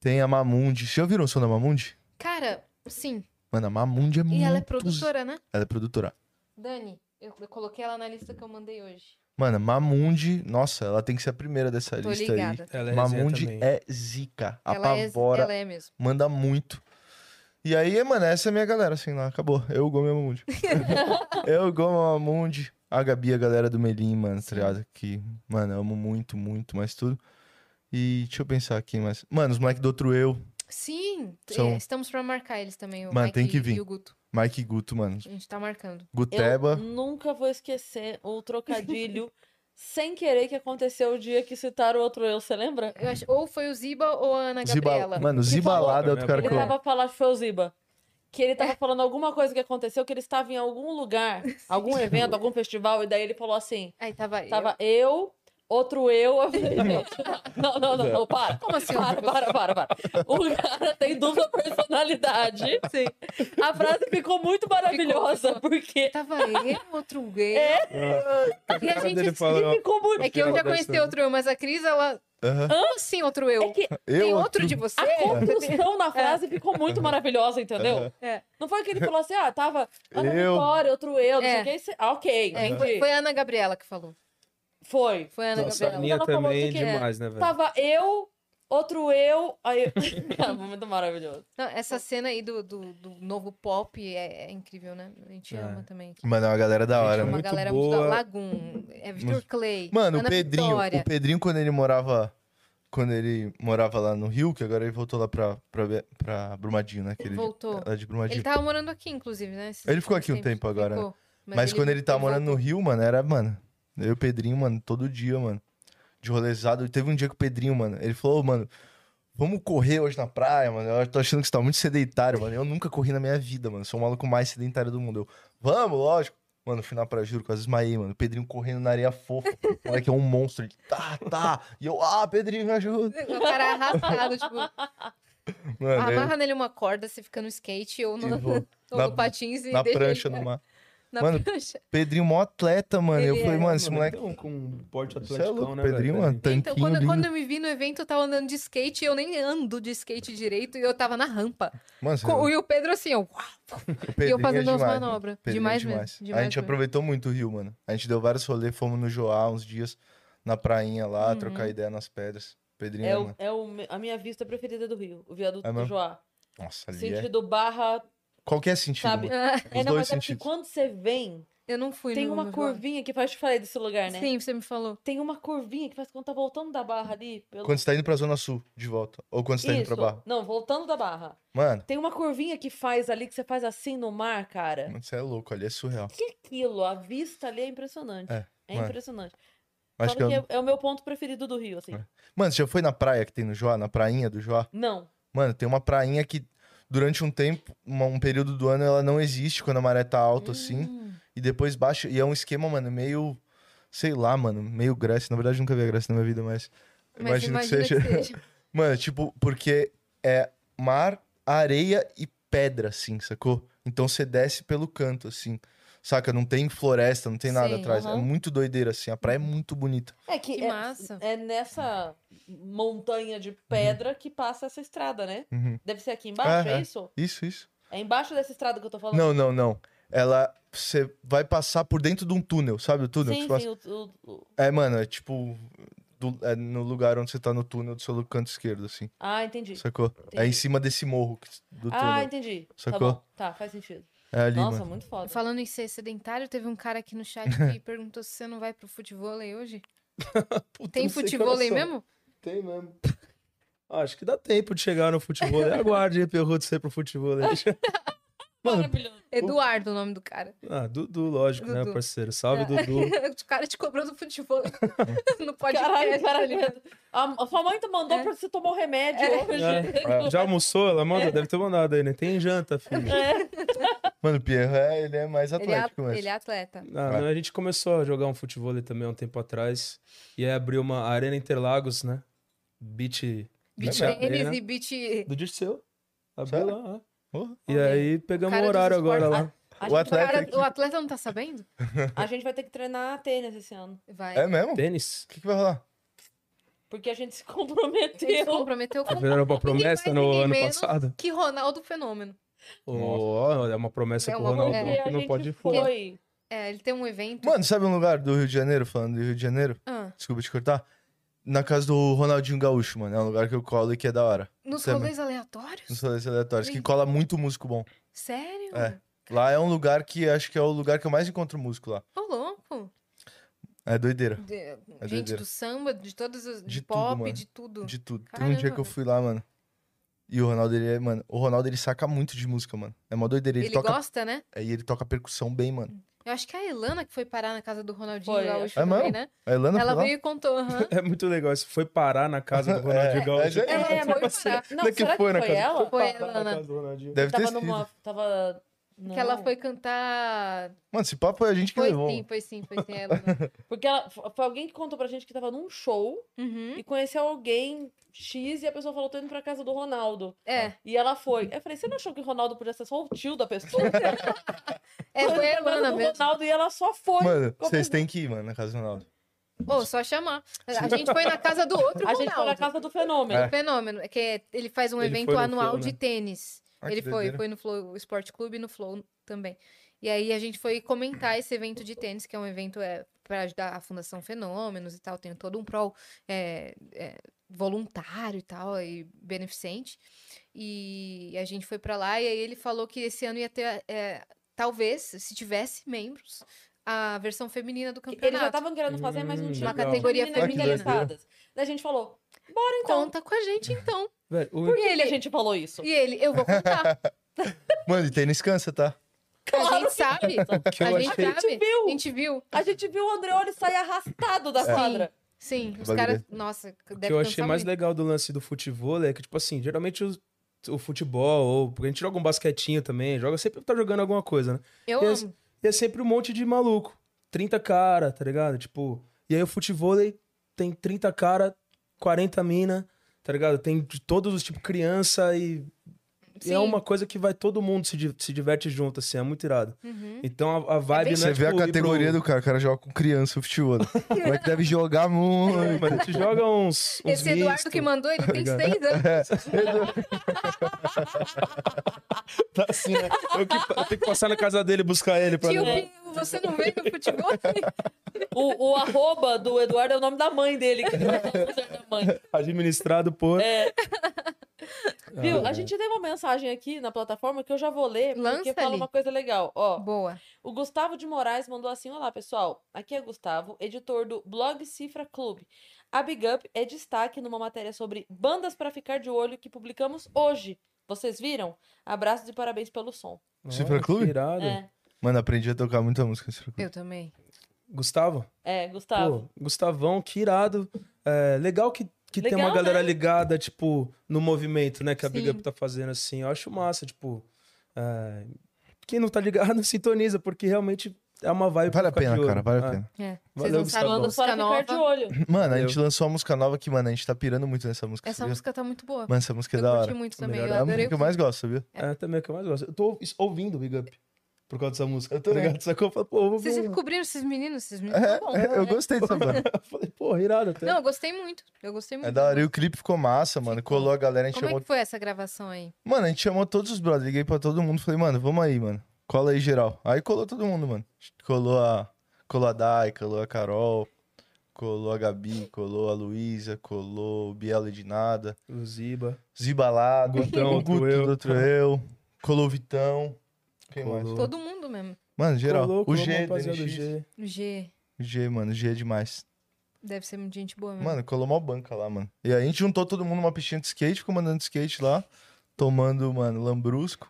S4: Tem a Mamundi. Vocês já ouviram o som da Mamundi?
S2: Cara, sim.
S4: Mano, a Mamundi é muito.
S2: E ela é produtora, né?
S4: Ela é produtora.
S2: Dani, eu, eu coloquei ela na lista que eu mandei hoje.
S4: Mano, Mamundi, nossa, ela tem que ser a primeira dessa
S2: Tô
S4: lista
S2: ligada.
S3: Ela
S4: aí.
S3: é
S4: Mamundi
S3: resenha também.
S4: é zica.
S2: Ela é,
S4: Apavora.
S2: ela é mesmo.
S4: manda muito. E aí, mano, essa é a minha galera, assim, lá, acabou. Eu, Gomes e Mamundi. eu, Gomes e Mamundi. A Gabi, a galera do Melim, mano, tá
S2: Sim.
S4: ligado? Que, mano, eu amo muito, muito, mas tudo. E deixa eu pensar aqui, mas... Mano, os moleques do outro eu,
S2: Sim, t-
S4: São-
S2: é, estamos pra marcar eles também. O
S4: Mano, tem
S2: Mike
S4: que vir.
S2: E o Guto.
S4: Mike e Guto, mano.
S2: A gente tá marcando.
S1: Eu
S4: Guteba.
S1: nunca vou esquecer o trocadilho sem querer que aconteceu o dia que citaram o outro eu, você lembra?
S2: Eu acho, ou foi o Ziba ou a Ana Gabriela.
S4: Ziba... Mano, Zibalada é outro cara
S1: Ele
S4: que eu...
S1: tava falando, acho que foi o Ziba. Que ele
S2: É.
S1: tava falando alguma coisa que aconteceu, que ele estava em algum lugar, algum evento, algum festival, e daí ele falou assim:
S2: Aí tava eu.
S1: tava eu, outro eu. eu falei, "Gente, Não, não, não, não, para.
S2: Como assim?
S1: Para, para, para, para. O cara tem dupla personalidade.
S2: Sim.
S1: A frase ficou muito maravilhosa, porque
S2: Tava eu, outro gay.
S4: É.
S2: E a
S3: cara
S2: gente
S3: dele falando, ó,
S1: ficou muito.
S2: É que eu já conheci outro eu, mas a Cris, ela.
S4: Aham.
S2: Como assim, outro eu?
S1: É que
S4: Eu,
S2: Tem outro de você?
S4: É.
S1: A conclusão na frase ficou muito maravilhosa, entendeu?
S2: É.
S1: Não foi que ele falou assim, ah, tava Ana
S4: Eu.
S1: Vitória, outro eu, não
S2: É.
S1: sei o que. isso- Ah, ok,
S2: É,
S1: entendi.
S2: foi, foi a Ana Gabriela que falou.
S1: Foi.
S2: Foi a Ana
S3: Nossa, a
S2: Gabriela.
S3: minha
S1: Ela falou
S3: também é
S1: assim que é.
S3: demais, né,
S2: Tá
S3: velho?
S1: Tava eu, outro eu, aí... É muito maravilhoso.
S2: Não, essa cena aí do, do, do novo pop é, é incrível, né? A gente
S3: É.
S2: ama também. aqui.
S4: Mano, é uma galera da
S3: Gente,
S4: hora,
S3: é
S4: mano.
S2: Uma
S3: muito
S2: galera muito
S3: boa.
S2: da Lagoon, é Victor Clay.
S4: Mano,
S2: Ana
S4: o Pedrinho,
S2: Vitória.
S4: o Pedrinho quando ele morava quando ele morava lá no Rio, que agora ele voltou lá pra, pra, Be- pra Brumadinho, né? que ele-
S2: Voltou.
S4: Lá de Brumadinho.
S2: Ele tava morando aqui, inclusive, né? esses
S4: Ele ficou aqui um
S2: últimos
S4: tempo agora, né?
S2: Ficou.
S4: mas quando ele tava morando no Rio, mano, era, mano, eu e o Pedrinho, mano, todo dia, mano, de rolezado. E Teve um dia que o Pedrinho, mano, ele falou, "Ô, mano, vamos correr hoje na praia, mano, eu tô achando que você tá muito sedentário, mano. Eu nunca corri na minha vida, mano, sou o maluco mais sedentário do mundo. Eu, vamos, lógico. Mano, fui na praia, juro, quase esmaiei, mano. O Pedrinho correndo na areia fofa. O moleque é um monstro. Ele, tá, tá. E eu, ah, Pedrinho, me ajuda.
S2: O cara arrastado, tipo,
S4: Mano,
S2: amarra nele uma corda, você fica no skate ou
S4: eu-
S2: no,
S4: eu vou
S2: ou
S4: na-
S2: no patins e
S4: na
S2: deixa
S4: prancha
S2: ele...
S4: no mar.
S1: na
S4: Mano,
S1: prancha.
S4: Pedrinho, mó atleta, mano.
S1: Ele
S4: eu falei,
S1: é.
S4: mano, esse moleque.
S3: tem um com um porte
S4: Você é
S3: atlético,
S4: louco,
S3: né?
S4: Pedrinho, mano.
S3: velho?
S4: Tanquinho
S2: Então, quando,
S4: lindo.
S2: quando eu me vi no evento, eu tava andando de skate e eu nem ando de skate direito e eu tava na rampa.
S4: Mano, você é
S2: Com-
S4: louco.
S2: e o Pedro assim, eu, uau,
S4: O
S2: e eu
S4: Pedrinho é
S2: fazendo as
S4: demais, mano.
S2: manobras.
S4: Pedrinho é
S2: Demais, mesmo.
S4: A gente
S2: mesmo.
S4: aproveitou muito o Rio, mano. A gente deu vários rolês, fomos no Joá uns dias, na prainha lá, trocar ideia nas pedras. Pedrinho,
S1: Uhum. É, o, é
S4: mano.
S1: o me- a minha vista preferida do Rio, o viaduto
S4: É
S1: do
S4: mesmo?
S1: Joá.
S4: Nossa, ali é.
S1: Sentido barra.
S4: Qualquer sentido,
S1: Sabe?
S4: mano.
S2: Ah,
S4: Os
S1: É, não,
S4: dois
S1: mas é porque
S4: sentidos.
S1: quando você vem,
S2: Eu não fui
S1: tem
S2: no-
S1: uma
S2: no
S1: curvinha que faz. Eu te falei desse lugar, né?
S2: João. Sim, você me falou.
S1: Tem uma curvinha que faz quando tá voltando da barra ali. Pelo...
S4: Quando você tá indo pra Zona Sul, de volta. Ou quando você tá indo pra
S1: Isso.
S4: Barra.
S1: Não, voltando da barra.
S4: Mano,
S1: Tem uma curvinha que faz ali, que você faz assim no mar, cara.
S4: mano, você é louco, ali é surreal.
S1: Que aquilo? A vista ali é impressionante.
S4: É,
S1: É,
S4: mano.
S1: impressionante.
S4: Acho
S1: Fala
S4: que eu...
S1: que é, é o meu ponto preferido do Rio, assim.
S4: É. Mano, você já foi na praia que tem no Joá, na prainha do Joá?
S1: Não.
S4: Mano, tem uma prainha que durante um tempo, uma- um período do ano, ela não existe quando a maré tá alta assim.
S2: Hum.
S4: E depois baixa. E é um esquema, mano, meio. Sei lá, mano. Meio Grécia. Na verdade, eu nunca vi a Grécia na minha vida, mas.
S2: Mas
S4: imagino que
S2: imagina
S4: seja. mano, tipo, porque é mar, areia e pedra, assim, sacou? Então você desce pelo canto, assim. Saca? Não tem floresta, não tem nada
S2: Sim,
S4: atrás. É
S1: aham.
S4: muito doideira, assim. A praia é muito bonita.
S1: É que,
S2: Que
S1: é,
S2: massa.
S1: é nessa montanha de pedra que passa essa estrada, né?
S4: Uhum.
S1: Deve ser aqui embaixo,
S4: Aham.
S1: é isso?
S4: Isso, isso.
S1: É embaixo dessa estrada que eu tô falando?
S4: Não, não, não. Ela. Você vai passar por dentro de um túnel, sabe o túnel? que
S1: Sim,
S4: você
S1: sim. o- o- o-
S4: passa? É, mano, é tipo. do- é no lugar onde você tá no túnel do seu canto esquerdo, assim.
S1: Ah, entendi.
S4: Sacou? É em
S1: Entendi.
S4: cima desse morro que- do túnel.
S1: Ah, entendi.
S4: Sacou?
S1: Tá bom. Tá, faz sentido.
S4: é ali,
S1: Nossa,
S4: mano.
S1: muito foda.
S2: Falando em ser sedentário, teve um cara aqui no chat que perguntou se você não vai pro futevôlei hoje.
S3: Puta,
S2: Tem
S3: não sei
S2: futevôlei
S3: qual é a
S2: mesmo?
S3: Tem mesmo. Ah, Acho que dá tempo de chegar no futebol. Aguarde aí pra eu ser pro futebol.
S1: Maravilhoso.
S2: Eduardo, o nome do cara.
S3: Ah, Dudu, lógico, né,
S2: Dudu. É.
S3: parceiro? Salve, Dudu.
S2: o cara te cobrou do futevôlei. tá não pode
S1: Caralho, caralho. A, a sua mãe te mandou
S2: É.
S1: pra você tomar o remédio hoje.
S4: É.
S3: Ah, Já almoçou? Ela manda? Deve ter mandado aí, né? Tem janta, filho.
S2: É.
S4: Mano, o Pierre, é, ele é mais
S2: Ele é,
S4: atlético, mas.
S2: ele é atleta.
S3: Ah,
S4: É.
S3: não, a gente começou a jogar um futebol ali também há um tempo atrás. E aí abriu uma Arena Interlagos, né? Beach.
S2: Beat
S3: Lembra?
S2: tênis
S3: Arena.
S2: e beat...
S3: Do Dirceu. Abriu
S4: Sério?
S3: lá.
S4: Porra.
S3: é. E aí pegamos
S2: Cara
S3: o
S2: dos
S3: horário agora
S2: esportes.
S3: lá.
S1: A,
S4: O
S1: gente,
S4: atleta-
S2: Cara,
S4: aqui.
S2: o atleta não tá sabendo?
S1: a gente vai ter que treinar tênis esse ano.
S2: Vai.
S4: É mesmo? O
S3: Tênis.
S4: que, que vai rolar?
S1: Porque a gente se
S2: Ele se
S1: comprometeu.
S2: comprometeu com
S3: Era uma promessa
S2: mais,
S3: no
S2: ninguém
S3: ano
S2: menos.
S3: passado.
S2: que Ronaldo Fenômeno.
S3: Oh, é uma promessa
S2: É
S3: pro
S2: uma
S3: Ronaldo
S1: Porque
S2: promessa.
S1: a
S3: que não
S1: gente
S3: pode
S1: foi.
S3: fora.
S2: É, ele tem um evento.
S4: Mano, sabe um lugar do Rio de Janeiro, falando do Rio de Janeiro?
S2: Ah,
S4: Desculpa te cortar. Na casa do Ronaldinho Gaúcho, mano. É um lugar que eu colo e que é da hora.
S2: nos
S4: Também.
S2: rolês aleatórios?
S4: Nos rolês aleatórios. Que
S2: Sim.
S4: cola muito músico bom.
S2: Sério?
S4: É. Lá é um lugar que acho que é o lugar que eu mais encontro músico lá.
S2: Ô, louco.
S4: É doideira.
S2: De- gente
S4: doideira.
S2: do samba, de todas as. De,
S4: De tudo,
S2: pop,
S4: mano.
S2: de tudo.
S4: De tudo. Tem um
S2: Caramba,
S4: dia que eu
S2: velho.
S4: fui lá, mano. E o Ronaldo, ele é, mano. O Ronaldo, ele saca muito de música, mano. É uma doideira. Ele,
S2: Ele
S4: toca.
S2: gosta, né?
S4: é, E ele toca percussão bem, mano.
S2: Eu acho que é a Elana que foi parar na casa do Ronaldinho
S1: Foi,
S2: Gaúcho
S4: é
S2: também,
S4: mesmo?
S2: né?
S4: A Elana
S2: Ela
S4: foi lá?
S2: veio e contou. aham.
S3: É muito legal. Isso foi parar na casa do Ronaldinho
S4: É,
S3: Gaúcho.
S4: é,
S1: É, é,
S2: foi
S1: mas
S2: parar.
S1: Não,
S4: Como é
S1: será
S4: que foi
S1: que
S4: na
S1: foi
S4: casa-
S1: ela?
S2: Foi
S3: Parar na
S2: Elana.
S3: casa do Ronaldinho.
S4: Deve ter
S1: Tava
S4: sido.
S1: numa. Tava.
S2: Que ela
S1: Não.
S2: foi cantar.
S4: Mano, esse papo foi a gente que
S2: Foi
S4: levou. um.
S2: sim, foi sim, foi sim, a Elana.
S1: Porque ela, foi alguém que contou pra gente que tava num show
S2: Uhum.
S1: e conheceu alguém X e a pessoa falou: tô indo pra casa do Ronaldo.
S4: Ah.
S2: É,
S1: E ela foi. Eu falei, você não achou que o Ronaldo podia ser só o tio da pessoa?
S2: é, foi a
S1: Ela um
S2: Elana
S1: do
S2: mesmo.
S1: Ronaldo e ela só foi.
S4: Mano,
S1: Como-
S4: vocês têm que ir, mano, na casa do Ronaldo.
S2: Ô, só chamar. A gente foi na casa do outro
S1: a
S2: Ronaldo.
S1: gente foi na casa do fenômeno.
S4: É.
S2: Fenômeno. É que é- ele faz um
S3: Ele
S2: evento
S3: foi no
S2: anual
S3: Flow,
S2: de
S3: né?
S2: tênis.
S4: Ah, que
S2: ele foi,
S4: doideira.
S2: foi no Flow Esporte Clube e no Flow também. E aí a gente foi comentar esse evento de tênis, que é um evento é, para ajudar a Fundação Fenômenos e tal. Tem todo um prol é, é, voluntário e tal, e beneficente. E a gente foi pra lá e aí ele falou que esse ano ia ter, é, talvez, se tivesse membros, a versão feminina do campeonato.
S1: Eles já estavam querendo fazer, mas não
S3: Hum,
S1: tinha
S3: Uma
S2: categoria
S1: meninas
S4: feminina.
S1: interessadas. Daí a gente falou, bora então.
S2: Conta com a gente então.
S3: Velho, o-
S1: Por que,
S2: ele-
S1: que a gente falou isso?
S2: E ele, eu vou contar.
S4: Mano, e tênis cansa, tá?
S2: a gente sabe.
S3: que eu
S2: a gente
S3: achei-
S1: A gente
S2: sabe.
S1: viu.
S2: A gente viu.
S1: A gente viu o Andreoli sair arrastado da
S2: Sim.
S1: quadra.
S2: Sim,
S4: Que
S2: os
S4: bagulho é?
S2: caras. Nossa,
S3: O
S2: deve
S3: que eu achei
S2: cansar
S3: mais
S2: muito.
S3: legal do lance do futebol é que, tipo assim, geralmente os- o futebol, ou porque a gente joga um basquetinho também, joga, sempre tá jogando alguma coisa, né?
S2: Eu
S3: Esse-
S2: amo.
S3: E é sempre um monte de maluco. 30 cara, tá ligado? Tipo, e aí o futebol tem 30 cara, 40 mina, tá ligado? Tem de todos os, tipo, criança e E é uma coisa que vai todo mundo se, di- se diverte junto, assim, é muito irado.
S2: Uhum.
S3: Então a, a vibe
S2: bem-
S3: não
S4: Você
S3: é, tipo,
S4: vê a
S3: ir pro-
S4: categoria do cara, o cara joga com criança o futebol. Como é que deve jogar muito?
S3: Mas a gente joga uns. uns
S2: Esse Eduardo
S3: misto.
S2: que mandou, ele tem
S3: ligado?
S2: seis anos.
S3: Tá assim, né? Eu, que- eu tenho que passar na casa dele e buscar ele pra
S2: Tio,
S3: levar.
S2: Pinho, você não vê no futebol?
S1: O, o arroba do Eduardo é o nome da mãe dele. Que ele tá usando a mãe.
S3: Administrado por.
S1: É. Viu?
S3: Ah,
S1: A gente tem uma mensagem aqui na plataforma que eu já vou ler,
S2: Lança
S1: porque fala
S2: ali.
S1: uma coisa legal. Ó,
S2: Boa.
S1: o Gustavo de Moraes mandou assim: Olá, pessoal. Aqui é Gustavo, editor do blog Cifra Clube. A Big Up é destaque numa matéria sobre bandas pra ficar de olho que publicamos hoje. Vocês viram? Abraços e parabéns pelo som.
S3: olha,
S4: Cifra Clube?
S3: que irado.
S1: É,
S4: Mano, aprendi a tocar muita música. nesse grupo.
S2: Eu também.
S3: Gustavo?
S1: é,
S2: Tá.
S1: Gustavo.
S3: Pô, Gustavão, que irado. É, legal que, que tem
S1: Legal,
S3: uma galera ligada, tipo, no movimento, né? Que a Big
S2: né? Sim.
S3: Up tá fazendo, assim. Eu acho massa, tipo... é, Quem não tá ligado, sintoniza, porque realmente é uma vibe... pra
S4: Vale a
S3: ficar de
S4: pena,
S3: olho.
S4: cara, vale a
S3: Ah,
S4: pena.
S2: É. Vocês
S3: Valeu,
S2: não sabem
S3: Gustavo.
S2: a
S1: Manda
S2: música
S1: para ficar de
S2: nova.
S1: olha.
S4: Mano, a
S3: Eu-
S4: gente lançou uma música nova que, mano, a gente tá pirando muito nessa música.
S2: Essa
S4: sabia?
S2: música tá muito boa.
S4: Mano, essa música é
S2: Eu
S4: da
S2: curti
S4: hora.
S2: muito
S3: A
S2: também.
S3: melhor
S2: Eu
S4: É a
S2: adorei.
S4: música
S2: o
S4: que eu mais gosto, sabia?
S3: É, também é o que eu mais gosto. Eu tô ouvi- ouvindo Big Up por causa dessa música.
S4: Eu também.
S3: Tá ligado? Sacou? Eu falei, pô, eu vou-
S2: Vocês
S3: vou-
S2: descobriram esses meninos? Esses meninos
S4: É,
S2: tá bom.
S4: é, eu gostei dessa banda.
S3: eu falei, pô, irado até.
S2: Não, eu gostei muito. Eu gostei muito.
S4: É da hora. E o clipe ficou massa, mano. Colou a galera, a gente
S2: Como é
S4: chamou.
S2: que foi essa gravação aí?
S4: Mano, a gente chamou todos os brothers. Liguei pra todo mundo. Falei, mano, vamos aí, mano. Cola aí, geral. Aí colou todo mundo, mano. Colou a. Colou a Dai, colou a Carol, colou a Gabi, colou a Luísa, colou o Biela de nada.
S3: O Ziba.
S4: Zibalado,
S3: Gutão,
S4: o Guto
S3: outro eu.
S4: do outro eu. Colou o Vitão. Quem mais?
S3: Colou.
S2: Todo mundo mesmo.
S4: Mano, geral.
S3: Colou,
S4: o
S3: colou,
S4: G,
S3: rapaziada, o
S4: DNX.
S3: G.
S2: G.
S4: G, mano, G é demais.
S2: Deve ser muita gente boa
S3: Hum.
S2: mesmo.
S4: Mano, colou uma banca lá, mano. E aí a gente juntou todo mundo numa piscina de skate, ficou mandando skate lá, tomando, mano, lambrusco.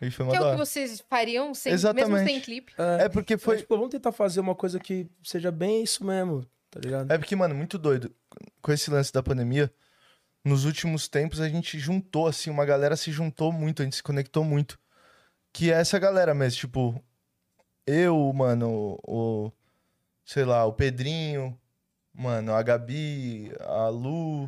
S4: e foi uma
S2: que é
S4: da
S2: o que
S4: hora.
S2: vocês fariam sem, mesmo
S4: Exatamente.
S2: sem clipe.
S3: É,
S4: É porque
S3: foi...
S4: foi.
S3: tipo, vamos tentar fazer uma coisa que seja bem isso mesmo, tá ligado?
S4: É porque, mano, muito doido. Com esse lance da pandemia, nos últimos tempos a gente juntou, assim, uma galera se juntou muito, a gente se conectou muito. Que é essa galera mesmo, tipo. Eu, mano, o. Sei lá, o Pedrinho, mano, a Gabi, a Lu,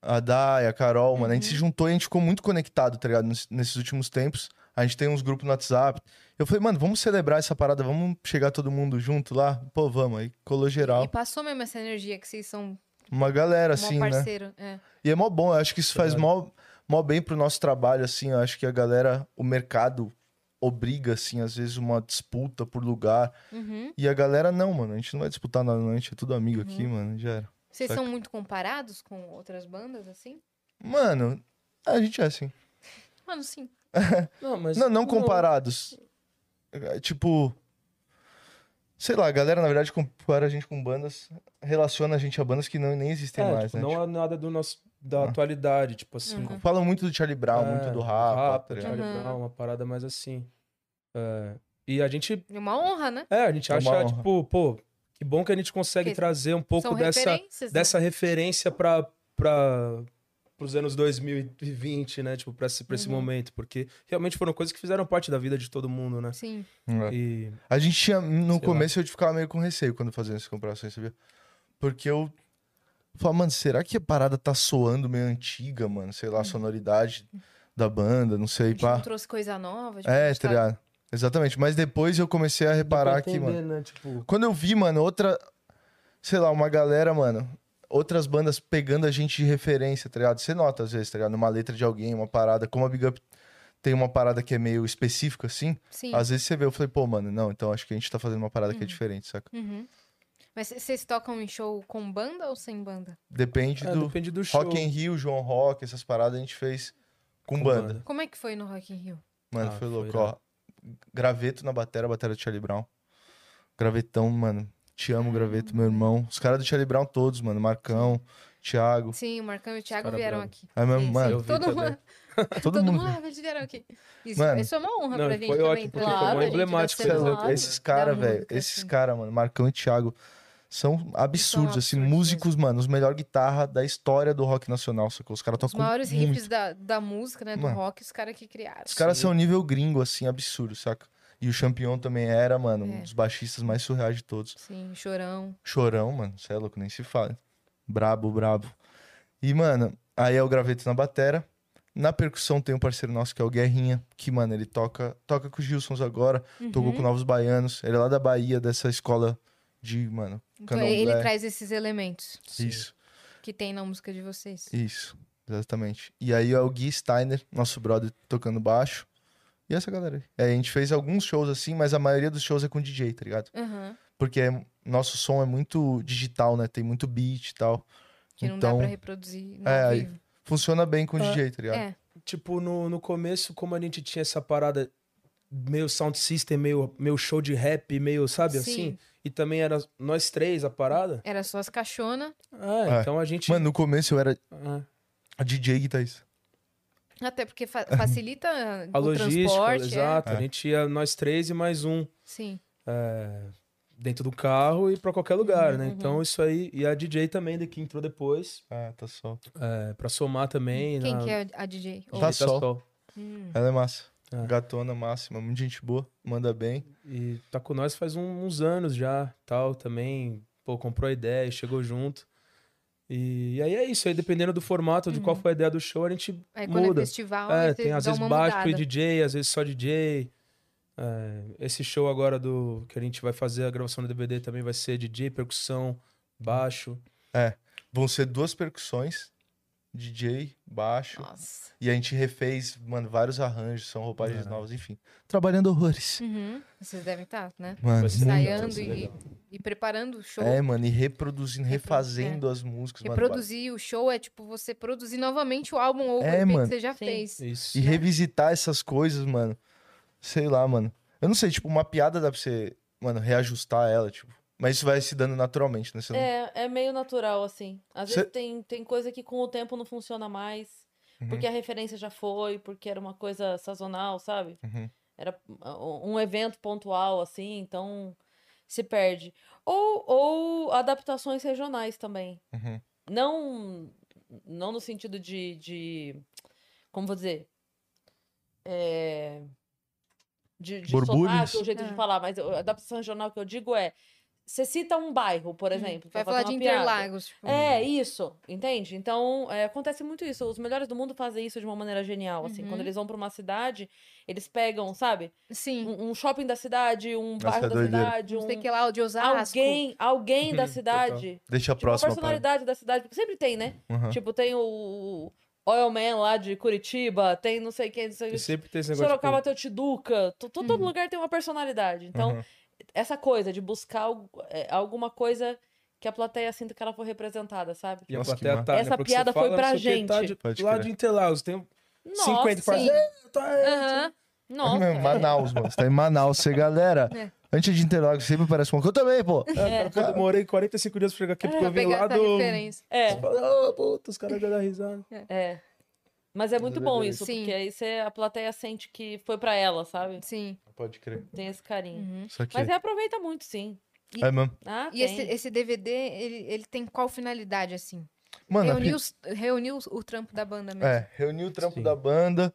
S4: a Dai, a Carol, mano. A gente se juntou e a gente ficou muito conectado, tá ligado? Nes- Nesses últimos tempos. A gente tem uns grupos no WhatsApp. Eu falei, mano, vamos celebrar essa parada, vamos chegar todo mundo junto lá? Pô, vamos. Aí colou geral.
S2: E passou mesmo essa energia que vocês são
S4: Uma
S2: mó
S4: galera, assim, né?
S2: parceiro. É.
S4: E é mó bom, eu acho que isso faz mó, mó bem pro nosso trabalho, assim. Eu acho que a galera, o mercado obriga, assim, às vezes uma disputa por lugar.
S2: Uhum.
S4: E a galera, não, mano, a gente não vai disputar nada, não. A gente é tudo amigo aqui, mano, já era.
S2: Vocês
S4: Saca.
S2: são muito comparados com outras bandas, assim?
S4: Mano, a gente é assim.
S2: Mano, sim.
S3: Não, mas...
S4: Não, não comparados. É, Tipo. Sei lá, a galera, na verdade, compara a gente com bandas, relaciona a gente a bandas que não, nem existem
S3: É,
S4: mais,
S3: tipo,
S4: né?
S3: não
S4: Tipo,
S3: há nada do nosso, da
S4: Ah.
S3: atualidade, tipo assim.
S2: Uhum.
S4: Falam muito do Charlie Brown,
S3: é,
S4: muito do Rapa. tá ligado?
S3: Charlie
S2: Uhum.
S3: Brown, uma parada mais assim. É, e a gente,
S2: É uma honra, né?
S3: é, a gente
S4: É uma
S3: acha,
S4: honra.
S3: tipo, pô, que bom que a gente consegue
S2: Que
S3: trazer um pouco
S2: são
S3: dessa,
S2: referências. né?
S3: dessa referência pra, pra, pros anos 2020, né? Tipo, pra esse, pra esse
S2: Uhum.
S3: momento, porque realmente foram coisas que fizeram parte da vida de todo mundo, né?
S2: Sim.
S4: É.
S3: E...
S4: A gente tinha. No
S3: Sei
S4: começo eu ficava meio com receio quando fazia essas comparações, sabia? Porque eu. Falava, mano, será que a parada tá soando meio antiga, mano? Sei lá,
S3: Hum.
S4: a sonoridade da banda, não
S2: A
S4: sei,
S2: gente não
S4: pá.
S2: trouxe coisa nova. tipo, a
S4: Tipo, ah, É,
S2: gente
S4: tá
S2: tá-
S4: ligado? Exatamente. Mas depois eu comecei a
S3: Dá pra
S4: reparar que,
S3: entender,
S4: mano.
S3: Né? Tipo,
S4: Quando eu vi, mano, outra. Sei lá, uma galera, mano. Outras bandas pegando a gente de referência, tá ligado? Você nota às vezes, tá ligado? Numa letra de alguém, uma parada. Como a Big Up tem uma parada que é meio específica, assim.
S2: Sim.
S4: Às vezes você vê, eu falei, pô, mano, não, então acho que a gente tá fazendo uma parada que é diferente, saca?
S2: Uhum. Mas c- vocês tocam em show com banda ou sem banda?
S4: Depende
S3: é,
S4: do
S3: depende do show.
S4: Rock in Rio, João Rock, essas paradas a gente fez com, banda.
S2: Como é que foi no Rock in Rio?
S4: Mano,
S3: Ah,
S4: foi
S3: foi
S4: louco, ó. Graveto na batera, batera do Charlie Brown. Gravetão, mano. Te
S2: Hum.
S4: amo, Graveto, meu irmão. Os caras do Charlie Brown todos, mano. Marcão, Thiago.
S2: Sim, o Marcão e o Thiago
S3: Cara
S2: vieram
S3: bravo.
S2: aqui.
S4: Aí, meu-
S2: Sim,
S4: mano,
S3: Eu vi
S2: Todo
S3: também.
S2: mundo,
S4: todo,
S2: todo
S4: mundo.
S2: mundo, ah, eles vieram aqui. Isso,
S4: Mano.
S2: isso é uma honra
S3: Não,
S2: pra
S3: foi
S2: gente
S3: ótimo,
S2: também.
S3: porque
S2: tá?
S1: foi
S2: Claro, a gente
S3: emblemático, né?
S4: Cê é
S2: agradece
S4: louco.
S2: muito.
S4: Esses caras,
S2: Da
S4: velho.
S2: música,
S4: Esses
S2: assim.
S4: caras, mano. Marcão e Thiago. São absurdos, assim,
S2: absurdos
S4: músicos, mano, os melhor guitarra da história do rock nacional, sacou? Os caras
S2: Os
S4: tocam
S2: maiores
S4: muito.
S2: riffs da, da música, né? Do
S4: Mano.
S2: rock, os caras que criaram.
S4: Os caras
S3: Sim.
S4: são nível gringo, assim, absurdo, saca? E o Champion também era, mano,
S2: É.
S4: um dos baixistas mais surreais de todos.
S2: Sim, chorão.
S4: Chorão, mano, cê é louco, nem se fala. Brabo, brabo. E, mano, aí é o graveto na batera. Na percussão tem um parceiro nosso que é o Guerrinha, que, mano, ele toca, toca com os Gilsons agora,
S2: Uhum.
S4: tocou com Novos Baianos. Ele é lá da Bahia, dessa escola de, mano,
S2: Então,
S4: candomblé.
S2: ele traz esses elementos
S4: Isso,
S2: que tem na música de vocês.
S4: isso, exatamente. E aí é o Gui Steiner, nosso brother, tocando baixo. E essa galera aí. É, a gente fez alguns shows assim, mas a maioria dos shows é com DJ, tá ligado?
S2: Aham.
S4: Porque é- nosso som é muito digital, né? Tem muito beat e tal.
S2: Que não dá
S4: então,
S2: pra reproduzir no
S4: é,
S2: ao
S4: aí-
S2: vivo.
S4: funciona bem com o
S3: Ah,
S4: DJ, tá ligado?
S2: É.
S3: Tipo, no, no começo, como a gente tinha essa parada meio sound system, meio, meio show de rap, meio, sabe, assim?
S2: Sim.
S3: E também era nós três a parada.
S2: Era só as caixona.
S3: Ah,
S4: É.
S3: então a gente...
S4: Mano, no começo eu era
S3: Ah,
S4: DJ guitarrista.
S2: Até porque fa- facilita ah,
S3: a
S2: o
S3: logística,
S2: transporte. é.
S3: exato.
S4: É.
S3: A gente ia nós três e mais um.
S2: Sim.
S3: é, dentro do carro e pra qualquer lugar, né?
S1: Uhum,
S3: Então isso aí. E a DJ também, que entrou depois,
S4: Ah, tá só.
S3: é, pra somar também.
S2: Quem
S3: na...
S2: que é a DJ?
S4: Tá
S2: Ou-
S3: Tá
S4: sol.
S3: sol.
S2: Hum.
S4: Ela é massa.
S3: É.
S4: Gatona máxima, muita gente boa, manda bem.
S3: E tá com nós faz um- uns anos já, tal, também. Pô, comprou a ideia, chegou junto. E, e aí é isso, aí dependendo do formato, de
S2: Uhum.
S3: qual foi a ideia do show, a gente
S2: Aí quando
S3: muda.
S2: é festival,
S3: É,
S2: aí você
S3: tem às
S2: dá
S3: vezes
S2: uma
S3: baixo
S2: mudada.
S3: e DJ, às vezes só DJ. É, esse show agora do que a gente vai fazer a gravação do DVD também vai ser DJ, percussão, baixo.
S4: Vão ser duas percussões, DJ, baixo.
S2: Nossa.
S4: E a gente refez, mano, vários arranjos, são roupagens
S3: Caralho.
S4: novas, enfim. Trabalhando horrores.
S2: Uhum. Vocês devem estar, né?
S4: Mano,
S3: Vai ser
S4: muito.
S3: legal,
S2: Ensaiando
S3: vai ser
S2: e,
S3: legal.
S2: e preparando o show.
S4: É, mano, e reproduzindo,
S2: Repro-
S4: refazendo
S1: é.
S4: as músicas, mano.
S2: Reproduzir o show é tipo você produzir novamente o álbum ou o
S4: É,
S2: EP
S4: mano.
S2: que você já
S1: Sim.
S2: fez.
S3: Isso.
S4: E
S1: né?
S4: revisitar essas coisas, mano. Sei lá, mano. Eu não sei, tipo, uma piada dá pra você, mano, reajustar ela, tipo. Mas isso vai se dando naturalmente, né? Você não-
S1: É, é meio natural, assim. Às
S4: Cê-
S1: vezes tem, tem coisa que com o tempo não funciona mais,
S4: Uhum.
S1: porque a referência já foi, porque era uma coisa sazonal, sabe?
S4: Uhum.
S1: Era uh, um evento pontual, assim, então se perde. Ou, ou adaptações regionais também.
S4: Uhum.
S1: Não, não no sentido de, de. Como vou dizer? É, de de
S4: Borbulhos?
S1: sotaque, o jeito de
S2: Ah.
S1: falar, mas a adaptação regional que eu digo é. Você cita um bairro, por
S2: Hum.
S1: exemplo. pra
S2: Vai falar
S1: fazer
S2: de
S1: uma piada.
S2: Interlagos. Tipo,
S1: É, isso, entende? Então, é, acontece muito isso. Os melhores do mundo fazem isso de uma maneira genial, assim. Quando
S2: Uhum.
S1: eles vão pra uma cidade, eles pegam, sabe?
S2: Sim.
S1: Um, um shopping da cidade, um
S4: Nossa, é
S1: bairro da
S4: doideira.
S1: cidade,
S2: Não sei
S1: um-
S2: que Uhum. lá, o de Osasco.
S1: alguém, alguém da
S3: Total.
S1: cidade.
S4: Deixa a
S1: Tipo, a
S4: próxima. pra-
S1: personalidade da cidade, porque sempre tem, né?
S4: Uhum.
S1: Tipo, tem o Oil Man lá de Curitiba, tem não sei quem, não sei
S3: E sempre tem esse negócio.
S1: Sorocaba
S3: tipo,
S1: tem o Tiduca, to- to- todo
S2: Uhum.
S1: lugar tem uma personalidade. Então,
S4: Uhum.
S1: essa coisa de buscar algu- é, alguma coisa que a plateia sinta que ela foi representada, sabe?
S3: e a
S4: Nossa, que
S3: plateia
S4: massa.
S3: tá, né?
S1: Essa
S3: Porque você
S1: piada foi
S3: fala, não
S1: pra
S3: sei o que, tá
S1: gente.
S3: de-
S4: Pode
S3: lá
S4: crer.
S3: de Interlagos, tem
S1: Nossa,
S3: 50 faz.
S1: sim.
S3: "É, tá, é".
S2: Aham.
S1: Nossa,
S4: Meu, É, Manaus, mano. Você tá em Manaus, você, galera.
S2: É.
S4: Antes de Interlagos, sempre parece uma. Eu também, pô.
S3: É, cara, Eu demorei 45 dias pra chegar aqui, porque
S2: Pra
S3: eu vim
S2: pegar
S3: lá
S1: tá
S2: essa
S3: do.
S2: referência.
S1: é,
S3: Fala, "Ah, puta, os caras já dão risada.
S1: é. Mas é muito bom isso,
S2: Sim.
S1: porque aí você, a plateia sente que foi pra ela, sabe?
S2: Sim.
S4: Pode crer.
S1: Tem esse carinho.
S2: Uhum.
S4: Isso aqui.
S1: Mas reaproveita muito, sim.
S4: É mesmo.
S1: Ah,
S2: E esse,
S1: tem.
S2: esse DVD, ele, ele tem qual finalidade, assim?
S4: Mano, a
S2: reuniu, os- reuniu os- o trampo da banda mesmo.
S4: É, reunir o trampo
S3: Sim.
S4: da banda,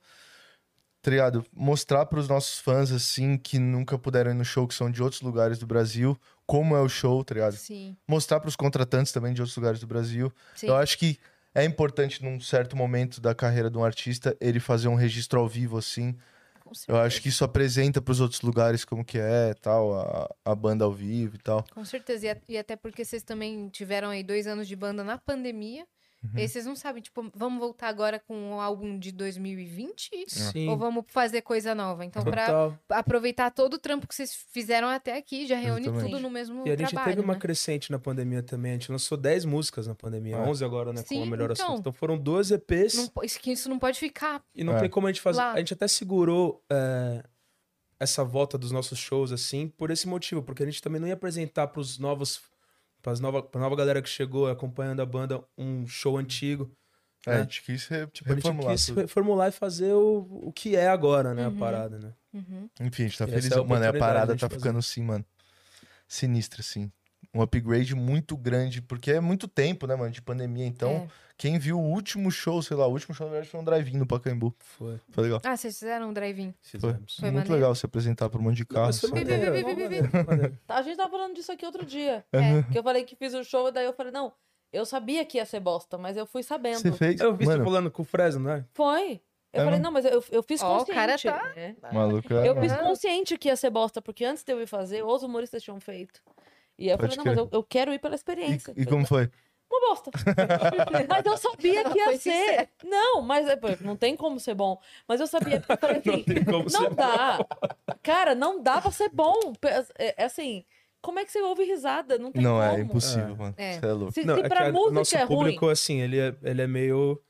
S4: tá ligado? Mostrar pros nossos fãs, assim, que nunca puderam ir no show, que são de outros lugares do Brasil, como é o show, tá ligado?
S2: Sim,
S4: Mostrar pros contratantes também de outros lugares do Brasil.
S2: sim.
S4: Eu acho que é importante, num certo momento da carreira de um artista, ele fazer um registro ao vivo, assim.
S2: Com certeza.
S4: Eu acho que isso apresenta pros outros lugares como que é, tal, a, a banda ao vivo e tal.
S2: Com certeza. E, a- e até porque vocês também tiveram aí dois anos de banda na pandemia.
S3: Uhum.
S2: E aí vocês não sabem, tipo, vamos voltar agora com o álbum de 2020?
S3: Sim.
S2: Ou vamos fazer coisa nova? Então, pra
S3: total.
S1: um
S2: aproveitar todo o trampo que vocês fizeram até aqui, já reúne
S4: Exatamente.
S2: tudo no mesmo
S3: E a gente
S2: trabalho.
S3: teve uma
S2: né?
S3: crescente na pandemia também. A gente lançou 10 músicas na pandemia,
S4: É.
S3: 11 agora, né? com
S2: Sim,
S3: a melhor
S2: então.
S3: assunto. Então foram 12 EPs
S2: Não po- isso, que isso não pode ficar.
S3: e não
S4: É.
S3: tem como a gente fazer.
S2: Lá.
S3: A gente até segurou é, essa volta dos nossos shows, assim, por esse motivo, porque a gente também não ia apresentar pros novos. Pras nova, pra nova galera que chegou acompanhando a banda um show antigo.
S4: É,
S3: É.
S4: a gente quis re,
S3: A gente
S4: reformular
S3: quis
S4: tudo.
S3: reformular e fazer o, o que é agora, né? A parada, né?
S2: Uhum.
S4: Enfim, a gente tá
S3: Essa
S4: feliz.
S3: é a
S4: mano, a
S3: oportunidade
S4: parada
S3: da gente
S4: tá
S3: fazer.
S4: ficando assim, mano. Sinistra, assim. Um upgrade muito grande, porque é muito tempo, né, mano, de pandemia. Então,
S2: É.
S4: quem viu o último show, sei lá, o último show, na verdade, foi um drive-in no Pacaembu.
S3: Foi.
S4: Foi legal.
S2: Ah, vocês fizeram um drive-in.
S3: Fizemos.
S2: Foi
S4: muito
S2: maneiro.
S4: legal se apresentar pra um monte de carro.
S3: Mas foi
S4: assim.
S3: maneiro,
S2: Bi, bi, bi, bi, bi,
S3: maneiro, maneiro.
S4: né?
S1: Tá, A gente tava falando disso aqui outro dia.
S2: É.
S1: Que eu falei que fiz o show, daí eu falei, não, Eu sabia que ia ser bosta, mas eu fui sabendo.
S4: Você fez?
S3: Eu vi você
S4: Mano,
S3: falando com o Fresno, né?
S1: Foi. Eu
S4: É,
S1: falei,
S4: não?
S1: não, mas eu, eu fiz
S2: Ó, o
S1: consciente.
S2: cara tá-
S1: né?
S4: maluco. é,
S1: Eu
S4: mano.
S1: fiz consciente que ia ser bosta, porque antes de eu ir fazer, outros humoristas tinham feito. E aí eu
S4: Pode
S1: falei, não, mas
S4: crer.
S1: eu, eu quero ir pela experiência.
S4: E, e como foi?
S1: Uma bosta. mas eu sabia que ia
S2: Foi
S1: ser.
S2: sincera.
S1: Não, mas é, pô, não tem como ser bom. Mas eu sabia. Eu falei assim,
S3: tem como
S1: não
S3: ser
S1: dá. Cara, não dá pra ser bom. É, é assim, como é que você ouve risada? Não tem
S4: Não,
S1: como.
S4: é impossível,
S3: É.
S4: mano. Você
S2: É.
S4: é louco.
S1: Se,
S3: Não,
S1: se
S3: é
S1: pra
S3: que a-
S1: música
S3: nosso
S1: é ruim.
S3: público, assim, ele é, ele é meio.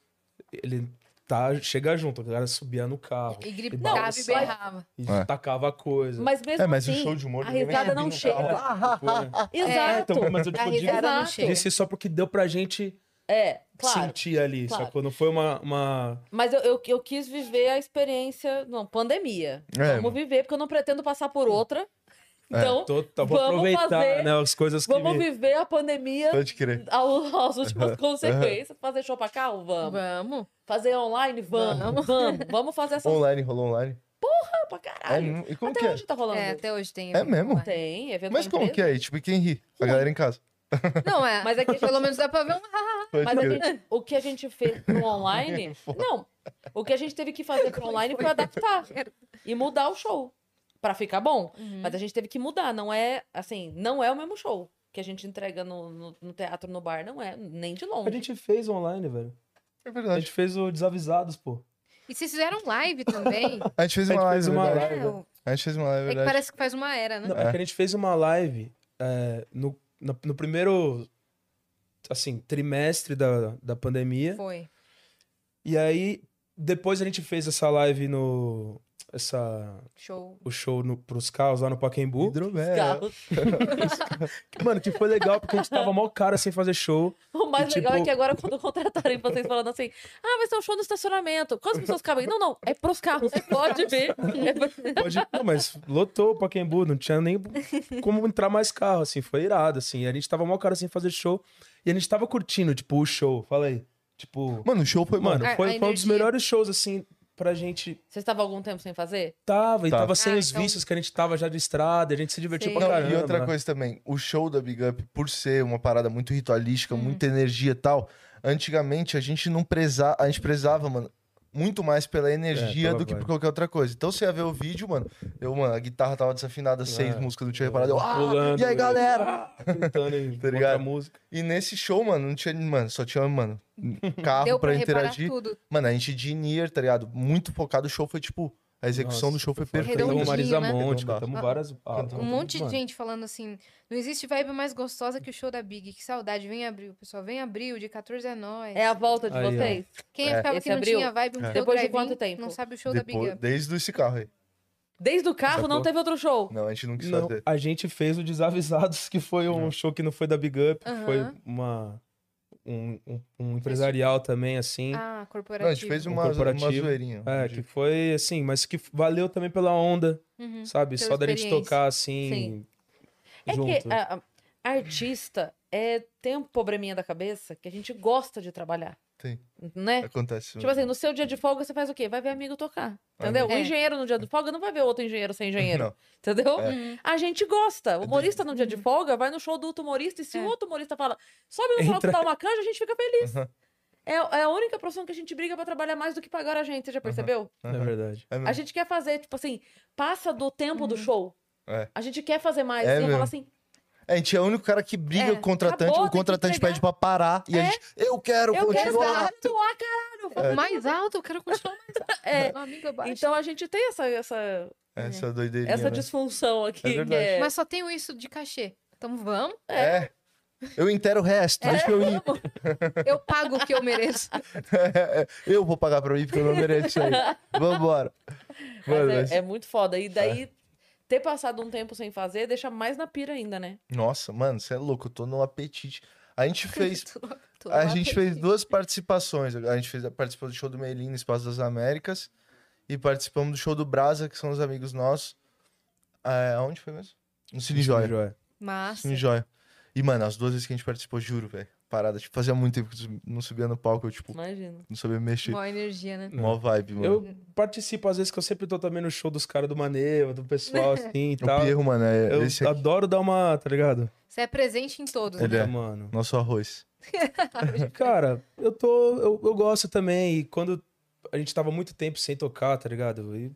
S3: Ele tá, chega junto, o cara subia no carro
S2: E
S3: Não,
S2: gritava e
S3: sai.
S2: berrava.
S3: e
S4: É.
S3: tacava a coisa.
S1: Mas mesmo
S4: É, mas
S1: assim,
S4: o show de humor é
S1: a
S4: ninguém vai
S1: risada
S4: subir
S1: não
S4: no
S1: chega. Ah,
S4: carro.
S3: Tipo, né? É,
S1: Exato.
S3: então, mas eu
S2: A
S3: tipo, digo,
S2: risada não
S1: Exato.
S2: chega.
S3: disse só porque deu pra gente
S1: É, claro.
S3: sentir ali,
S1: claro.
S3: sacou? Não foi uma. uma...
S1: Mas eu, eu, eu quis viver a experiência. Não, pandemia.
S4: É.
S1: Vamos viver, porque eu não pretendo passar por outra.
S4: É,
S1: Então,
S3: Total, vou
S1: Vamos
S3: aproveitar
S1: fazer-
S3: né, as coisas que
S1: vamos
S3: me...
S1: viver a pandemia
S4: Pode crer.
S1: ao- às últimas consequências. Fazer show pra cá? Vamos.
S2: Vamos.
S1: Fazer online? Vamos. Vamos. Vamos fazer essa
S4: Online, rolou online.
S1: porra pra
S4: É,
S1: caralho.
S4: e como
S1: Até
S4: que é?
S1: hoje tá rolando.
S2: É, até hoje tem.
S4: É
S2: evento
S4: mesmo?
S2: online.
S1: Tem, evento
S4: Mas
S1: da
S4: como que
S1: empresa.
S4: é aí? Tipo, quem ri? A galera em casa.
S2: Não, é.
S1: Mas é que-
S2: pelo menos dá pra ver um.
S4: Pode
S1: Mas a
S4: crer.
S1: gente- o que a gente fez pro online. não. O que a gente teve que fazer pro online foi adaptar e mudar o show. Pra ficar bom.
S2: Uhum.
S1: Mas a gente teve que mudar. Não é, assim, não é o mesmo show que a gente entrega no, no- no teatro, no bar. Não é, nem de
S3: A
S1: longe.
S3: gente fez online, velho.
S4: É
S3: A
S4: verdade.
S3: gente fez o Desavisados, pô.
S2: E vocês fizeram live também?
S4: A gente fez
S3: A
S4: uma
S3: gente
S4: live,
S3: fez tipo uma
S4: verdade.
S2: É,
S3: live.
S2: o-
S4: A gente fez uma live,
S2: é que
S4: verdade.
S2: parece que faz uma era, né?
S3: Não, é
S4: É.
S3: que a gente fez uma live é, no, no, no primeiro assim, trimestre da, da pandemia.
S2: Foi.
S3: E aí, depois a gente fez essa live no. Essa,
S2: Show.
S3: o show no, pros carros lá no Pacaembu.
S4: Hidrové.
S1: Carro.
S3: Mano, que foi legal, porque a gente tava mó cara sem fazer show.
S1: O mais
S3: E,
S1: legal é
S3: tipo-
S1: que agora, quando contratarem vocês falando assim, ah, vai ser um show no estacionamento. Quantas pessoas cabem? Não, não, é pros carros. Você pode ver. É pra-
S3: Pode... Não, mas lotou o Pacaembu, não tinha nem como entrar mais carro, assim. Foi irado, assim. E a gente tava mó cara sem fazer show. E a gente tava curtindo, tipo, o show. Fala aí. Tipo.
S4: Mano, o show foi, mano.
S3: Mano,
S2: a- é, a
S3: foi, foi um dos
S2: energia.
S3: melhores shows, assim, pra gente.
S1: Vocês estavam algum tempo sem fazer?
S3: Tava, e
S4: Tá.
S3: tava sem
S2: Ah,
S3: os
S2: então-
S3: vícios que a gente tava já de estrada, a gente se divertiu
S2: Sim.
S3: pra
S4: Não,
S3: caramba.
S4: e outra coisa também, o show da Big Up, por ser uma parada muito ritualística,
S2: Uhum.
S4: muita energia e tal, antigamente a gente não prezava, a gente prezava, mano, muito mais pela energia
S3: É, pela
S4: do que por
S3: vibe.
S4: qualquer outra coisa. Então você ia ver o vídeo, mano, eu, mano, a guitarra tava desafinada, seis
S3: É.
S4: músicas, não tinha reparado, eu, ah,
S3: Pulando,
S4: e aí galera?
S3: ah, Gritando em
S4: Tá
S3: outra
S4: ligado?
S3: música.
S4: E nesse show, mano, não tinha, mano, só tinha, mano, carro
S2: Deu pra,
S4: pra,
S2: reparar
S4: interagir.
S2: tudo.
S4: Mano, a gente de near, tá ligado? Muito focado, o show foi tipo, a execução
S3: Nossa,
S4: do show foi
S3: Foi
S4: perfeita.
S3: Cantamos
S2: Redondinho,
S3: Marisa
S2: né?
S3: Monte,
S4: Redondado.
S3: cantamos várias. Ah,
S4: Cantamos
S2: Um monte de
S3: mano,
S2: gente falando assim: não existe vibe mais gostosa que o show da Big. Que saudade. Vem abril, pessoal. Vem abril, de 14 a nós.
S1: É a volta de
S3: Aí, ó.
S1: vocês?
S2: Quem
S4: É.
S2: achava
S1: Esse
S2: que não
S1: abril?
S2: tinha vibe, um
S4: É.
S2: show
S1: Depois de
S2: drive-in,
S1: quanto tempo?
S2: não sabe o show da Big
S4: Depois,
S2: Up.
S4: desde esse carro aí.
S1: Desde o carro não
S3: Sacou?
S1: teve outro show.
S4: Não, a gente não quis
S3: Não,
S4: fazer.
S3: a gente fez o Desavisados, que foi um show que não foi da Big Up, que foi
S2: Aham.
S3: uma, um, um, um empresarial também, assim.
S2: Ah, corporativo.
S4: um- Não, a gente fez
S3: Um
S4: uma, uma
S3: corporativo.
S4: zoeirinha.
S3: é,
S4: de-
S3: que foi assim, mas que valeu também pela onda,
S2: Uhum.
S3: sabe?
S2: Pela
S3: Só da gente
S2: experiência.
S3: tocar assim.
S1: É
S3: junto.
S1: que a, a- artista é, tem um probleminha da cabeça que a gente gosta de trabalhar.
S4: Tem.
S1: Né?
S3: É,
S4: Acontece.
S1: Tipo assim, no seu dia de folga você faz o quê? Vai ver amigo tocar. Entendeu? O
S2: É.
S1: engenheiro no dia de folga não vai ver outro engenheiro sem engenheiro.
S4: Não.
S1: Entendeu?
S4: É.
S2: Uhum.
S1: A gente gosta. O humorista no dia de folga vai no show do outro humorista e se
S2: É.
S1: o outro humorista fala, sobe no palco
S3: Entra.
S1: dá uma canja, a gente fica feliz.
S4: Aham.
S1: É, é a única profissão que a gente briga pra trabalhar mais do que pagar a gente, você já percebeu?
S3: É verdade.
S4: É mesmo.
S1: A gente quer fazer, tipo assim, passa do tempo do show.
S4: É.
S1: A gente quer fazer mais.
S4: É
S1: e eu falo
S4: mesmo.
S1: assim,
S4: A gente é o único cara que briga
S2: É,
S4: com o contratante,
S1: acabou, tem
S4: o
S1: que
S4: contratante
S1: entregar.
S4: pede pra parar e a
S1: É.
S4: gente, eu quero
S1: eu quero
S4: continuar.
S1: atuar, caralho.
S4: É.
S2: Mais alto, eu quero continuar mais alto.
S1: É.
S2: Meu amigo abaixo.
S1: Então a gente tem essa, essa,
S4: Essa doideirinha.
S1: essa
S4: né?
S1: disfunção aqui.
S4: É
S1: que
S4: verdade.
S1: é-
S2: Mas só tenho isso de cachê. Então vamos.
S4: É. Eu entero o resto,
S1: É.
S4: deixa eu ir.
S2: Eu pago o que eu mereço.
S4: eu vou pagar pra mim porque eu não mereço isso aí. Vambora.
S1: mas
S4: Mano,
S1: é-
S4: mas- É.
S1: é, muito foda. E daí, ter passado um tempo sem fazer, deixa mais na pira ainda, né?
S4: Nossa, mano, você é louco, eu tô no apetite. A gente fez
S2: Tô- tô
S4: A
S2: lá
S4: gente
S2: feliz.
S4: fez duas participações. A gente fez, participou do show do Melim no Espaço das Américas e participamos do show do Brasa, que são os amigos nossos. É, Aonde foi mesmo? No Cine Joia.
S3: Joia.
S2: Massa.
S4: Cine Joia. E, mano, as duas vezes que a gente participou, juro, velho. parada. Tipo, fazia muito tempo que eu não subia no palco, eu, tipo,
S1: Imagina.
S4: não sabia mexer.
S2: Boa energia, né?
S4: É. Mó vibe, mano.
S3: Eu participo, às vezes, que eu sempre tô também no show dos caras do Maneva, do pessoal, assim e
S4: O
S3: tal.
S4: Pierro, mano, é
S3: Eu
S4: esse aqui,
S3: adoro dar uma, tá ligado?
S2: Você é presente em todos.
S4: Ele
S2: né?
S4: é.
S3: Mano.
S4: nosso arroz.
S3: Cara, eu tô. Eu, eu gosto também. E quando a gente tava muito tempo sem tocar, tá ligado? E,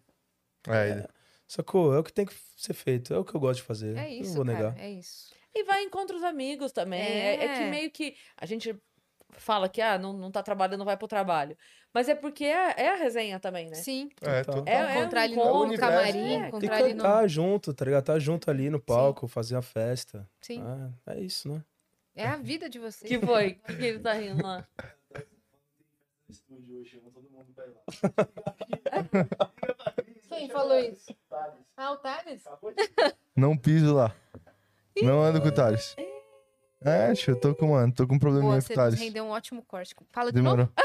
S4: É, ele-
S3: sacou? É o que tem que ser feito. É o que eu gosto de fazer.
S2: É isso,
S3: não vou negar.
S2: cara. É isso.
S1: E vai em encontros amigos também. É. é que
S2: É.
S1: meio que a gente fala que ah, não, não tá trabalhando, vai pro trabalho. Mas é porque é, é a resenha também, né?
S2: Sim.
S4: é,
S3: Então.
S4: tô-
S1: É, é
S2: encontrar
S1: um
S2: ele no
S1: encontro,
S2: camarim,
S1: é.
S3: E
S2: encontrar ele no.
S3: cantar junto, tá ligado? Tá junto ali no palco, fazer a festa.
S2: Sim.
S4: Ah.
S3: É, é isso, né?
S2: É a vida de vocês.
S1: Que foi? O que que ele tá rindo lá?
S2: Quem falou isso? Ah, o Thales?
S4: Não piso lá. Não ando com o Thales. É, tio, eu tô com, mano, tô com um probleminha
S2: Boa,
S4: com
S2: você
S4: o Thales.
S2: rendeu um ótimo corte. Fala de novo.
S4: Demorou.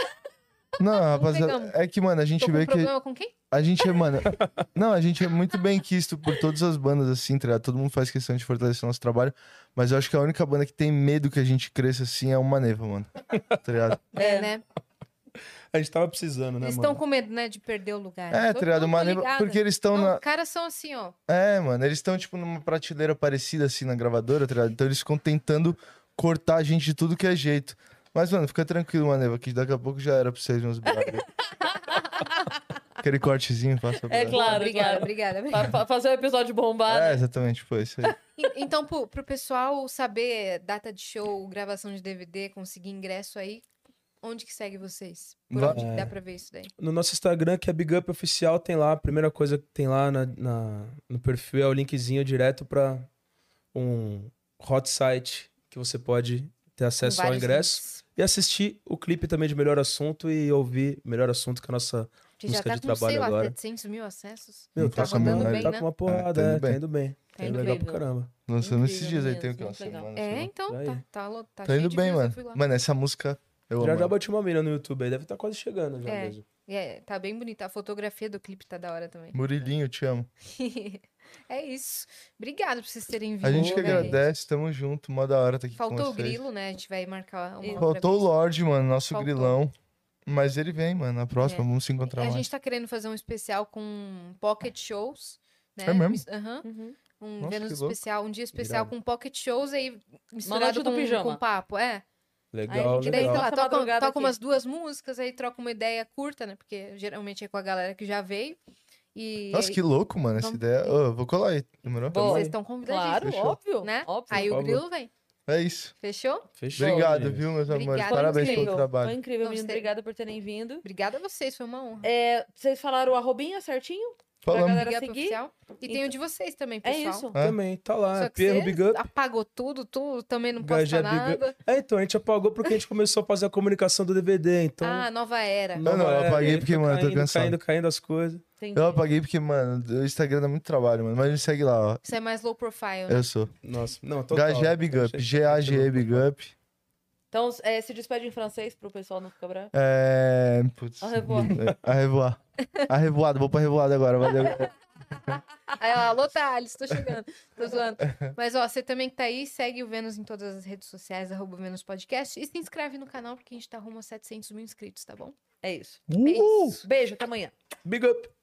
S4: Não, rapaziada,
S2: pegamos.
S4: é que, mano, a gente
S2: Tô
S4: vê
S2: com
S4: que.
S2: problema com quem?
S4: A gente é, mano. Não, a gente é muito bem quisto por todas as bandas, assim, tá ligado? Todo mundo faz questão de fortalecer o nosso trabalho. Mas eu acho que a única banda que tem medo que a gente cresça assim é o Maneva, mano. Tá ligado?
S2: É,
S1: É.
S2: né?
S3: A gente tava precisando, né,
S2: Eles estão
S3: mano?
S2: com medo, né, de perder o lugar.
S4: É, tá ligado? O Maneva. Porque eles estão na.
S2: Os caras são assim, ó.
S4: É, mano, eles estão, tipo, numa prateleira parecida, assim, na gravadora, tá ligado? Então eles ficam tentando cortar a gente de tudo que é jeito. Mas, mano, fica tranquilo, Maneva, que daqui a pouco já era pra vocês meus braços. Aquele cortezinho, passa pra
S1: É
S4: lá.
S1: claro,
S2: obrigada,
S1: claro.
S2: obrigada, obrigada.
S1: Pra- pra fazer um episódio bombado.
S4: É, exatamente, foi isso aí.
S2: E- Então, pro, pro pessoal saber data de show, gravação de DVD, conseguir ingresso aí, onde que segue vocês? Por
S4: Va-
S2: onde que
S3: É.
S2: dá pra ver isso daí?
S3: No nosso Instagram, que é Big Up Oficial, tem lá. A primeira coisa que tem lá na, na- no perfil é o linkzinho direto pra um hot site que você pode ter
S2: Com
S3: acesso ao
S2: vários
S3: ingresso.
S2: links.
S3: E assistir o clipe também de Melhor Assunto e ouvir Melhor Assunto que é a nossa.
S2: Que já
S3: Música
S2: tá
S3: de
S2: com, sei
S3: trabalho
S2: lá,
S3: agora.
S2: 700 mil acessos.
S3: Meu,
S4: Tá
S3: tá, com,
S4: rodando
S3: uma-
S4: bem,
S3: tá
S2: né?
S3: com uma porrada,
S4: É, tá
S3: é,
S4: indo
S3: tá
S4: bem.
S3: indo bem. Tá indo legal pra
S1: incrível.
S3: caramba.
S4: Lançando esses
S1: Incrível
S4: dias aí,
S1: mesmo,
S4: tem o que? Uma
S1: muito legal.
S4: semana,
S2: É,
S4: sei lá.
S2: então,
S3: Aí.
S2: tá, tá, lo- tá
S4: Tá
S2: cheio
S4: indo
S2: de
S4: bem,
S2: views, eu
S4: mano.
S2: fui lá.
S4: Mano, essa música eu
S3: já
S4: amo.
S3: já
S4: ela.
S3: bati uma milha no YouTube aí, deve estar quase chegando já
S2: É.
S3: mesmo.
S2: E é, tá bem bonita. A fotografia do clipe tá da hora também.
S4: Murilinho, te amo.
S2: é isso. Obrigada por vocês terem vindo.
S4: A gente que
S2: né?
S4: agradece, tamo junto, mó da hora tá aqui com
S2: Faltou o
S4: vocês.
S2: grilo, né? A gente vai marcar uma outra
S4: Faltou o
S2: vez.
S4: Lorde, mano, nosso
S2: Faltou.
S4: grilão. Mas ele vem, mano, na próxima,
S2: É.
S4: vamos se encontrar
S2: A
S4: mais.
S2: gente tá querendo fazer um especial com pocket shows. Né?
S4: É mesmo?
S2: Mis- Aham.
S1: Uhum.
S2: Um
S4: Nossa,
S2: Vênus
S4: que louco.
S2: especial, um dia especial
S3: Irado.
S2: com pocket shows aí misturado
S1: Noite do
S2: com,
S1: Pijama.
S2: com papo, é.
S3: Legal,
S1: gente,
S2: Que daí, sei
S3: legal.
S2: lá,
S1: Essa
S2: toca, um,
S1: madrugada
S2: toca
S1: aqui.
S2: umas duas músicas, aí troca uma ideia curta, né? Porque geralmente é com a galera que já veio. E
S4: Nossa, que louco, mano, essa
S2: Vamos-
S4: ideia. Ô, eu vou colar aí, demorou?
S1: Boa.
S2: vocês estão convidados,
S1: Claro,
S4: Fechou.
S1: óbvio.
S2: né?
S1: óbvio.
S2: Aí o
S3: Por favor.
S2: grilo vem,
S4: É isso.
S2: fechou?
S3: Fechou.
S4: Obrigado,
S3: menino.
S4: viu, meus amores?
S2: Obrigada.
S4: Parabéns
S1: incrível. Foi
S4: pelo trabalho.
S1: incrível, menino.
S2: Gostei.
S1: Obrigada por terem vindo.
S2: Obrigada a vocês, foi uma honra.
S1: É, vocês falaram o arrobinha certinho?
S4: Falamos.
S1: galera-
S2: Big Up
S1: seguir?
S2: Oficial. E tem
S1: Então-
S2: o de vocês também,
S1: É
S2: pessoal.
S1: isso.
S4: É.
S3: Também, tá lá.
S2: Só
S3: é
S2: que
S3: Pierro
S2: você
S3: Big Up.
S2: apagou tudo, tu também não posta
S3: Gajé Big Up.
S2: nada.
S3: É, então, a gente apagou porque a gente começou a fazer a comunicação do DVD, então...
S2: Ah, nova era.
S4: Não, não, eu
S3: é,
S4: apaguei
S3: aí
S4: porque,
S3: foi
S4: mano, eu tô
S3: caindo,
S4: cansado.
S3: Caindo, caindo as coisas.
S1: Entendi.
S4: Eu apaguei porque, mano, o Instagram dá muito trabalho, mano. Mas me segue lá, ó.
S2: Isso é mais low profile, né?
S4: Eu sou.
S3: Nossa, não, total. Tá
S4: Gagé é Big Up.
S3: Achei-
S4: G-A-G-E Big Up.
S1: Então, é, se despede em francês pro pessoal não ficar bravo.
S4: É. Putz.
S1: Au revoir.
S4: A revoar. A revoada, vou pra revoada agora. Valeu.
S2: Aí ela, alô, Thales, tô chegando, tô zoando. Mas, ó, você também que tá aí, segue o Vênus em todas as redes sociais, arroba Vênus Podcast, e se inscreve no canal, porque a gente tá rumo a 700 mil inscritos, tá bom?
S1: É isso.
S2: É isso.
S1: Beijo, até amanhã.
S3: Big Up.